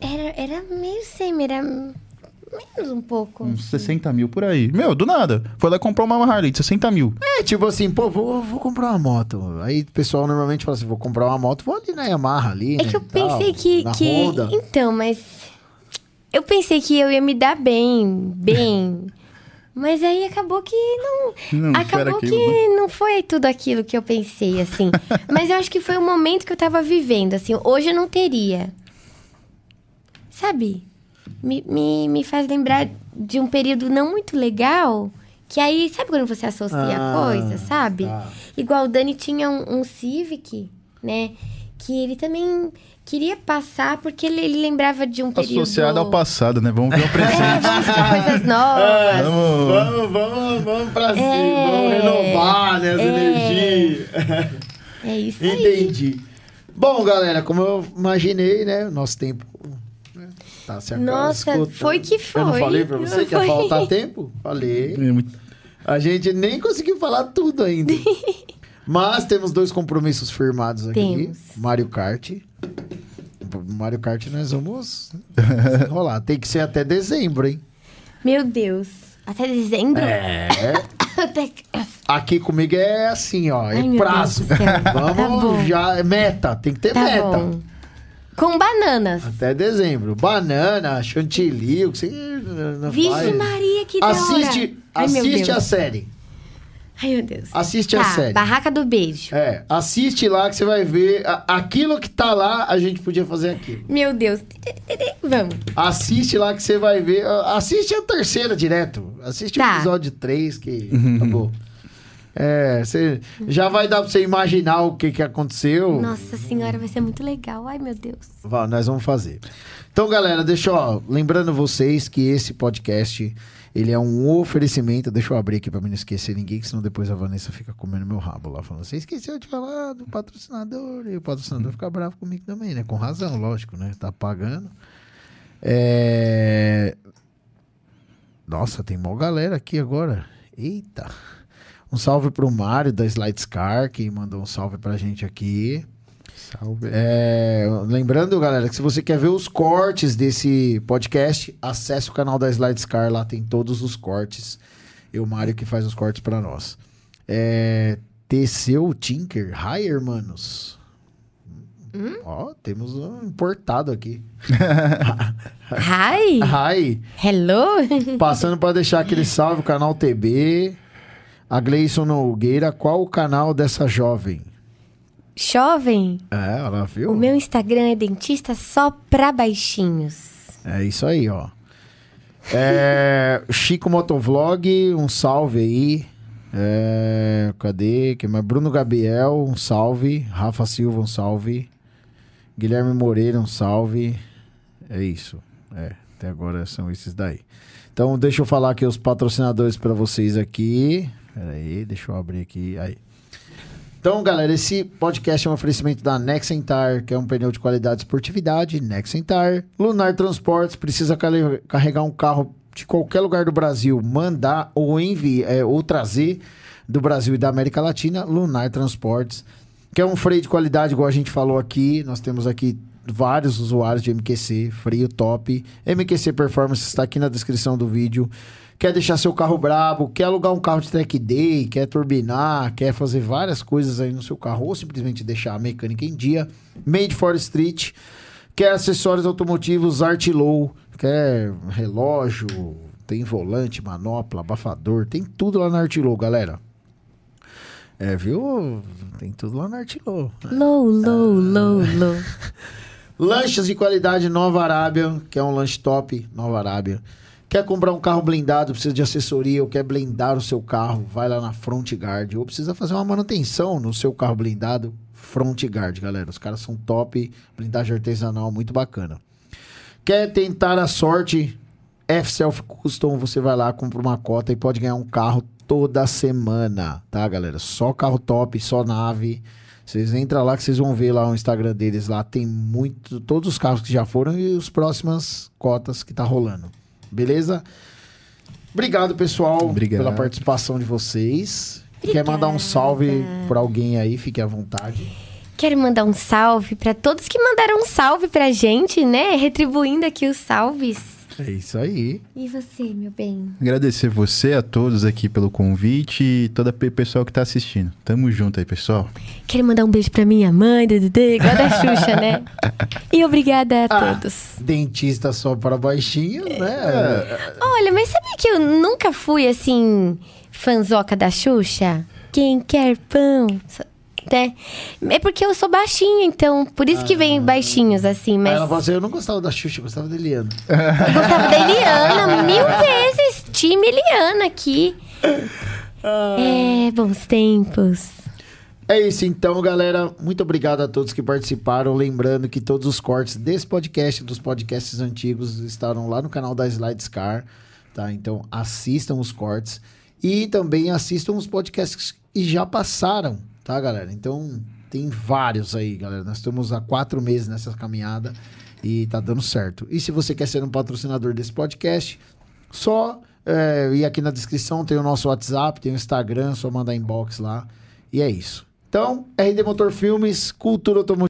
Speaker 2: Era, era meio semi, era menos um pouco.
Speaker 3: Uns 60 mil por aí. Meu, do nada. Foi lá e comprou uma Harley de 60 mil.
Speaker 1: É, tipo assim, pô, vou, vou comprar uma moto. Aí o pessoal normalmente fala assim, vou comprar uma moto, vou ali na Yamaha ali,
Speaker 2: É
Speaker 1: né,
Speaker 2: que eu
Speaker 1: e tal,
Speaker 2: pensei que.
Speaker 1: Na
Speaker 2: que-
Speaker 1: Honda.
Speaker 2: Então, mas. Eu pensei que eu ia me dar bem, bem. mas aí acabou que não.
Speaker 3: Não, não era
Speaker 2: acabou
Speaker 3: aquilo,
Speaker 2: que não foi tudo aquilo que eu pensei, assim. mas eu acho que foi o momento que eu tava vivendo, assim. Hoje eu não teria. Sabe? Me, me, me faz lembrar de um período não muito legal. Que aí, sabe quando você associa
Speaker 1: Ah,
Speaker 2: a coisa, sabe?
Speaker 1: tá.
Speaker 2: Igual o Dani tinha um, um Civic, né? Que ele também queria passar porque ele, ele lembrava de um período...
Speaker 3: Associado ao passado, né? Vamos ver o presente.
Speaker 2: É, vamos pra coisas novas.
Speaker 3: Vamos.
Speaker 1: É, Vamos, vamos, vamos pra cima,
Speaker 2: É.
Speaker 1: vamos renovar né, as
Speaker 2: É.
Speaker 1: energias. Ah.
Speaker 2: É isso aí.
Speaker 1: Entendi. Bom, galera, como eu imaginei, né? Nosso tempo né, tá se acaba-
Speaker 2: Nossa,
Speaker 1: esgotando.
Speaker 2: foi que
Speaker 1: Eu não
Speaker 2: foi.
Speaker 1: falei pra você que ia
Speaker 2: Foi.
Speaker 1: faltar tempo? Falei.
Speaker 3: É muito-
Speaker 1: A gente nem conseguiu falar tudo ainda. Mas temos dois compromissos firmados aqui.
Speaker 2: Temos.
Speaker 1: Mario Kart. Mario Kart nós vamos rolar. Tem que ser até dezembro, hein?
Speaker 2: Meu Deus. Até dezembro?
Speaker 1: É.
Speaker 2: Até que-
Speaker 1: Aqui comigo é assim, ó. É
Speaker 2: Ai, meu
Speaker 1: prazo.
Speaker 2: Deus do céu. Tá
Speaker 1: Vamos
Speaker 2: bom.
Speaker 1: já. É meta. Tem que ter
Speaker 2: Tá
Speaker 1: meta.
Speaker 2: bom. Com bananas.
Speaker 1: Até dezembro. Banana, chantilly, o que você. não
Speaker 2: Vixe
Speaker 1: faz.
Speaker 2: Maria, que
Speaker 1: Assiste,
Speaker 2: da hora. Ai, meu
Speaker 1: assiste a
Speaker 2: Deus.
Speaker 1: série.
Speaker 2: Ai, meu Deus.
Speaker 1: Assiste a
Speaker 2: Tá,
Speaker 1: série.
Speaker 2: Barraca do Beijo.
Speaker 1: É, assiste lá que você vai ver. A- aquilo que tá lá, a gente podia fazer aquilo.
Speaker 2: Meu Deus. Vamos.
Speaker 1: Assiste lá que você vai ver. a- Assiste a terceira direto. Assiste o
Speaker 2: Tá.
Speaker 1: episódio 3, que acabou. É, você já vai dar pra você imaginar o que, que aconteceu.
Speaker 2: Nossa senhora, vai ser muito legal. Ai, meu Deus.
Speaker 1: Vá, nós vamos fazer. Então, galera, deixa eu, ó, lembrando vocês que esse podcast, ele é um oferecimento, deixa eu abrir aqui pra mim não esquecer ninguém, que senão depois a Vanessa fica comendo meu rabo lá, falando, você esqueceu de falar do patrocinador, e o patrocinador fica bravo comigo também, né? Com razão, lógico, né? Tá pagando. É... Nossa, tem mó galera aqui agora. Eita. Um salve pro Mário da Slidescar, que mandou um salve pra gente aqui.
Speaker 3: Salve.
Speaker 1: É, lembrando, galera, que se você quer ver os cortes desse podcast, acesse o canal da Slidescar, lá tem todos os cortes. E o Mário que faz os cortes pra nós. É, Teseu Tinker, hi, hermanos.
Speaker 2: Hum?
Speaker 1: Ó, temos um importado aqui.
Speaker 2: Hi.
Speaker 1: Hi.
Speaker 2: Hello.
Speaker 1: Passando pra deixar aquele salve, o canal TB. A Gleison Nogueira, qual o canal dessa jovem?
Speaker 2: Jovem,
Speaker 1: É, ela viu?
Speaker 2: o meu Instagram é dentista só pra baixinhos.
Speaker 1: É isso aí, ó. É, Chico Motovlog, um salve aí. É, cadê? Quem mais? Bruno Gabriel, um salve. Rafa Silva, um salve. Guilherme Moreira, um salve. É isso. É, até agora são esses daí. Então, deixa eu falar aqui os patrocinadores pra vocês aqui. Pera aí, deixa eu abrir aqui. Aí. Então, galera, esse podcast é um oferecimento da Nexentar, que é um pneu de qualidade e esportividade. Nexentar. Lunar Transportes, precisa cale- carregar um carro de qualquer lugar do Brasil, mandar ou enviar, é, ou trazer do Brasil e da América Latina, Lunar Transportes. Que é um freio de qualidade, igual a gente falou aqui. Nós temos aqui vários usuários de MQC, freio top. MQC Performance está aqui na descrição do vídeo quer deixar seu carro brabo, quer alugar um carro de track day, quer turbinar, quer fazer várias coisas aí no seu carro, ou simplesmente deixar a mecânica em dia, Made for Street, quer acessórios automotivos Artlow, quer relógio, tem volante, manopla, abafador, tem tudo lá na Artlow, galera. É, viu? Tem tudo lá na Artlow.
Speaker 2: Low, low, low, low.
Speaker 1: Lanches de qualidade Nova Arábia, que é um lanche top Nova Arábia. Quer comprar um carro blindado, precisa de assessoria ou quer blindar o seu carro, vai lá na Front Guard. Ou precisa fazer uma manutenção no seu carro blindado, Front Guard, galera. Os caras são top, blindagem artesanal muito bacana. Quer tentar a sorte? F-Self Custom, você vai lá, compra uma cota e pode ganhar um carro toda semana, tá, galera? Só carro top, só nave. Vocês entram lá que vocês vão ver lá o Instagram deles lá. Tem muito, todos os carros que já foram e os próximas cotas que tá rolando. Beleza? Obrigado, pessoal,
Speaker 5: Obrigado.
Speaker 1: pela participação de vocês. Quer mandar um salve por alguém aí, fique à vontade.
Speaker 2: Quero mandar um salve pra todos que mandaram um salve pra gente, né? Retribuindo aqui os salves.
Speaker 1: É isso aí.
Speaker 2: E você, meu bem?
Speaker 3: Agradecer você, a todos aqui pelo convite e todo o pessoal que tá assistindo. Tamo junto aí, pessoal.
Speaker 2: Quero mandar um beijo pra minha mãe, Dedede, igual a da Xuxa, né? E obrigada a
Speaker 1: Ah.
Speaker 2: todos.
Speaker 1: Dentista só para baixinho, né?
Speaker 2: Olha, mas sabia que eu nunca fui, assim, fanzoca da Xuxa? Quem quer pão? Só- Né? É porque eu sou baixinha, então por isso que vem baixinhos, assim,
Speaker 1: Aí
Speaker 2: mas...
Speaker 1: ela fala assim, eu não gostava da Xuxa, eu gostava da Eliana.
Speaker 2: Eu gostava da Eliana mil vezes. Time Eliana aqui. É, bons tempos.
Speaker 1: É isso então, galera. Muito obrigado a todos que participaram. Lembrando que todos os cortes desse podcast, dos podcasts antigos, estarão lá no canal da Slidescar, tá? Então assistam os cortes e também assistam os podcasts que já passaram, tá, galera? Então tem vários aí, galera. Nós estamos há quatro meses nessa caminhada e tá dando certo. E se você quer ser um patrocinador desse podcast, só é, ir aqui na descrição, tem o nosso WhatsApp, tem o é Instagram, só mandar inbox lá. E é isso. Então, RD Motor Filmes, Cultura Automotiva.